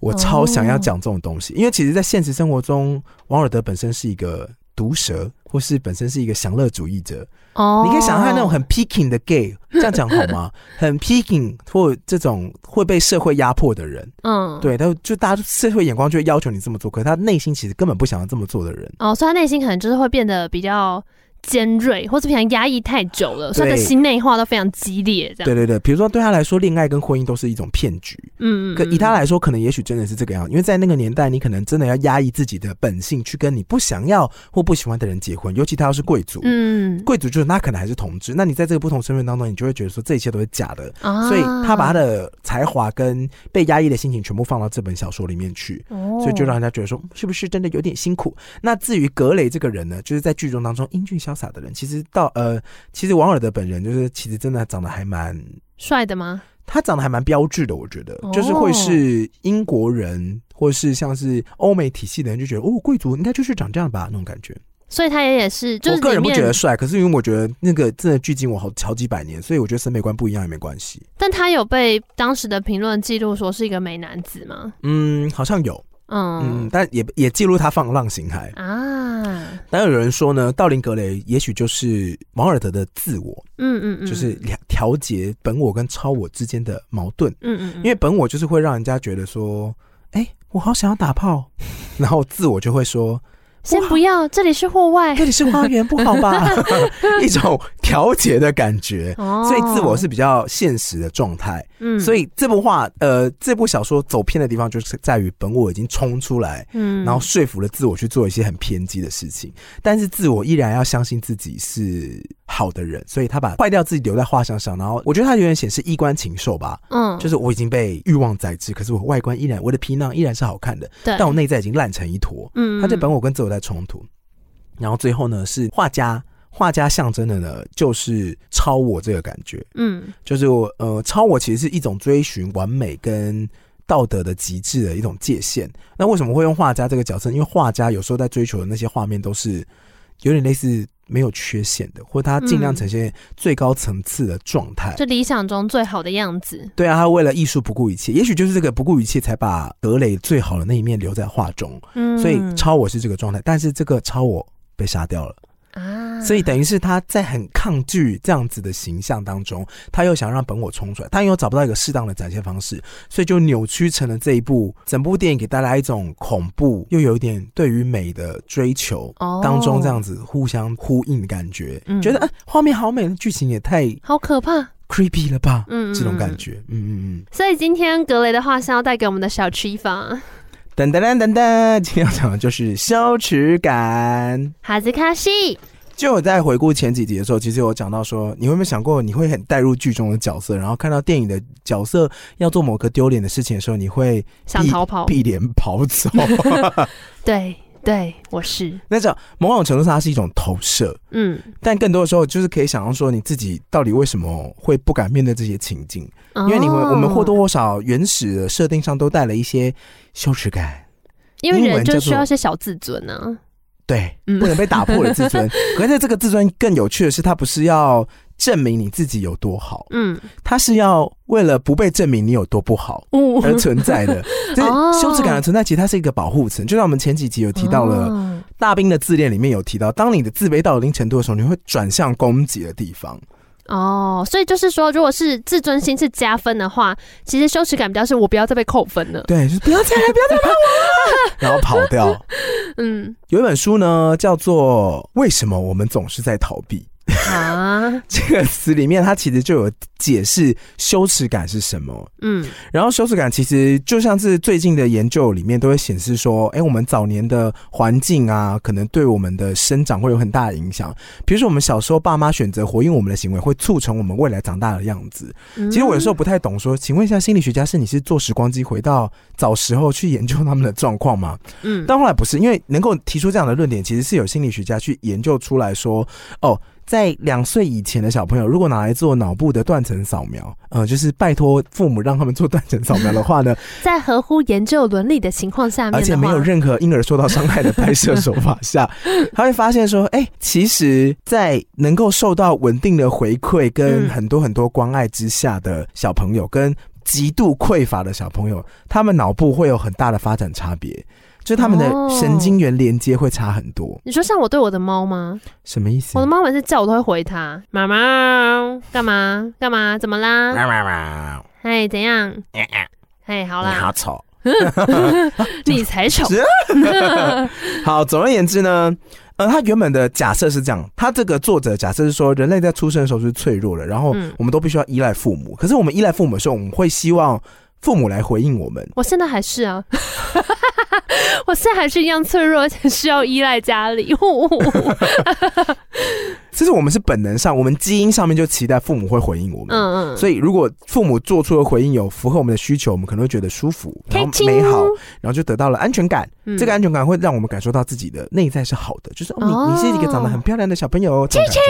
Speaker 1: 我超想要讲这种东西。因为其实，在现实生活中，王尔德本身是一个毒舌，或是本身是一个享乐主义者。
Speaker 2: 哦，
Speaker 1: 你可以想象那种很 picking 的 gay，这样讲好 吗？很 picking 或这种会被社会压迫的人，
Speaker 2: 嗯。
Speaker 1: 对，他就大家社会眼光就会要求你这么做，可是他内心其实根本不想要这么做的人。
Speaker 2: 哦，所以他内心可能就是会变得比较尖锐，或者平常压抑太久了，所以他的
Speaker 1: 对
Speaker 2: 心内化都非常激烈，这样。
Speaker 1: 对对对，比如说对他来说，恋爱跟婚姻都是一种骗局。
Speaker 2: 嗯，嗯
Speaker 1: 可以他
Speaker 2: 嗯
Speaker 1: 来说，可能也许真的是这个样，因为在那个年代，你可能真的要压抑自己的本性，去跟你不想要或不喜欢的人结婚，尤其他要是贵族。
Speaker 2: 嗯
Speaker 1: 贵族就是他可能还是同志，那你在这个不同身份当中，你就会觉得说这一切都是假的，
Speaker 2: 啊，
Speaker 1: 所以他把他的才华跟被压抑的心情全部放到这本小说里面去，
Speaker 2: 哦，
Speaker 1: 所以就让人家觉得说嗯是不是真的有点辛苦。那至于格雷这个人呢，就是在剧中当中英俊潇洒的人，其实到呃，其实王尔德本人就是其实真的长得还蛮
Speaker 2: 帅的吗？
Speaker 1: 他长得还蛮标志的，我觉得
Speaker 2: 哦
Speaker 1: 就是会是英国人，或是像是欧美体系的人就觉得哦，贵族应该就是长这样吧那种感觉。
Speaker 2: 所以他也也是，就是
Speaker 1: 我个人
Speaker 2: 里
Speaker 1: 不
Speaker 2: 面
Speaker 1: 觉得帅，可是因为我觉得那个真的距今我好好几百年，所以我觉得审美观不一样也没关系。
Speaker 2: 但他有被当时的评论记录说是一个美男子吗？
Speaker 1: 嗯，好像有，嗯，
Speaker 2: 嗯
Speaker 1: 但也也记录他放浪形骸。
Speaker 2: 啊，
Speaker 1: 但有人说呢，道林格雷也许就是王尔德的自我，
Speaker 2: 嗯嗯嗯，
Speaker 1: 就是调调节本我跟超我之间的矛盾。
Speaker 2: 嗯嗯，
Speaker 1: 因
Speaker 2: 因
Speaker 1: 为本我就是会让人家觉得说，哎、我好想要打炮， 然后自我就会说。
Speaker 2: 先不要，这里是户 外
Speaker 1: 这，里是花园，不好吧？一种调节的感觉。
Speaker 2: 哦
Speaker 1: 所以自我是比较现实的状态，
Speaker 2: 嗯
Speaker 1: 所以这部画，呃，这部小说走偏的地方就是在于本我已经冲出来，
Speaker 2: 嗯
Speaker 1: 然后说服了自我去做一些很偏激的事情，但是自我依然要相信自己是好的人，所以他把坏掉自己留在画像上，然后我觉得他有点显示衣冠禽兽吧，
Speaker 2: 嗯
Speaker 1: 就是我已经被欲望宰制，可是我外观依然，我的皮囊依然是好看的，
Speaker 2: 对，
Speaker 1: 但我内在已经烂成一坨。
Speaker 2: 嗯
Speaker 1: 他对本
Speaker 2: 我
Speaker 1: 我跟自我在冲突，然后最后呢是画家，画家象征的呢就是超我这个感觉，
Speaker 2: 嗯
Speaker 1: 就是我呃超我其实是一种追寻完美跟道德的极致的一种界限。那为什么会用画家这个角色？因为画家有时候在追求的那些画面都是有点类似没有缺陷的，或他尽量
Speaker 2: 嗯
Speaker 1: 呈现最高层次的状态。
Speaker 2: 就理想中最好的样子，
Speaker 1: 对啊，他为了艺术不顾一切，也许就是这个不顾一切，才把德雷最好的那一面留在画中。
Speaker 2: 嗯，
Speaker 1: 所以超我是这个状态，但是这个超我被杀掉了，
Speaker 2: 啊，
Speaker 1: 所以等于是他在很抗拒这样子的形象当中，他又想让本我冲出来，但又找不到一个适当的展现方式，所以就扭曲成了这一部整部电影给大家一种恐怖又有一点对于美的追求。
Speaker 2: 哦
Speaker 1: 当中这样子互相呼应的感觉，
Speaker 2: 嗯
Speaker 1: 觉得哎画、面好美，剧情也太
Speaker 2: 好可怕，
Speaker 1: creepy 了吧，
Speaker 2: 嗯，嗯
Speaker 1: 这种感。
Speaker 2: 嗯
Speaker 1: 觉，嗯嗯嗯。
Speaker 2: 所以今天格雷的画像要带给我们的小吃法，
Speaker 1: 噔噔噔噔噔，今天要讲的就是羞耻感。
Speaker 2: 哈兹卡西，
Speaker 1: 就我在回顾前几集的时候，其实有讲到说，你有没有想过你会很带入剧中的角色，然后看到电影的角色要做某个丢脸的事情的时候，你会
Speaker 2: 想逃跑，
Speaker 1: 闭脸跑 走。
Speaker 2: 对对，我是，
Speaker 1: 那种某种程度上它是一种投射，
Speaker 2: 嗯，
Speaker 1: 但更多的时候就是可以想象说，你自己到底为什么会不敢面对这些情境？
Speaker 2: 因
Speaker 1: 因为你们
Speaker 2: 哦
Speaker 1: 我们或多或少原始的设定上都带了一些羞耻感，
Speaker 2: 因为
Speaker 1: 英
Speaker 2: 人
Speaker 1: 文
Speaker 2: 就
Speaker 1: 叫
Speaker 2: 需要
Speaker 1: 做
Speaker 2: 一些小自尊呢，
Speaker 1: 对，
Speaker 2: 嗯
Speaker 1: 不能被打破的自 尊。可是这个自尊更有趣的是，它不是要证明你自己有多好，
Speaker 2: 嗯，
Speaker 1: 它是要为了不被证明你有多不 好
Speaker 2: 哦
Speaker 1: 而存在 的。
Speaker 2: 哦
Speaker 1: 就是羞耻感的存在，其实它是一个保护层。就像我们前几集有提到了《
Speaker 2: 哦
Speaker 1: 大兵的自恋》里面有提到，当你的自卑到一定程度的时候，你会转向攻击的地方。
Speaker 2: 哦，所以就是说，如果是自尊心是加分的话，其实羞耻感比较是我不要再被扣分了，
Speaker 1: 对，就是不要再来，不要再碰我， 然后跑掉。
Speaker 2: 嗯
Speaker 1: 有一本书呢，叫做《为什么我们总是在逃避》。
Speaker 2: 啊，
Speaker 1: 这个词里面，它其实就有解释羞耻感是什么。
Speaker 2: 嗯
Speaker 1: 然后羞耻感其实就像是最近的研究里面都会显示说，哎，我们早年的环境啊，可能对我们的生长会有很大的影响。比如说，我们小时候爸妈选择回应我们的行为，会促成我们未来长大的样子。
Speaker 2: 嗯，
Speaker 1: 其实我有时候不太懂说，请问一下心理学家，是你是坐时光机回到早时候去研究他们的状况吗？
Speaker 2: 嗯
Speaker 1: 但后来不是，因为能够提出这样的论点，其实是有心理学家去研究出来说，哦，在两岁以前的小朋友，如果拿来做脑部的断层扫描，呃，就是拜托父母让他们做断层扫描的话呢，
Speaker 2: 在合乎研究伦理的情况下面的话，
Speaker 1: 而且没有任何婴儿受到伤害的拍摄手法 下，他会发现说，哎、其实，在能够受到稳定的回馈跟
Speaker 2: 嗯
Speaker 1: 很多很多关爱之下的小朋友，跟极度匮乏的小朋友，他们脑部会有很大的发展差别，就是他们的
Speaker 2: 哦
Speaker 1: 神经元连接会差很多。
Speaker 2: 你说像我对我的猫吗？
Speaker 1: 什么意思
Speaker 2: 我的？猫每次叫我都会回它，妈妈干嘛干嘛？怎么啦？哎，怎样？哎，好
Speaker 1: 你好
Speaker 2: 啦，
Speaker 1: 丑。
Speaker 2: 你才丑。
Speaker 1: 好，总而言之呢，呃，他原本的假设是这样，他这个作者假设是说，人类在出生的时候是脆弱的，然后
Speaker 2: 嗯
Speaker 1: 我们都必须要依赖父母。可是我们依赖父母的时候，我们会希望父母来回应我们。
Speaker 2: 我现在还是啊， 我现在还是一样脆弱，而且需要依赖家里。 呜呜呜
Speaker 1: 这是我们是本能上，我们基因上面就期待父母会回应我们。
Speaker 2: 嗯嗯，
Speaker 1: 所以，如果父母做出的回应有符合我们的需求，我们可能会觉得舒服，然后
Speaker 2: 开心
Speaker 1: 美好，然后就得到了安全感。
Speaker 2: 以
Speaker 1: 这个安全感会让我们感受到自己的内在是好的，就是、哦、你你是一个长得很漂亮的小朋友，这种感觉。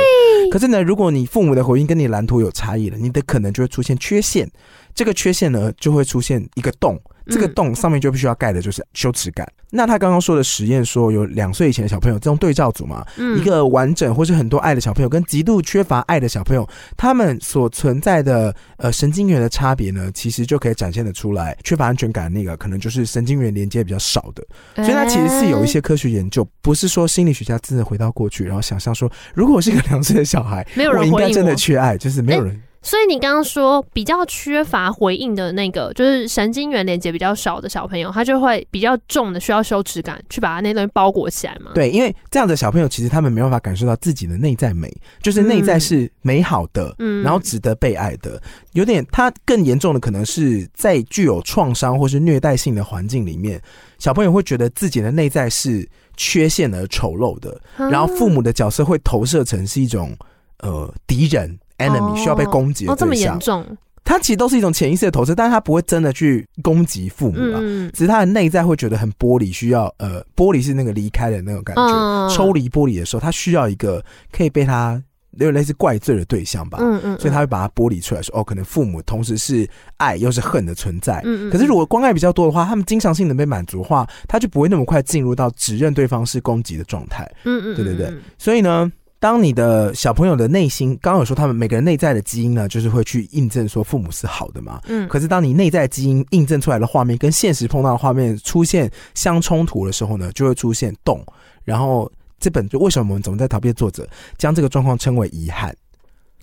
Speaker 1: 可是呢，如果你父母的回应跟你蓝图有差异了，你的可能就会出现缺陷，这个缺陷呢就会出现一个洞。这
Speaker 2: 嗯
Speaker 1: 个洞上面就必须要盖的就是羞耻感。那他刚刚说的实验说，有两岁以前的小朋友这种对照组嘛，
Speaker 2: 嗯
Speaker 1: 一个完整或是很多爱的小朋友，跟极度缺乏爱的小朋友，他们所存在的呃神经元的差别呢，其实就可以展现的出来。缺乏安全感的那个，可能就是神经元连接比较少的，
Speaker 2: 所
Speaker 1: 所以它其实是有一些科学研究，不是说心理学家真的回到过去，然后想象说，如果我是一个两岁的小孩，
Speaker 2: 没有
Speaker 1: 我
Speaker 2: 人
Speaker 1: 应
Speaker 2: 回
Speaker 1: 该
Speaker 2: 应
Speaker 1: 真的
Speaker 2: 我哎
Speaker 1: 缺爱，就是没有人。
Speaker 2: 所以你刚刚说比较缺乏回应的那个，就是神经元连接比较少的小朋友，他就会比较重的需要羞耻感去把他那东西包裹起来嘛。
Speaker 1: 对，因为这样的小朋友其实他们没办法感受到自己的内在美，就是内在是美好的，
Speaker 2: 嗯
Speaker 1: 然后值得被爱的。有点，他更严重的可能是在具有创伤或是虐待性的环境里面，小朋友会觉得自己的内在是缺陷而丑陋的，
Speaker 2: 啊
Speaker 1: 然后父母的角色会投射成是一种呃敌人。enemy
Speaker 2: 哦
Speaker 1: 需要被攻击的
Speaker 2: 哦这么
Speaker 1: 对
Speaker 2: 严
Speaker 1: 象，
Speaker 2: 重，
Speaker 1: 他其实都是一种潜意识的投射，但是他不会真的去攻击父母啊，
Speaker 2: 嗯，
Speaker 1: 只是他的内在会觉得很剥离，需要呃，剥离是那个离开的那种感觉，
Speaker 2: 嗯
Speaker 1: 抽离剥离的时候，他需要一个可以被他有点类似怪罪的对象吧，
Speaker 2: 嗯嗯，
Speaker 1: 所以他会把它剥离出来说，哦，可能父母同时是爱又是恨的存在。
Speaker 2: 嗯，嗯嗯，
Speaker 1: 可是，如果关爱比较多的话，他们经常性能被满足的话，他就不会那么快进入到只认对方是攻击的状态。
Speaker 2: 嗯，嗯嗯，
Speaker 1: 对对对
Speaker 2: 嗯，
Speaker 1: 所以呢，当你的小朋友的内心，刚刚有说他们每个人内在的基因呢，就是会去印证说父母是好的嘛。
Speaker 2: 嗯，
Speaker 1: 可是当你内在基因印证出来的画面跟现实碰到的画面出现相冲突的时候呢，就会出现动。然后这本就为什么我们总在逃避作者将这个状况称为遗憾，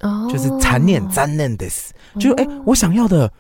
Speaker 2: 哦
Speaker 1: 就是残念、残念的，就哎、我想要的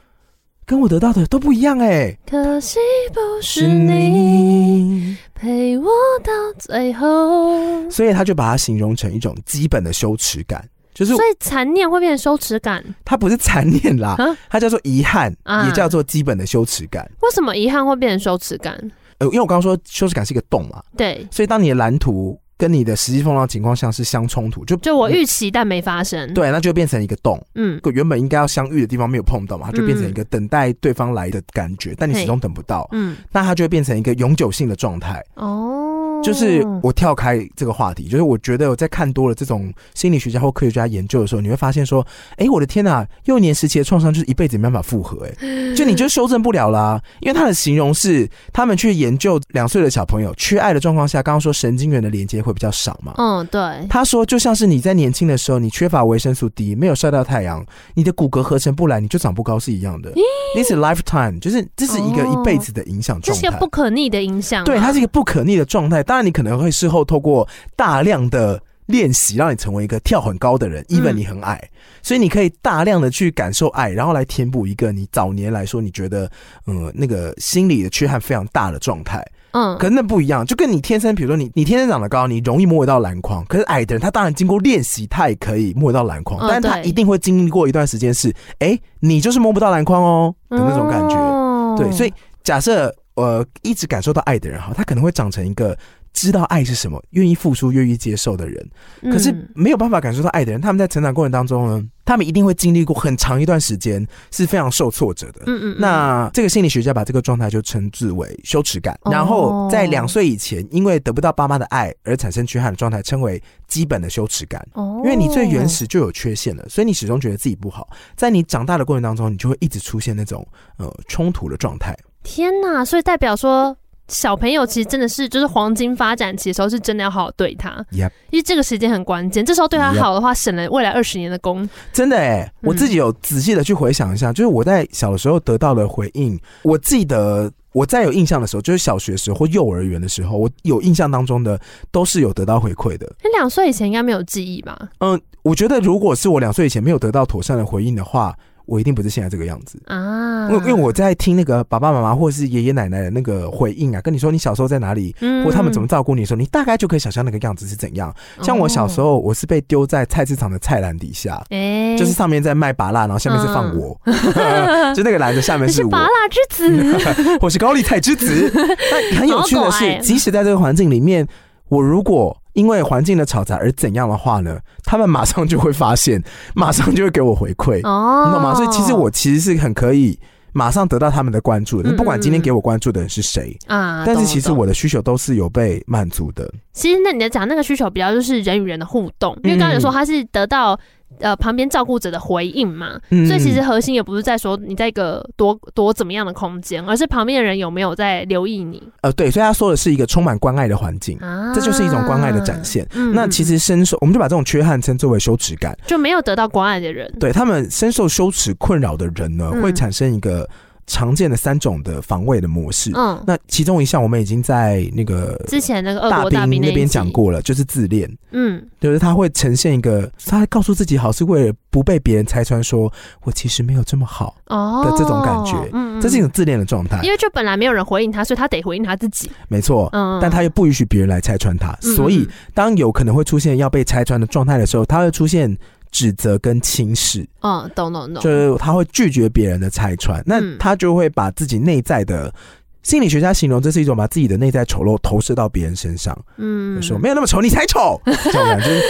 Speaker 1: 跟我得到的都不一样哎、
Speaker 2: 可惜不是你陪我到最后，
Speaker 1: 所以他就把它形容成一种基本的羞耻感，就是
Speaker 2: 所以残念会变成羞耻感。
Speaker 1: 它不是残念啦
Speaker 2: 啊，
Speaker 1: 它叫做遗憾，
Speaker 2: 啊
Speaker 1: 也叫做基本的羞耻感。
Speaker 2: 为什么遗憾会变成羞耻感？
Speaker 1: 呃，因为我刚刚说羞耻感是一个洞嘛，
Speaker 2: 对，
Speaker 1: 所以当你的蓝图跟你的实际碰到的情况下是相冲突，就嗯
Speaker 2: 就我预期但没发生。，
Speaker 1: 对，那就变成一个洞。
Speaker 2: 嗯
Speaker 1: 原本应该要相遇的地方没有碰到嘛，它就变成一个等待对方来的感觉，但你
Speaker 2: 嘿
Speaker 1: 始终等不到，
Speaker 2: 嗯，
Speaker 1: 那它就会变成一个永久性的状态。
Speaker 2: 哦，
Speaker 1: 就是我跳开这个话题，就是我觉得我在看多了这种心理学家或科学家研究的时候，你会发现说，哎、我的天呐、幼年时期的创伤就是一辈子没办法复合、 哎，就你就修正不了啦。因为他的形容是，他们去研究两岁的小朋友缺爱的状况下，刚刚说神经元的连接会比较少嘛。
Speaker 2: 嗯，对，
Speaker 1: 他说，就像是你在年轻的时候，你缺乏维生素 D，没有晒到太阳，你的骨骼合成不来，你就长不高是一样的。This is lifetime，就是这是一个
Speaker 2: 哦
Speaker 1: 一辈子的影响
Speaker 2: 这
Speaker 1: 状
Speaker 2: 是一
Speaker 1: 态。
Speaker 2: 个不可逆的影响啊。
Speaker 1: 对，它是一个不可逆的状态。当然，你可能会事后透过大量的练习，让你成为一个跳很高的人，even
Speaker 2: 嗯
Speaker 1: 你很矮，所以你可以大量的去感受爱，然后来填补一个你早年来说你觉得，嗯，那个心理的缺憾非常大的状态。
Speaker 2: 嗯，
Speaker 1: 可能那不一样，就跟你天生，比如说你你天生长得高，你容易摸得到篮筐，可是矮的人他当然经过练习，他也可以摸得到篮筐，
Speaker 2: 嗯
Speaker 1: 但是他
Speaker 2: 对
Speaker 1: 一定会经历过一段时间是，哎、你就是摸不到篮筐哦的那种感觉。
Speaker 2: 哦
Speaker 1: 对，所以假设呃一直感受到爱的人哈，他可能会长成一个知道爱是什么、愿意付出、愿意接受的人。可是
Speaker 2: 嗯
Speaker 1: 没有办法感受到爱的人，他们在成长过程当中呢，他们一定会经历过很长一段时间是非常受挫折的。
Speaker 2: 嗯嗯，
Speaker 1: 那这个心理学家把这个状态就称之为羞耻感，
Speaker 2: 哦
Speaker 1: 然后在两岁以前，因为得不到爸妈的爱而产生缺憾的状态，称为基本的羞耻感。
Speaker 2: 哦，
Speaker 1: 因为你最原始就有缺陷了，所以你始终觉得自己不好。在你长大的过程当中，你就会一直出现那种呃冲突的状态。
Speaker 2: 天哪，所以代表说。小朋友其实真的是，就是黄金发展期的时候，是真的要好好对他
Speaker 1: Yep
Speaker 2: 因为这个时间很关键。这时候对他
Speaker 1: Yep
Speaker 2: 好的话，省了未来二十年的工。
Speaker 1: 真的哎、我自己有仔细的去回想一下，就是我在小的时候得到的回应，我记得我在有印象的时候，就是小学时候或幼儿园的时候，我有印象当中的都是有得到回馈的。
Speaker 2: 你两岁以前应该没有记忆吧？
Speaker 1: 嗯，我觉得如果是我两岁以前没有得到妥善的回应的话，我一定不是现在这个样子。
Speaker 2: 啊，
Speaker 1: 因为因为我在听那个爸爸妈妈或是爷爷奶奶的那个回应啊，跟你说你小时候在哪里，
Speaker 2: 嗯
Speaker 1: 或他们怎么照顾你的时候，你大概就可以想象那个样子是怎样。像我小时
Speaker 2: 候，
Speaker 1: 候，我是被丢在菜市场的菜篮底下，
Speaker 2: 哎、
Speaker 1: 就是上面在卖拔辣，然后下面是放我， 就那个篮子下面
Speaker 2: 嗯你是
Speaker 1: 是我，
Speaker 2: 拔蜡之子，
Speaker 1: 我是高丽菜之 子。但很有趣的
Speaker 2: 好哎可爱
Speaker 1: 是，即使在这个环境里面，我如果因为环境的嘈杂而怎样的话呢，他们马上就会发现， 马上就会给我回馈，
Speaker 2: 哦，
Speaker 1: 你懂吗？所以其实我其实是很可以。马上得到他们的关注的，
Speaker 2: 嗯
Speaker 1: 不管今天
Speaker 2: 嗯嗯
Speaker 1: 给我关注的人是谁，
Speaker 2: 啊，
Speaker 1: 但是
Speaker 2: 懂
Speaker 1: 其实
Speaker 2: 懂
Speaker 1: 我的需求都是有被满足的。
Speaker 2: 其实那你在讲那个需求比较就是人与人的互动，因为刚
Speaker 1: 嗯
Speaker 2: 才有说他是得到。呃，旁边照顾者的回应嘛，
Speaker 1: 嗯
Speaker 2: 所以其实核心也不是在说你在一个多多怎么样的空间，而是旁边的人有没有在留意你
Speaker 1: 呃，对，所以他说的是一个充满关爱的环境，
Speaker 2: 啊，
Speaker 1: 这就是一种关爱的展现。
Speaker 2: 嗯。嗯
Speaker 1: 那其实深受，我们就把这种缺憾称之为羞耻感。
Speaker 2: 就没有得到关爱的人，
Speaker 1: 对他们深受羞耻困扰的人呢，
Speaker 2: 嗯
Speaker 1: 会产生一个常见的三种的防卫的模式。
Speaker 2: 嗯，
Speaker 1: 那其中一项我们已经在那个
Speaker 2: 之前那个俄
Speaker 1: 大
Speaker 2: 国大
Speaker 1: 兵
Speaker 2: 兵
Speaker 1: 那
Speaker 2: 一
Speaker 1: 边
Speaker 2: 集
Speaker 1: 讲，过了，就是自恋，
Speaker 2: 嗯，
Speaker 1: 就是他会呈现一个，他告诉自己好是为了不被别人拆穿说，我其实没有这么好，
Speaker 2: 哦
Speaker 1: 的这种感觉
Speaker 2: 嗯，嗯
Speaker 1: 这是一种自恋的状态
Speaker 2: 因，为就本来没有人回应他，所以他得回应他自己，
Speaker 1: 没错。
Speaker 2: 嗯，
Speaker 1: 但他又不允许别人来拆穿他，
Speaker 2: 嗯
Speaker 1: 所以
Speaker 2: 嗯
Speaker 1: 当有可能会出现要被拆穿的状态的时候，他会出现指责跟轻视，
Speaker 2: 嗯，嗯懂懂懂，
Speaker 1: 就是他会拒绝别人的拆穿，那
Speaker 2: 嗯
Speaker 1: 他就会把自己内在的。心理学家形容这是一种把自己的内在丑陋投射到别人身上，
Speaker 2: 嗯
Speaker 1: 就说没有那么丑，你才 丑，这种感觉就是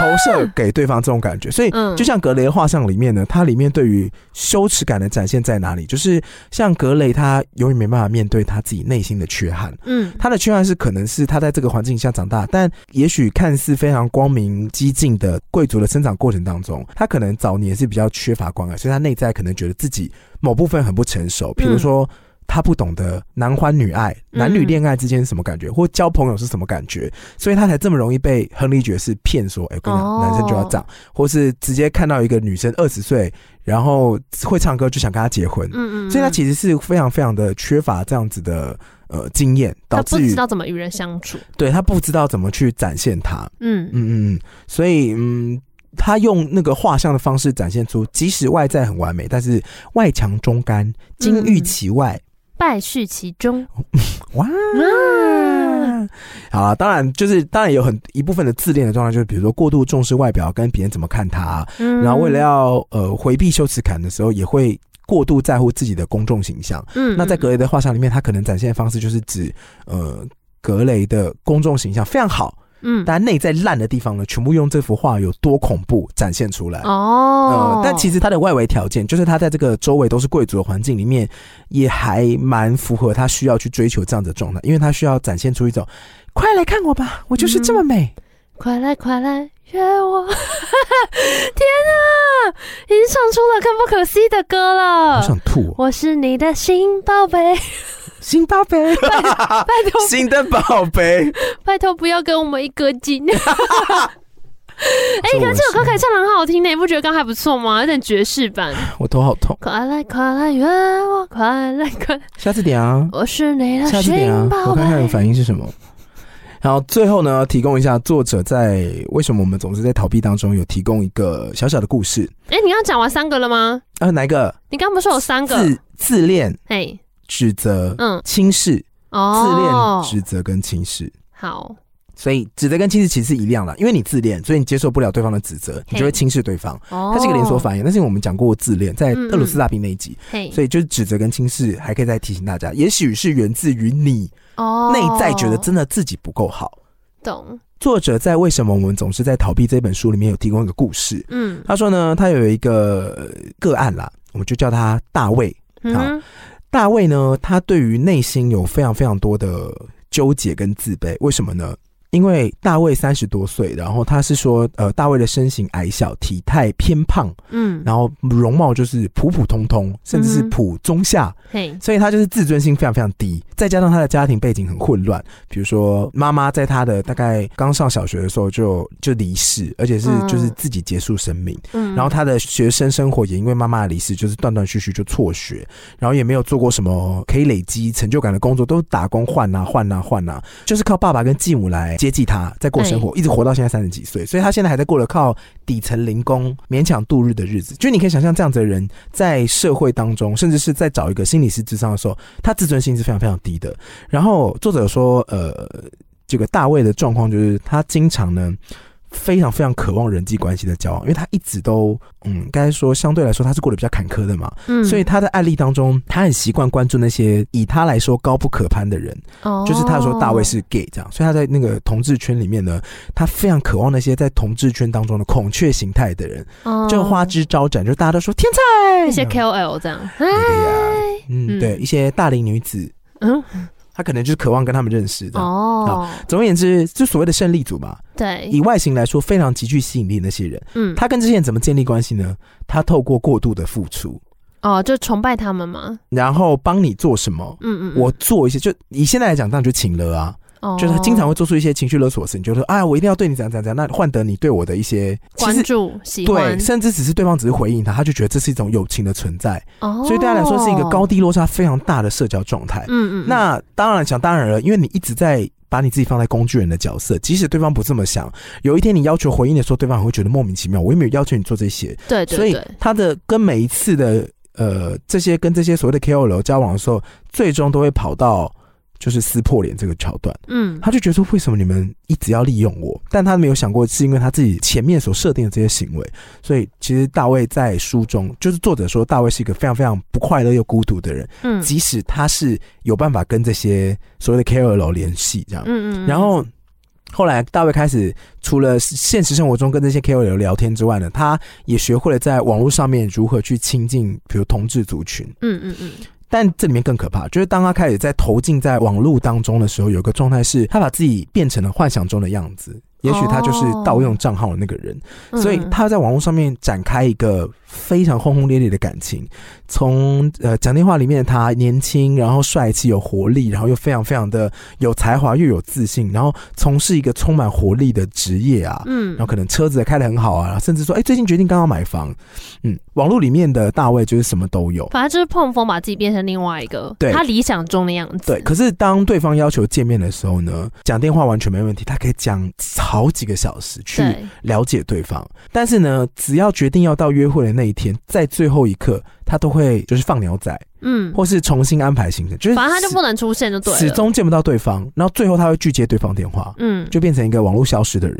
Speaker 1: 投射给对方这种感觉。所以
Speaker 2: 嗯，
Speaker 1: 就像格雷的画像里面呢，它里面对于羞耻感的展现在哪里？就是像格雷，他永远没办法面对他自己内心的缺憾。
Speaker 2: 嗯
Speaker 1: 他的缺憾是可能是他在这个环境下长大，但也许看似非常光明激进的贵族的生长过程当中，他可能早年是比较缺乏关爱，所以他内在可能觉得自己某部分很不成熟，比如说。他不懂得男欢女爱、
Speaker 2: 嗯
Speaker 1: 男女恋爱之间是什么感觉，或交朋友是什么感觉，所以他才这么容易被亨利爵士骗说，哎、我跟你讲，
Speaker 2: 哦
Speaker 1: 男生就要这样，或是直接看到一个女生二十岁，然后会唱歌就想跟她结婚，
Speaker 2: 嗯嗯，
Speaker 1: 所以他
Speaker 2: 嗯
Speaker 1: 其实是非常非常的缺乏这样子的呃经验，导
Speaker 2: 他不
Speaker 1: 致
Speaker 2: 知
Speaker 1: 于
Speaker 2: 道怎么与人相处，
Speaker 1: 对他不知道怎么去展现他，
Speaker 2: 嗯
Speaker 1: 嗯嗯嗯，所以嗯，他用那个画像的方式展现出，即使外在很完美，但是外强中干，金玉其外，
Speaker 2: 败絮其中，
Speaker 1: 哇！
Speaker 2: 啊
Speaker 1: 好啦，当然就是当然有很一部分的自恋的状态，就是比如说过度重视外表跟别人怎么看他、啊
Speaker 2: 嗯
Speaker 1: 然后为了要呃回避羞耻感的时候，也会过度在乎自己的公众形象。
Speaker 2: 嗯，
Speaker 1: 那在格雷的画像里面，他可能展现的方式就是指，呃，格雷的公众形象非常好，
Speaker 2: 嗯
Speaker 1: 但内在烂的地方呢，全部用这幅画有多恐怖展现出来。
Speaker 2: 哦
Speaker 1: 呃，，但其
Speaker 2: 实
Speaker 1: 实他的外围条件，就是他在这个周围都是贵族的环境里面，也还蛮符合他需要去追求这样的状态，因为他需要展现出一种，快来看我吧，我就是这么美。
Speaker 2: 快来快来约我， 天啊，已经唱出了更不可思议的歌
Speaker 1: 好
Speaker 2: 了。
Speaker 1: 想吐、哦，
Speaker 2: 我是你的新宝贝，
Speaker 1: 新宝贝，
Speaker 2: 拜 托哎
Speaker 1: 新的宝贝。
Speaker 2: 拜托不要跟我们一哥 进。哎、
Speaker 1: 哎
Speaker 2: 可是这首歌可以唱的很好听呢，你不觉得刚才不错吗？有点爵士版。
Speaker 1: 啊我头好痛，
Speaker 2: 快来快来约我，快来快来，
Speaker 1: 下次点啊。
Speaker 2: 我是你的
Speaker 1: 下次点啊
Speaker 2: 新，宝
Speaker 1: 我
Speaker 2: 贝
Speaker 1: 看。看你反应是什么。然后最后呢，提供一下作者在为什么我们总是在逃避当中有提供一个小小的故事
Speaker 2: 哎、你刚刚讲完三个了吗？
Speaker 1: 啊，哪一个？
Speaker 2: 你刚不是有哦三个？
Speaker 1: 自自恋、
Speaker 2: 哎、
Speaker 1: 指责、
Speaker 2: 嗯，
Speaker 1: 轻视、自恋、
Speaker 2: 哦，
Speaker 1: 指责跟轻视。
Speaker 2: 好，
Speaker 1: 所以指责跟轻视其实是一样的，因为你自恋，所以你接受不了对方的指责，你就会轻视对方。
Speaker 2: 哦，
Speaker 1: 它是一个连锁反应，但是我们讲过自恋，在
Speaker 2: 嗯嗯
Speaker 1: 俄罗斯大兵那一集，
Speaker 2: 嘿，
Speaker 1: 所以就是指责跟轻视，还可以再提醒大家，也许是源自于你
Speaker 2: 哦，
Speaker 1: 内在觉得真的自己不够好。
Speaker 2: 懂，
Speaker 1: 作者在《为什么我们总是在逃避》这本书里面有提供一个故事。
Speaker 2: 嗯，
Speaker 1: 他说呢，他有一个呃个案啦，我们就叫他大卫。
Speaker 2: 嗯哼，
Speaker 1: 大卫呢，他对于内心有非常非常多的纠结跟自卑。为什么呢？因为大卫三十多岁，然后他是说，呃，大卫的身形矮小，体态偏胖，
Speaker 2: 嗯，
Speaker 1: 然后容貌就是普普通通，甚至是
Speaker 2: 嗯哼
Speaker 1: 普中下。
Speaker 2: 嘿，
Speaker 1: 所以他就是自尊心非常非常低，再加上他的家庭背景很混乱，比如说妈妈在他的大概刚上小学的时候就就离世，而且是
Speaker 2: 嗯
Speaker 1: 就是自己结束生命，
Speaker 2: 嗯，
Speaker 1: 然后他的学生生活也因为妈妈的离世就是断断续续就辍学，然后也没有做过什么可以累积成就感的工作，都是打工换啊换啊换啊，就是靠爸爸跟继母来接济他，在过生活，一直活到现在三十几岁，所以他现在还在过了靠底层零工勉强度日的日子。就你可以想象这样子的人在社会当中，甚至是在找一个心理师智商的时候，他自尊心是非常非常低的。然后作者说，呃，这个大卫的状况就是他经常呢。非常非常渴望人际关系的交往，因为他一直都，嗯，该说相对来说他是过得比较坎坷的嘛，
Speaker 2: 嗯，
Speaker 1: 所以他在案例当中，他很习惯关注那些以他来说高不可攀的人，
Speaker 2: 哦
Speaker 1: 就是他说大卫，是 gay 这样，所以他在那个同志圈里面呢，他非常渴望那些在同志圈当中的孔雀形态的人，
Speaker 2: 哦
Speaker 1: 就花枝招展，就大家都说天才
Speaker 2: 一些
Speaker 1: 嗯
Speaker 2: KOL 这样，嗨，
Speaker 1: 对呀嗯，
Speaker 2: 嗯
Speaker 1: 对，一些大龄女子，
Speaker 2: 嗯，
Speaker 1: 他可能就是渴望跟他们认识的。
Speaker 2: 哦，
Speaker 1: 总而言之，就所谓的胜利组吧，
Speaker 2: 对
Speaker 1: 以，外形来说非常极具吸引力的那些人，
Speaker 2: 嗯，
Speaker 1: 他跟这些人怎么建立关系呢？他透过过度的付出，
Speaker 2: 哦，就崇拜他们嘛，
Speaker 1: 然后帮你做什么，
Speaker 2: 嗯嗯，
Speaker 1: 我做一些，就以现在来讲，当然就请了啊。
Speaker 2: 哦
Speaker 1: 就是他经常会做出一些情绪勒索的事情，就是说啊，我一定要对你怎样怎样怎样，那换得你对我的一些其
Speaker 2: 关
Speaker 1: 实
Speaker 2: 注、喜欢
Speaker 1: 对，，甚至只是对方只是回应他，他就觉得这是一种友情的存在，
Speaker 2: 哦
Speaker 1: 所以对他来说是一个高，低落差非常大的社交状态。
Speaker 2: 嗯嗯，
Speaker 1: 那当然想当然了，因为你一直在把你自己放在工具人的角色，即使对方不这么想，有一天你要求回应的时候，对方也会觉得莫名其妙，我又没有要求你做这些，
Speaker 2: 对对
Speaker 1: 所以
Speaker 2: 对，
Speaker 1: 他的跟每一次的呃这些跟这些所谓的 KOL 交往的时候，最终都会跑到就是撕破脸这个桥段。
Speaker 2: 嗯
Speaker 1: 他就觉得说为什么你们一直要利用我？但他没有想过，是因为他自己前面所设定的这些行为。所以其实大卫在书中，就是作者说大卫是一个非常非常不快乐又孤独的人，
Speaker 2: 嗯
Speaker 1: 即使他是有办法跟这些所谓的 KOL 联系这样。
Speaker 2: 嗯嗯，
Speaker 1: 然后后来大卫开始除了现实生活中跟这些 KOL 聊天之外呢，他也学会了在网络上面如何去亲近，比如同志族群。
Speaker 2: 嗯嗯嗯
Speaker 1: 但这里面更可怕，就是当他开始在投进在网络当中的时候，有一个状态是他把自己变成了幻想中的样子。也许他就是盗用账号的那个人，
Speaker 2: 嗯，
Speaker 1: 所以他在网络上面展开一个非常轰轰烈烈的感情。从呃讲电话里面的他年轻，然后帅气有活力，然后又非常非常的有才华又有自信，然后从事一个充满活力的职业啊，
Speaker 2: 嗯
Speaker 1: 然后可能车子也开得很好啊，甚至说哎、最近决定刚好买房，嗯，网络里面的大卫就是什么都有。
Speaker 2: 反正就是碰风把自己变成另外一个
Speaker 1: 对
Speaker 2: 他理想中的样子。
Speaker 1: 对，可是当对方要求见面的时候呢，讲电话完全没问题，他可以讲好几个小时去
Speaker 2: 对，
Speaker 1: 了解对方。但是呢，只要决定要到约会的那一天，在最后一刻，他都会就是放鸟仔，
Speaker 2: 嗯，
Speaker 1: 或是重新安排行程， 就是
Speaker 2: 反正他就
Speaker 1: 始
Speaker 2: 不能出现就对了。
Speaker 1: 始终见不到对方，然后最后他会拒接对方电话，
Speaker 2: 嗯，
Speaker 1: 就变成一个网络消失的人，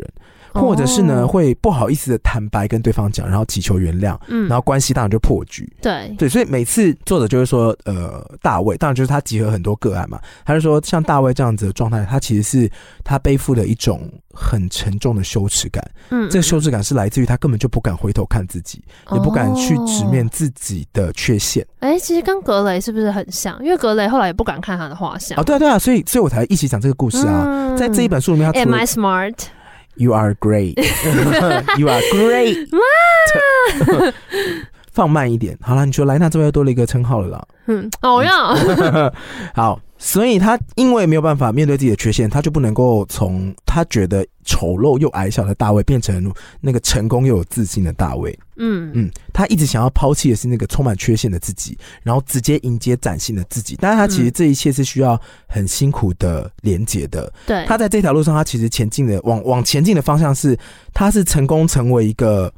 Speaker 1: 或者是呢、
Speaker 2: 哦，
Speaker 1: 会不好意思的坦白跟对方讲，然后祈求原谅，
Speaker 2: 嗯，
Speaker 1: 然后关系当然就破局。
Speaker 2: 对，
Speaker 1: 对，所以每次作者就会说，呃，大卫，当然就是他集合很多个案嘛，他就说像大卫这样子的状态，他其实是他背负了一种很沉重的羞耻感，
Speaker 2: 嗯，
Speaker 1: 这个羞耻感是来自于他根本就不敢回头看自己，也不敢去直面
Speaker 2: 哦。
Speaker 1: 自己的缺陷
Speaker 2: 哎、其实跟格雷是不是很像？因为格雷后来也不敢看他的画像
Speaker 1: 啊，。对啊，对啊，所以所以我才一起讲这个故事啊。
Speaker 2: 嗯
Speaker 1: 在这一。本书里面，他除
Speaker 2: Am
Speaker 1: 了
Speaker 2: I smart？
Speaker 1: You are great, You are great，放慢一点，好了，你说莱纳这边又多了一个称号了啦。
Speaker 2: 嗯，哦要，
Speaker 1: 好，所以他因为没有办法面对自己的缺陷，他就不能够从他觉得丑陋又矮小的大卫变成那个成功又有自信的大卫。
Speaker 2: 嗯
Speaker 1: 嗯，他一直想要抛弃的是那个充满缺陷的自己，然后直接迎接崭新的自己。但是他其实
Speaker 2: 嗯
Speaker 1: 这一切是需要很辛苦的连接的。
Speaker 2: 对，
Speaker 1: 他在这条路上，他其实前进的往往前进的方向是，他是成功成为一个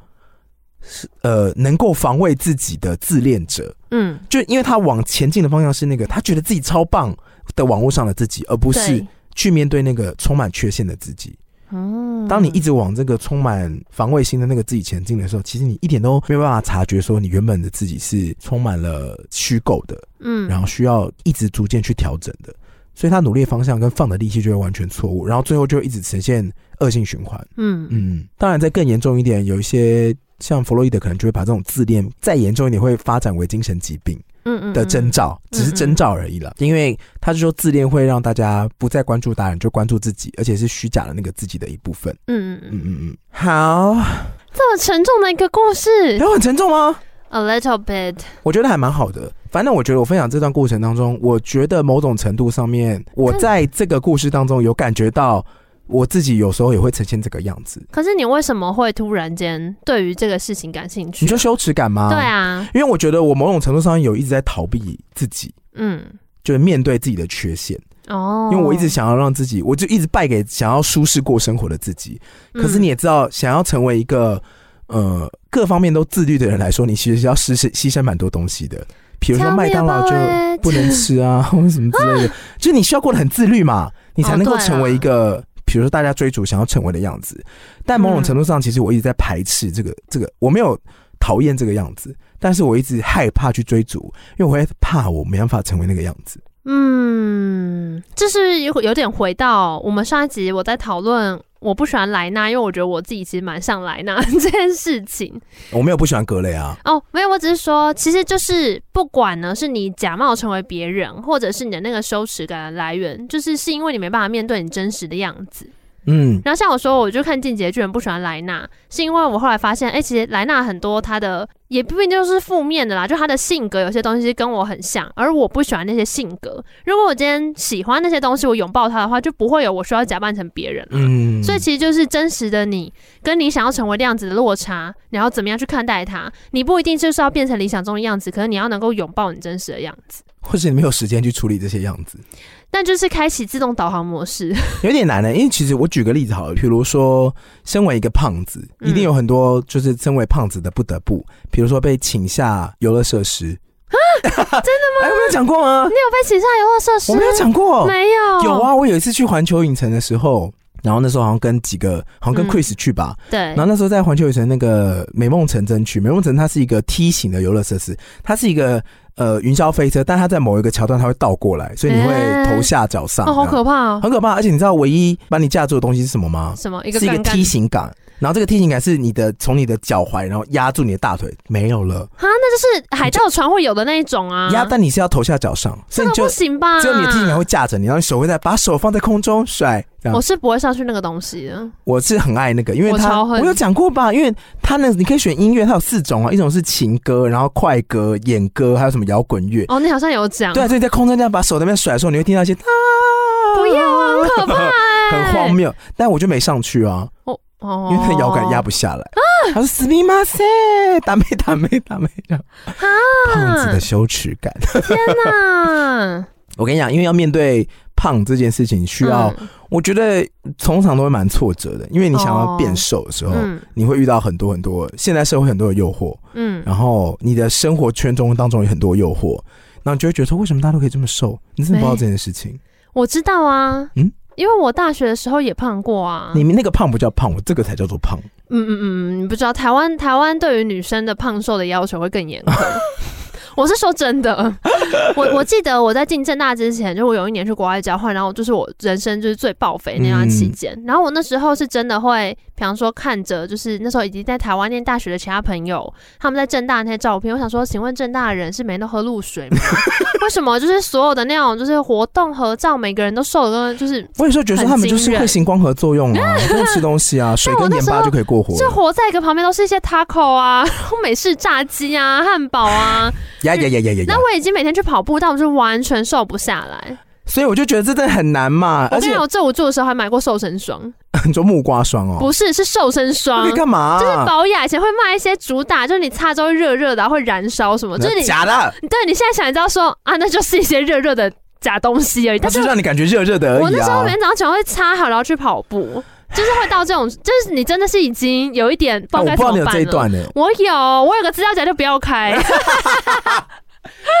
Speaker 1: 是呃能够防卫自己的自恋者。
Speaker 2: 嗯，
Speaker 1: 就因为他往前进的方向是那个他觉得自己超棒的网络上的自己，而不
Speaker 2: 不
Speaker 1: 是去面对那个充满缺陷的自己。
Speaker 2: 嗯，
Speaker 1: 当你一直往这个充满防卫心的那个自己前进的时候，其实你一点都没有办法察觉说你原本的自己是充满了虚构的，
Speaker 2: 嗯，
Speaker 1: 然后需要一直逐渐去调整的。所以他努力的方向跟放的力气就会完全错误，然后最后就会一直呈现恶性循环。
Speaker 2: 嗯嗯
Speaker 1: 嗯，当然，再更严重一点，有一些像弗洛伊德可能就会把这种自恋再严重一点，会发展为精神疾病。
Speaker 2: 嗯嗯
Speaker 1: 的征兆，只是征兆而已了。因为他是说自恋会让大家不再关注大人，就关注自己，而且是虚假的那个自己的一部分。
Speaker 2: 嗯嗯
Speaker 1: 嗯
Speaker 2: 嗯，
Speaker 1: 嗯嗯，好，
Speaker 2: 这么沉重的一个故事
Speaker 1: 有很沉重吗？
Speaker 2: ，a little bit，
Speaker 1: 我觉得还蛮好的。反正我觉得我分享这段过程当中，我觉得某种程度上面，我在这个故事当中有感觉到我自己有时候也会呈现这个样子。
Speaker 2: 可是你为什么会突然间对于这个事情感兴趣
Speaker 1: 你？说羞耻感吗？
Speaker 2: 对。啊，
Speaker 1: 因为我觉得我某种程度上面有一直在逃避自己，
Speaker 2: 嗯，
Speaker 1: 就是面对自己的缺陷。
Speaker 2: 哦，
Speaker 1: 因为我一直想要让自己，我就一直败给想要舒适过生活的自己。
Speaker 2: 嗯，
Speaker 1: 可是你也知道，想要成为一个呃各方面都自律的人来说，你其实是要牺牲牺牲蛮多东西的。比如说
Speaker 2: Tell me
Speaker 1: 麦当劳就
Speaker 2: about it
Speaker 1: 不能吃啊， 或者什么之类 的，就是你需要过得很自律嘛，你才能
Speaker 2: 哦
Speaker 1: 够
Speaker 2: 对啦
Speaker 1: 成为一个。比如说，大家追逐想要成为的样子，但
Speaker 2: 嗯
Speaker 1: 某种程度上，其实我一直在排斥这个这个，我没有讨厌这个样子，但是我一直害怕去追逐，因为我会怕我没办法成为那个样子。
Speaker 2: 嗯，这是有有点回到我们上一集我在讨论我不喜欢莱纳，因为我觉得我自己其实蛮像莱纳这件事情。
Speaker 1: 我没有不喜欢格雷啊，
Speaker 2: 哦，没有，我只是说，其实就是不管呢是你假冒成为别人，或者是你的那个羞耻感的来源，就是是因为你没办法面对你真实的样子。
Speaker 1: 嗯
Speaker 2: 然后像我说，我就看《进击的巨人》不喜欢莱纳，是因为我后来发现，哎、其实莱纳很多他的也不一定就是负面的啦，就他的性格有些东西跟我很像，而我不喜欢那些性格。如果我今天喜欢那些东西，我拥抱他的话，就不会有我需要假扮成别人了。
Speaker 1: 嗯，
Speaker 2: 所以其实就是真实的你跟你想要成为的样子的落差，你要怎么样去看待它？你不一定就是要变成理想中的样子，可是你要能够拥抱你真实的样子。
Speaker 1: 或是你没有时间去处理这些样子，
Speaker 2: 但就是开启自动导航模式，
Speaker 1: 有点难的、欸因为其实我举个例子好了，比如说，身为一个胖子，
Speaker 2: 嗯
Speaker 1: 一定有很多就是身为胖子的不得不，比如说被请下游乐设施啊，真的吗？哎，我没有讲过吗？
Speaker 2: 我被请上游乐设施
Speaker 1: 我没有讲过，
Speaker 2: 没有，
Speaker 1: 有，啊，我有一次去环球影城的时候，然后那时候好像跟几个，好像跟
Speaker 2: 嗯
Speaker 1: Chris 去吧，
Speaker 2: 对
Speaker 1: 然，后那时候在环球影城那个美梦成真区，美梦成它是一个梯形的游乐设施，它是一个呃云霄飞车，但它在某一个桥段它会倒过来，所以你会头下脚上，
Speaker 2: 哦，好
Speaker 1: 这样
Speaker 2: 可怕
Speaker 1: 啊
Speaker 2: 哦，
Speaker 1: 很可怕。而且你知道唯一把你架住的东西是什么吗？
Speaker 2: 什么一个
Speaker 1: 是一个
Speaker 2: 杠杆
Speaker 1: 梯形杆，然后这个梯形杆是你的从你的脚踝，然后压住你的大腿，没有了。
Speaker 2: 啊，那就是海盗船会有的那一种啊，
Speaker 1: 压、但你是要头下脚上，所
Speaker 2: 这
Speaker 1: 以
Speaker 2: 个
Speaker 1: 你就
Speaker 2: 不行啊吧？
Speaker 1: 只有你啊的梯形杆会架着你，然后你手会在把手放在空中甩。这样
Speaker 2: 我是不会上去那个东西的，
Speaker 1: 我是很爱那个，因为
Speaker 2: 我
Speaker 1: 他
Speaker 2: 超恨
Speaker 1: 有讲过吧，因为他那你可以选音乐，它有四种啊，一种是情歌，然后快歌、演歌，还有什么摇滚乐。
Speaker 2: 哦，你好像有讲，
Speaker 1: 对啊，所以在空中这样把手在那边甩的时候，你会听到一些啊，
Speaker 2: 不要啊，很可怕欸，
Speaker 1: 很荒谬。但我就没上去啊，
Speaker 2: 哦，哦
Speaker 1: 因为那个摇杆压不下来。他说：“死密马塞，打妹打妹打妹，
Speaker 2: 啊
Speaker 1: 这样胖子的羞耻感。
Speaker 2: 天哪，
Speaker 1: 我跟你讲，因为要面对胖这件事情，需要、
Speaker 2: 嗯
Speaker 1: 我觉得通常都会蛮挫折的，因为你想要变瘦的时候，
Speaker 2: 嗯
Speaker 1: 你会遇到很多很多现在社会很多的诱惑，
Speaker 2: 嗯，
Speaker 1: 然后你的生活圈中当中有很多诱惑，然后你就会觉得说，为什么大家都可以这么瘦？你真的不知道这件事情。
Speaker 2: 我知道啊，
Speaker 1: 嗯
Speaker 2: 因为我大学的时候也胖过啊，
Speaker 1: 你们那个胖不叫胖，我这个才叫做胖。
Speaker 2: 嗯嗯嗯，你不知道台湾台湾对于女生的胖瘦的要求会更严苛。我是说真的，我我记得我在进正大之前，就我有一年去国外交换，然后就是我人生就是最爆肥那段期间，然后我那时候是真的会，比方说看着就是那时候已经在台湾念大学的其他朋友，他们在正大那些照片，我想说，请问正大的人是每天都喝露水吗？为什么就是所有的那种就是活动合照，每个人都瘦的跟就是
Speaker 1: 我有时候觉得说他们就是
Speaker 2: 很惊
Speaker 1: 会
Speaker 2: 人
Speaker 1: 行光合作用 啊，不用吃东西啊，水跟盐巴就可以过活
Speaker 2: 就
Speaker 1: 了。
Speaker 2: 活在一个旁边都是一些 taco 啊、 美式炸鸡啊、汉堡 啊。
Speaker 1: 呀呀呀呀呀呀
Speaker 2: 那！我已经每天去跑步，但我就完全瘦不下来。
Speaker 1: 所以我就觉得这真的很难嘛。
Speaker 2: 我
Speaker 1: 而
Speaker 2: 跟
Speaker 1: 且
Speaker 2: 你讲，我这我做的时候还买过瘦身霜，
Speaker 1: 很多木瓜霜哦，
Speaker 2: 不是是瘦身
Speaker 1: 那
Speaker 2: 霜
Speaker 1: 可以，干嘛啊？
Speaker 2: 就是保养。以前会卖一些主打，就是你擦之后热热的啊，会燃烧什么，就是你
Speaker 1: 假的，
Speaker 2: 对你现在想你知道说啊，那就是一些热热的假东西而已。
Speaker 1: 它
Speaker 2: 但是
Speaker 1: 就让你感觉热热的
Speaker 2: 我
Speaker 1: 而已
Speaker 2: 那时候
Speaker 1: 啊。
Speaker 2: 每天早上起来会擦好，然后去跑步，就是会到这种，就是你真的是已经有一点不
Speaker 1: 啊
Speaker 2: 知道
Speaker 1: 我
Speaker 2: 该
Speaker 1: 不
Speaker 2: 怎
Speaker 1: 知道你有这
Speaker 2: 么办
Speaker 1: 一
Speaker 2: 了。
Speaker 1: 段呢。
Speaker 2: 我有，我有个资料夹就不要开。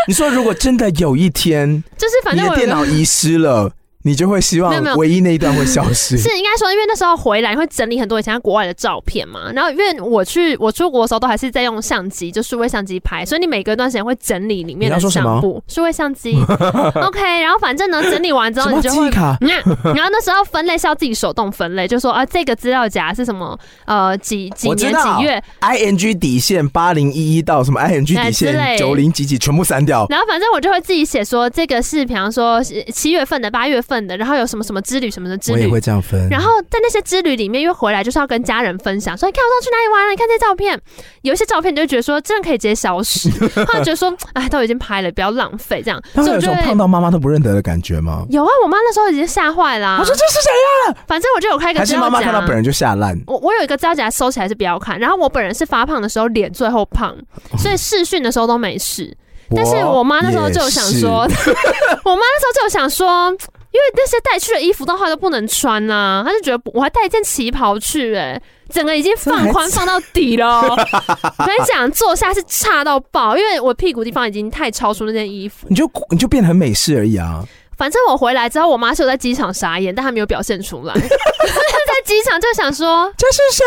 Speaker 1: 你说如果真的有一天
Speaker 2: 就是反
Speaker 1: 你
Speaker 2: 正
Speaker 1: 的
Speaker 2: 我有
Speaker 1: 电
Speaker 2: 一个
Speaker 1: 脑遗失了，你就会希
Speaker 2: 没有没
Speaker 1: 望
Speaker 2: 有
Speaker 1: 唯一那一段会消失。
Speaker 2: 是应该说，因为那时候回来会整理很多以前在国外的照片嘛，然后因为我去我出国的时候都还是在用相机，就数位相机拍，所以你每隔一段时间会整理里面
Speaker 1: 你
Speaker 2: 的
Speaker 1: 要说什么
Speaker 2: 相簿，数位相机。OK，然后 反正呢，整理完之
Speaker 1: 什
Speaker 2: 后
Speaker 1: 么
Speaker 2: 你就
Speaker 1: 记
Speaker 2: 会
Speaker 1: 忆。卡？
Speaker 2: 嗯然后那时候分类是要自己手动分类，就说啊，这个资料夹是什么？呃，几几
Speaker 1: 我知
Speaker 2: 年
Speaker 1: 道
Speaker 2: 几月？
Speaker 1: I N G 底线八零一一到什么 I N G
Speaker 2: 哎
Speaker 1: 底
Speaker 2: 之
Speaker 1: 线
Speaker 2: 类
Speaker 1: 九零几几全部删掉。
Speaker 2: 然后反正我就会自己写说，这个是比方说呃七月份的、八月份的，然后有什么什么之旅、什么什么之
Speaker 1: 我
Speaker 2: 旅
Speaker 1: 也，会这样分。
Speaker 2: 然后在那些之旅里面，因为回来就是要跟家人分享，哎所以看我上去哪里玩啊了，你看这些照片，有一些照片你就会觉得说真的可以直接 消失，后来觉得说哎都已经拍了，不要浪费这样，
Speaker 1: 他
Speaker 2: 所
Speaker 1: 会有
Speaker 2: 以我
Speaker 1: 一
Speaker 2: 就
Speaker 1: 种胖
Speaker 2: 会。
Speaker 1: 到妈妈都不认得的感觉吗？
Speaker 2: 有啊，我妈那时候已经吓坏啦、
Speaker 1: 我说这是谁？啊
Speaker 2: 反正我就有啊开一个
Speaker 1: 还
Speaker 2: 资
Speaker 1: 是
Speaker 2: 料夹，
Speaker 1: 妈妈看到本人就吓烂？
Speaker 2: 我我有一个资料夹收起来是不要看，然后我本人是发胖的时候脸最后胖，所以视讯的时候都没事。但是我妈那时候就有想 说，我妈
Speaker 1: 也是，
Speaker 2: 那时候就有想说，因为那些带去的衣服的话都不能穿呐、她就觉得不我还带一件旗袍去、欸，整个已经放宽放到底 了哦。我跟你讲，坐下是差到爆，因为我屁股地方已经太超出那件衣服。
Speaker 1: 你就你就变得很美式而已啊。
Speaker 2: 反正我回来之后，我妈是有在机场傻眼，但她没有表现出来。 在机场就想说，
Speaker 1: 这是谁？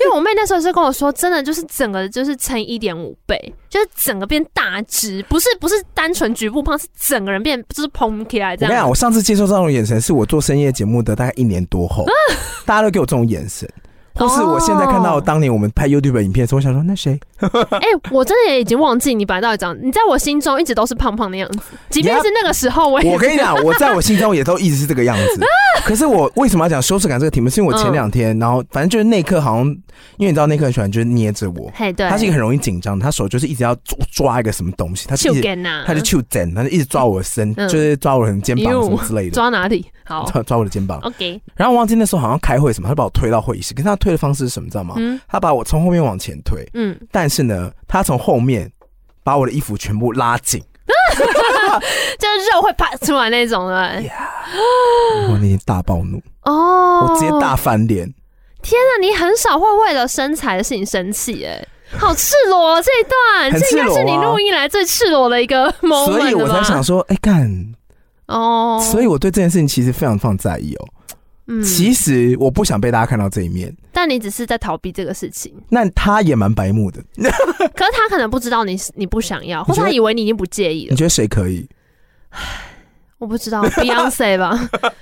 Speaker 2: 因为我妹那时候是跟我说，真的就是整个就是乘一点五倍，就是整个变大只，不是不是单纯局部胖，是整个人变就是蓬起来
Speaker 1: 我
Speaker 2: 这
Speaker 1: 跟你讲，
Speaker 2: 样。
Speaker 1: 我 上次接受这种眼神是我做深夜节目的大概一年多后，大家都给我这种眼神。或是我现在看到当年我们拍 YouTube 影片的时候，我想说那谁
Speaker 2: 哎、我真的也已经忘记你本来到底长，你在我心中一直都是胖胖的样子，即便
Speaker 1: Yup
Speaker 2: 是那个时候，我也
Speaker 1: 我跟你讲，我在我心中也都一直是这个样子。哦 可是我为什么要讲羞耻感这个题目？是因为我前两天，然后反正就是那一刻好像，因为你知道那一刻很喜欢就是捏着我，
Speaker 2: 嘿，对，
Speaker 1: 他是一个很容易紧张的，他手就是一直要抓抓一个什么东西，他就
Speaker 2: 秀啊
Speaker 1: 一直
Speaker 2: 干呐，
Speaker 1: 他就去整，他就一直抓我的身，
Speaker 2: 嗯
Speaker 1: 就是抓我的肩膀什么之类的。
Speaker 2: 抓哪里？好
Speaker 1: 抓抓我的肩膀，
Speaker 2: ，OK，
Speaker 1: 然后我忘记那时候好像开会什么，他就把我推到会议室。可是他推的方式是什么，你知道吗？
Speaker 2: 嗯
Speaker 1: 他把我从后面往前推，
Speaker 2: 嗯，
Speaker 1: 但是呢，他从后面把我的衣服全部拉紧。
Speaker 2: 就是肉会爬出来那种的。
Speaker 1: 我那天大暴怒，
Speaker 2: 哦，
Speaker 1: 我直接大翻脸。
Speaker 2: 天啊，你很少会为了身材的事情生气哎、好赤裸、哦、这一段，
Speaker 1: 很
Speaker 2: 这应该
Speaker 1: 赤
Speaker 2: 是
Speaker 1: 裸
Speaker 2: 你
Speaker 1: 啊
Speaker 2: 录音来最赤裸的一个 moment
Speaker 1: 所以
Speaker 2: 了
Speaker 1: 我才
Speaker 2: 吧
Speaker 1: 想说，哎、干，
Speaker 2: 哦，
Speaker 1: 所以我对这件事情其实非常非常在意哦。
Speaker 2: 嗯，
Speaker 1: 其实我不想被大家看到这一面，
Speaker 2: 但你只是在逃避这个事情，
Speaker 1: 那他也蛮白目的。
Speaker 2: 可是他可能不知道你是你不想要，或
Speaker 1: 你觉
Speaker 2: 者
Speaker 1: 得
Speaker 2: 他以为你已经不介意
Speaker 1: 你
Speaker 2: 了。
Speaker 1: 觉得谁可以？
Speaker 2: 我不知道 Beyonce 吧，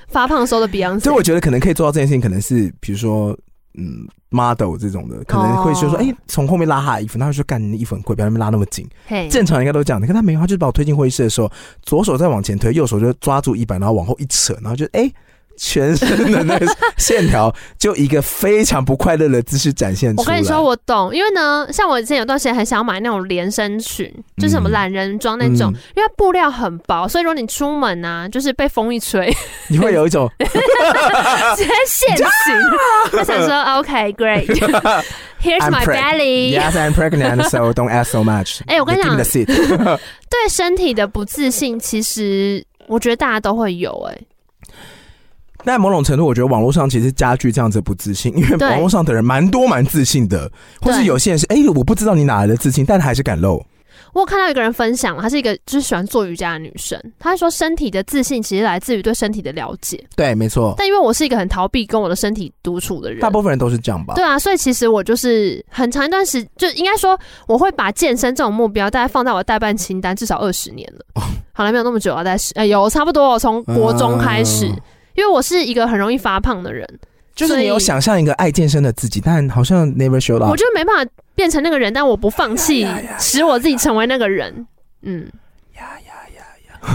Speaker 2: 发胖时候的
Speaker 1: 所以
Speaker 2: Beyonce，
Speaker 1: 我觉得可能可以做到这件事情，可能是比如说，嗯，model 这种的，可能会就说，
Speaker 2: 哦
Speaker 1: 哎、从后面拉他的衣服，然后就说，干，你的衣服很贵，不要那么拉那么紧。
Speaker 2: 嘿，
Speaker 1: 正常人应该都这样的，可他没有，他就是把我推进会议室的时候，左手在往前推，右手就抓住椅板，然后往后一扯，然后就哎、全身的那个线条就一个非常不快乐的姿势展现出
Speaker 2: 我
Speaker 1: 来。
Speaker 2: 跟你说，我懂，因为呢，像我之前有段时间很想买那种连身裙，就是什么
Speaker 1: 嗯
Speaker 2: 懒人装那种，
Speaker 1: 嗯
Speaker 2: 因为它布料很薄，所以如果你出门啊，就是被风一吹，
Speaker 1: 你会有一 种
Speaker 2: 哎直接现 行。他想说 OK great, here's
Speaker 1: I'm
Speaker 2: my
Speaker 1: pregnant.
Speaker 2: belly。
Speaker 1: Yes, I'm pregnant, so don't ask so much.
Speaker 2: 哎我跟你
Speaker 1: Give me the seat.
Speaker 2: 对身体的不自信，其实我觉得大家都会有、哎，
Speaker 1: 但某种程度，我觉得网络上其实加剧这样子的不自信，因为
Speaker 2: 对
Speaker 1: 网络上的人蛮多蛮自信的，或是
Speaker 2: 对
Speaker 1: 有些人是哎、我不知道你哪来的自信，但他还是敢露。
Speaker 2: 我有看到一个人分享，她是一个就是喜欢做瑜伽的女生，她说身体的自信其实来自于对身体的了解，
Speaker 1: 对，没错，
Speaker 2: 但因为我是一个很逃避跟我的身体独处的人
Speaker 1: 大。部分人都是这样吧。
Speaker 2: 对啊，所以其实我就是很长一段时，就应该说我会把健身这种目标大概放在我的代办清单至少二十年
Speaker 1: 哦
Speaker 2: 了。好了，没有那么久啊，大概十哎有差不多哦，从国中开始，
Speaker 1: 嗯
Speaker 2: 因为我是一个很容易发胖的人，
Speaker 1: 就是
Speaker 2: 所
Speaker 1: 你
Speaker 2: 以
Speaker 1: 有想象一个爱健身的自己，但好像 never show up
Speaker 2: 我。就没办法变成那个人，但我不放 弃，使我自己成为那个人。嗯，
Speaker 1: 哎呀，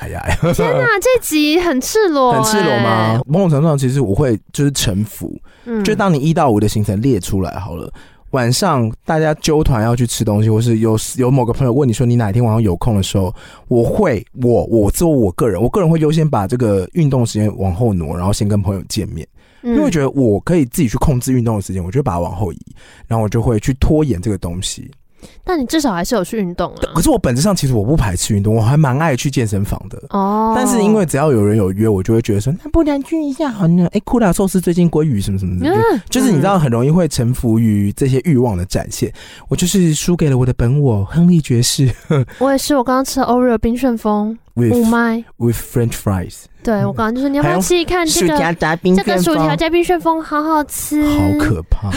Speaker 1: 哎呀
Speaker 2: 天哪，这集很赤裸、
Speaker 1: 很赤裸吗
Speaker 2: 哎？？
Speaker 1: 某种程度上，其实我会就是臣服，
Speaker 2: 嗯
Speaker 1: 就当你一到五的行程列出来好了。晚上大家揪团要去吃东西，或是有有某个朋友问你说你哪天晚上有空的时候，我会我我做我个人，我个人会优先把这个运动时间往后挪，然后先跟朋友见面，
Speaker 2: 嗯
Speaker 1: 因为我觉得我可以自己去控制运动的时间，我就把它往后移，然后我就会去拖延这个东西。
Speaker 2: 嗯，但你至少还是有去运动啊
Speaker 1: 可。是我本质上其实我不排斥运动，我还蛮爱去健身房的。
Speaker 2: 哦，
Speaker 1: 但是因为只要有人有约，我就会觉得说，那不然去一下好呢？哎、酷辣寿司最近鲑鱼什么什么的，
Speaker 2: 嗯
Speaker 1: 就是你知道，很容易会臣服于这些欲望的展现。我就是输给了我的本我，亨利爵士
Speaker 2: 嗯我也是，我刚刚吃了 Oreo 冰旋风，五
Speaker 1: with
Speaker 2: 麦。
Speaker 1: with French fries，
Speaker 2: 对我刚刚就是你要不
Speaker 1: 还
Speaker 2: 要
Speaker 1: 有
Speaker 2: 吃一看这个
Speaker 1: 夹冰
Speaker 2: 这个薯条加冰旋风，好好吃，
Speaker 1: 好，可 怕！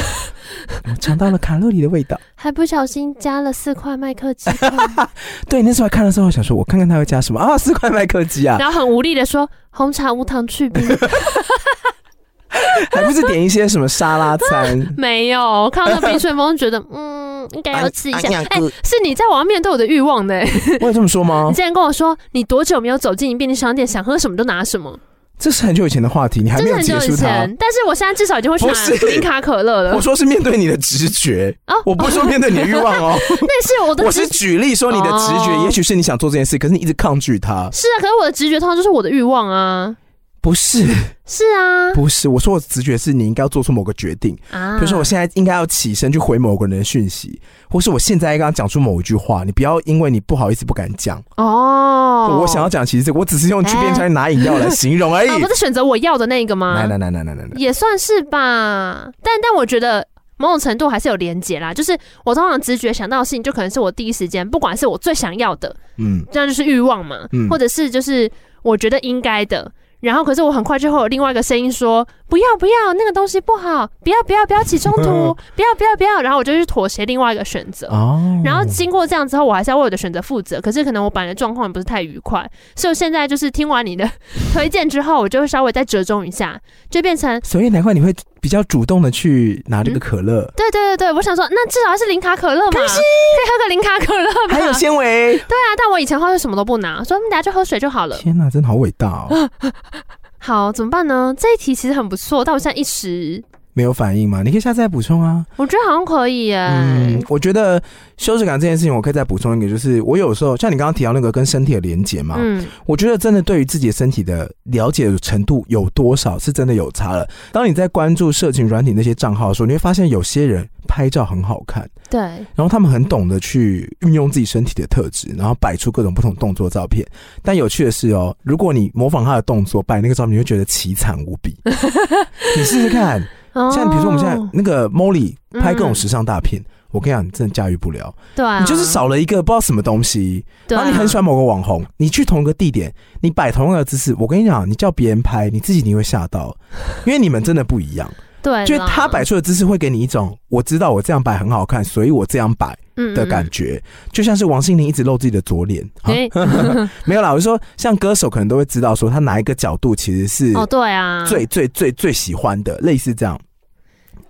Speaker 1: 我尝到了卡路里的味道。
Speaker 2: 还不小心加了四块麦克鸡块，
Speaker 1: 对，那时候看的时候，我想说，我看看他会加什么啊？四块麦克鸡啊，
Speaker 2: 然后很无力的说红茶无糖去冰，？
Speaker 1: 还不是点一些什么沙拉餐
Speaker 2: 没有，看到那冰旋风觉得，嗯，应该要吃一下。
Speaker 1: 哎
Speaker 2: 哎、
Speaker 1: 呀哥
Speaker 2: 是你在我要面对我的欲望的、
Speaker 1: 我有这么说
Speaker 2: 你
Speaker 1: 吗？
Speaker 2: 之前跟我说，你多久没有走进便利商店，想喝什么就拿什么，
Speaker 1: 这是很久以前的话题，你还
Speaker 2: 这
Speaker 1: 没
Speaker 2: 是
Speaker 1: 有
Speaker 2: 很久
Speaker 1: 结
Speaker 2: 以
Speaker 1: 束它。
Speaker 2: 前。但是我现在至少已经会去
Speaker 1: 不是
Speaker 2: 拿零卡可乐了
Speaker 1: 我。说是面对你的直觉，
Speaker 2: 哦
Speaker 1: 我不是说面对你的欲望哦，
Speaker 2: 但是 我的
Speaker 1: 我
Speaker 2: 直
Speaker 1: 是举例说你的直觉，
Speaker 2: 哦
Speaker 1: 也许是你想做这件事，可是你一直抗拒它。
Speaker 2: 是啊，可是我的直觉通常就是我的欲望啊。
Speaker 1: 不是，
Speaker 2: 是啊，
Speaker 1: 不是，我说我直觉是你应该要做出某个决定，
Speaker 2: 啊，
Speaker 1: 比如说我现在应该要起身去回某个人的讯息，或是我现在刚刚讲出某一句话，你不要因为你不好意思不敢讲。
Speaker 2: 哦，
Speaker 1: 我想要讲，其实这个我只是用去便利商店拿饮料来形容而已
Speaker 2: 啊，。不是选择我要的那个吗？
Speaker 1: 来来来来来来来，
Speaker 2: 也算是吧，但但我觉得某种程度还是有连结啦。就是我通常直觉想到的事情，就可能是我第一时间，不管是我最想要的，
Speaker 1: 嗯，
Speaker 2: 这样就是欲望嘛，
Speaker 1: 嗯
Speaker 2: 或者是就是我觉得应该的。然后，可是我很快就会有另外一个声音说：“不要不要那个东西不好，不要不要不要起 冲突，不要不要不要，然后我就去妥协另外一个选择。
Speaker 1: 哦
Speaker 2: 然后经过这样之后，我还是要为我的选择负责。可是可能我本来的状况也不是太愉快，所以我现在就是听完你的 推荐之后，我就会稍微再折中一下，就变成
Speaker 1: 所以难怪你会比较主动的去拿这个可乐，
Speaker 2: 对对对对，我想说，那至少还是零卡可乐嘛，可以喝个零卡可乐 吧。
Speaker 1: 还有纤维。
Speaker 2: 啊对啊，但我以前喝是什么都不拿，所以我们等下就喝水就好了。
Speaker 1: 天哪，真的好伟大哦！
Speaker 2: 好，怎么办呢？这一题其实很不错，但我现在一时，
Speaker 1: 没有反应吗？你可以下次再补充啊。
Speaker 2: 我觉得好像可以耶。
Speaker 1: 嗯，我觉得羞耻感这件事情，我可以再补充一个，就是我有时候像你刚刚提到那个跟身体的连接嘛，
Speaker 2: 嗯
Speaker 1: 我觉得真的对于自己的身体的了解程度有多少，是真的有差了。当你在关注社群软体那些账号的时候，你会发现有些人拍照很好看，
Speaker 2: 对，
Speaker 1: 然后他们很懂得去运用自己身体的特质，然后摆出各种不同动作照片。但有趣的是哦，如果你模仿他的动作摆那个照片，你会觉得奇惨无比。你试试看，像比如说我们现在
Speaker 2: 哦
Speaker 1: 那个 Molly 拍各种
Speaker 2: 嗯
Speaker 1: 时尚大片，我跟你讲，你真的驾驭不了。
Speaker 2: 对啊，
Speaker 1: 你就是，少了一个不知道什么东西。
Speaker 2: 对
Speaker 1: 然
Speaker 2: 啊，
Speaker 1: 后你很喜欢某个网红，你去同一个地点，你摆同样的姿势，我跟你讲，你叫别人拍，你自己你会吓 到，因为你们真的不一样。
Speaker 2: 对，
Speaker 1: 就是他摆出的姿势会给你一种我知道我这样摆很好看，所以我这样摆
Speaker 2: 嗯
Speaker 1: 的感
Speaker 2: 觉。
Speaker 1: 觉，就像是王心凌一直露自己的左脸。啊
Speaker 2: 哎，
Speaker 1: 没有啦，我是说像歌手可能都会知道说他哪一个角度其实是
Speaker 2: 哦，对啊，
Speaker 1: 最最最最喜欢的，类似这样。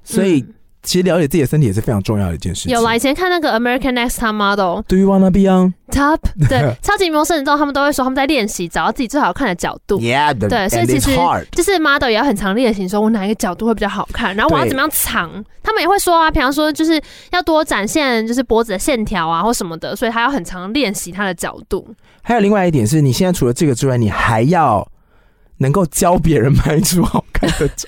Speaker 1: 所以
Speaker 2: 嗯
Speaker 1: 其实了解自己的身体也是非常重要的一件事情。
Speaker 2: 有啦，以前看那个 American Next Top Model
Speaker 1: Do you wanna be on?
Speaker 2: Top，对， 超级模甚至他们都会说他们在练习找到自己最好看的角 度。
Speaker 1: Yeah, the,
Speaker 2: 对所以
Speaker 1: and
Speaker 2: 其
Speaker 1: it's
Speaker 2: 实
Speaker 1: hard.
Speaker 2: 就是 model 也要很常练习，说我哪一个角度会比较好看，然后我要
Speaker 1: 对
Speaker 2: 怎么样藏，他们也会说啊，比方说就是要多展现就是脖子的线条啊或什么的，所以他要很常练习他的角度。
Speaker 1: 还有另外一点是，你现在除了这个之外，你还要能够教别人拍出好看 的照。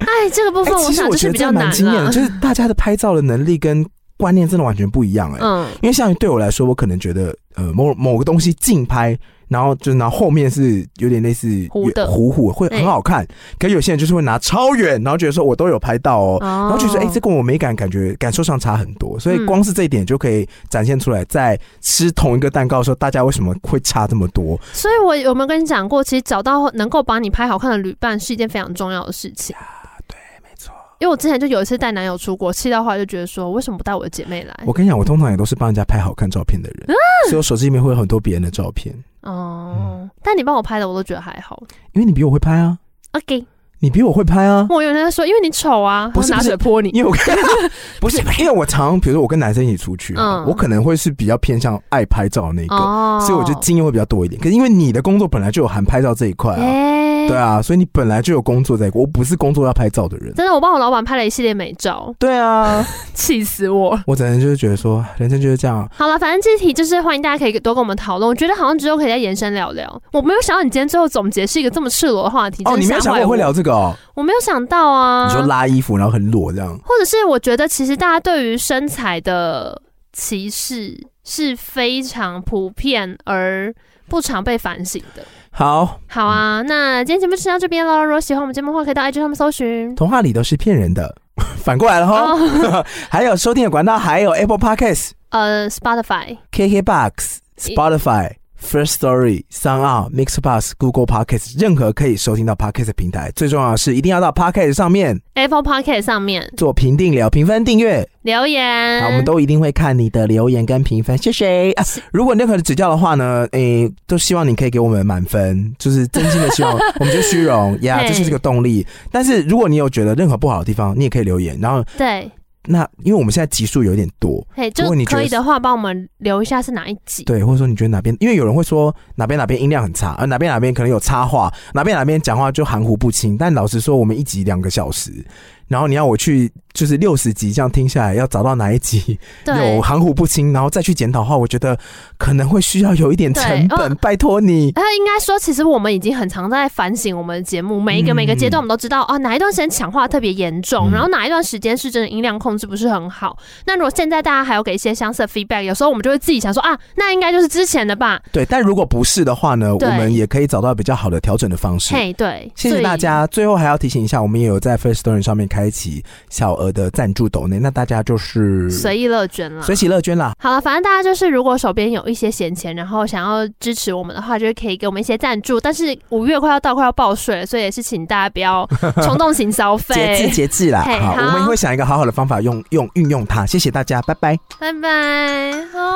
Speaker 2: 哎，这个部
Speaker 1: 哎、
Speaker 2: 分我
Speaker 1: 其实
Speaker 2: 想
Speaker 1: 我
Speaker 2: 就
Speaker 1: 觉
Speaker 2: 是
Speaker 1: 得
Speaker 2: 比
Speaker 1: 这
Speaker 2: 较
Speaker 1: 蛮
Speaker 2: 难啊
Speaker 1: 惊艳的，
Speaker 2: 了。
Speaker 1: 就是大家的拍照的能力跟观念真的完全不一样哎、
Speaker 2: 嗯，
Speaker 1: 因为像对我来说，我可能觉得呃某某个东西近拍，然后就然后后面是有点类似
Speaker 2: 糊的
Speaker 1: 糊糊会很好看，可有些人就是会拿超远，然后觉得说我都有拍到哦。
Speaker 2: 然
Speaker 1: 然后就觉得，哎、这跟我美感感觉感受上差很多，所以
Speaker 2: 嗯
Speaker 1: 光是这一点就可以展现出来，在吃同一个蛋糕的时候，大家为什么会差这么多？
Speaker 2: 所以我有没有跟你讲过，其实找到能够把你拍好看的旅伴是一件非常重要的事情。
Speaker 1: 对，没错。
Speaker 2: 因为我之前就有一次带男友出国，气到后来就觉得说，为什么不带我的姐妹来？
Speaker 1: 我跟你讲，我通常也都是帮人家拍好看照片的人，
Speaker 2: 啊
Speaker 1: 所以我手机里面会有很多别人的照片，嗯
Speaker 2: 哦，但你帮我拍的，我都觉得还好。
Speaker 1: 因为你比我会拍啊，
Speaker 2: OK，
Speaker 1: 你比我会拍啊。
Speaker 2: 我有人在说，因为你丑啊，
Speaker 1: 不是
Speaker 2: 他拿
Speaker 1: 不是
Speaker 2: 水泼你。
Speaker 1: 因为我 跟不是因为我常，比如说我跟男生一起出去啊，
Speaker 2: 嗯
Speaker 1: 我可能会是比较偏向爱拍照的那个，
Speaker 2: 哦
Speaker 1: 所以我就经验会比较多一点。可是因为你的工作本来就有含拍照这一块啊，
Speaker 2: 哎
Speaker 1: 对啊，所以你本来就有工作在，我不是工作要拍照的人。
Speaker 2: 真的，我帮我老板拍了一系列美照，
Speaker 1: 对啊，
Speaker 2: 气死我。
Speaker 1: 我只能就是觉得说，人生就是这样。啊
Speaker 2: 好了，反正这一题就是欢迎大家可以多跟我们讨论，我觉得好像之后可以再延伸聊聊。我没有想到你今天最后总结是一个这么赤裸的话题，
Speaker 1: 哦，
Speaker 2: 真
Speaker 1: 你
Speaker 2: 是
Speaker 1: 没有
Speaker 2: 吓
Speaker 1: 想
Speaker 2: 坏
Speaker 1: 过我
Speaker 2: 我
Speaker 1: 会聊这个哦？
Speaker 2: 我没有想到啊。
Speaker 1: 你说拉衣服然后很裸这样，
Speaker 2: 或者是我觉得，其实大家对于身材的歧视是非常普遍而不常被反省的。
Speaker 1: 好，
Speaker 2: 好啊，那今天节目就先到这边喽。如果喜欢我们节目的话，可以到 IG 上面搜寻。
Speaker 1: 童话里都是骗人的。 反过来了哈，
Speaker 2: 哦，
Speaker 1: 还有收听的管道，还有 Apple Podcasts、
Speaker 2: 呃，Spotify，
Speaker 1: KKBox、Spotify、First Story、Sound On、Mixbox、Google Podcasts，任何可以收听到 Podcast 的平台。最重要的是，一定要到 Podcast 上面
Speaker 2: Apple Podcast 上面
Speaker 1: 做评定、聊评分、订阅。
Speaker 2: 留言。
Speaker 1: 啊，我们都一定会看你的留言跟评分，谢谢。啊、如果你任何的指教的话呢，诶、都希望你可以给我们满分，就是真心的希望，我们就虚荣呀
Speaker 2: 嘿
Speaker 1: 这是这个动力。但是如果你有觉得任何不好的地方，你也可以留言。然后
Speaker 2: 对，
Speaker 1: 那因为我们现在集数有点多，
Speaker 2: 嘿，
Speaker 1: 如
Speaker 2: 就
Speaker 1: 果你觉
Speaker 2: 可
Speaker 1: 得
Speaker 2: 以的话，帮我们留一下是哪一集。
Speaker 1: 对，或者说你觉得哪边，因为有人会说哪边哪边音量很差，而哪边哪边可能有插话，哪边哪边讲话就含糊不清。但老实说，我们一集两个小时，然后你要我去就是六十集这样听下来，要找到哪一集有
Speaker 2: 对，
Speaker 1: 含糊不清，然后再去检讨的话，我觉得可能会需要有一点成
Speaker 2: 对哦
Speaker 1: 本。拜托你，
Speaker 2: 呃，应该说，其实我们已经很常在反省我们的节目，每一个
Speaker 1: 嗯
Speaker 2: 每个阶段，我们都知道啊，哪一段时间强化特别严
Speaker 1: 嗯
Speaker 2: 重，然后哪一段时间是真的音量控制不是很好。那如果现在大家还有给一些相似的 feedback，有时候我们就会自己想说啊，那应该就是之前的吧。
Speaker 1: 对。但如果不是的话呢，我
Speaker 2: 对
Speaker 1: 们也可以找到比较好的调整的方式。
Speaker 2: 嘿，对，
Speaker 1: 谢
Speaker 2: 所
Speaker 1: 谢
Speaker 2: 以
Speaker 1: 大。家。最后还要提醒一下，我们也有在 First Story 上面开启小额的赞助抖内，那大家就是
Speaker 2: 随意乐捐啦。
Speaker 1: 随喜乐捐啦。
Speaker 2: 好了，反正大家就是，如果手边有一些闲钱，然后想要支持我们的话，就是可以给我们一些赞助。但是五月快要到，快要报税了，所以也是请大家不要冲动型消
Speaker 1: 节制
Speaker 2: 费。
Speaker 1: 节制啦，
Speaker 2: 嘿
Speaker 1: 好，
Speaker 2: 好
Speaker 1: 我们会想一个好好的方法用用运用它，谢谢大家，拜拜。
Speaker 2: 拜拜，好。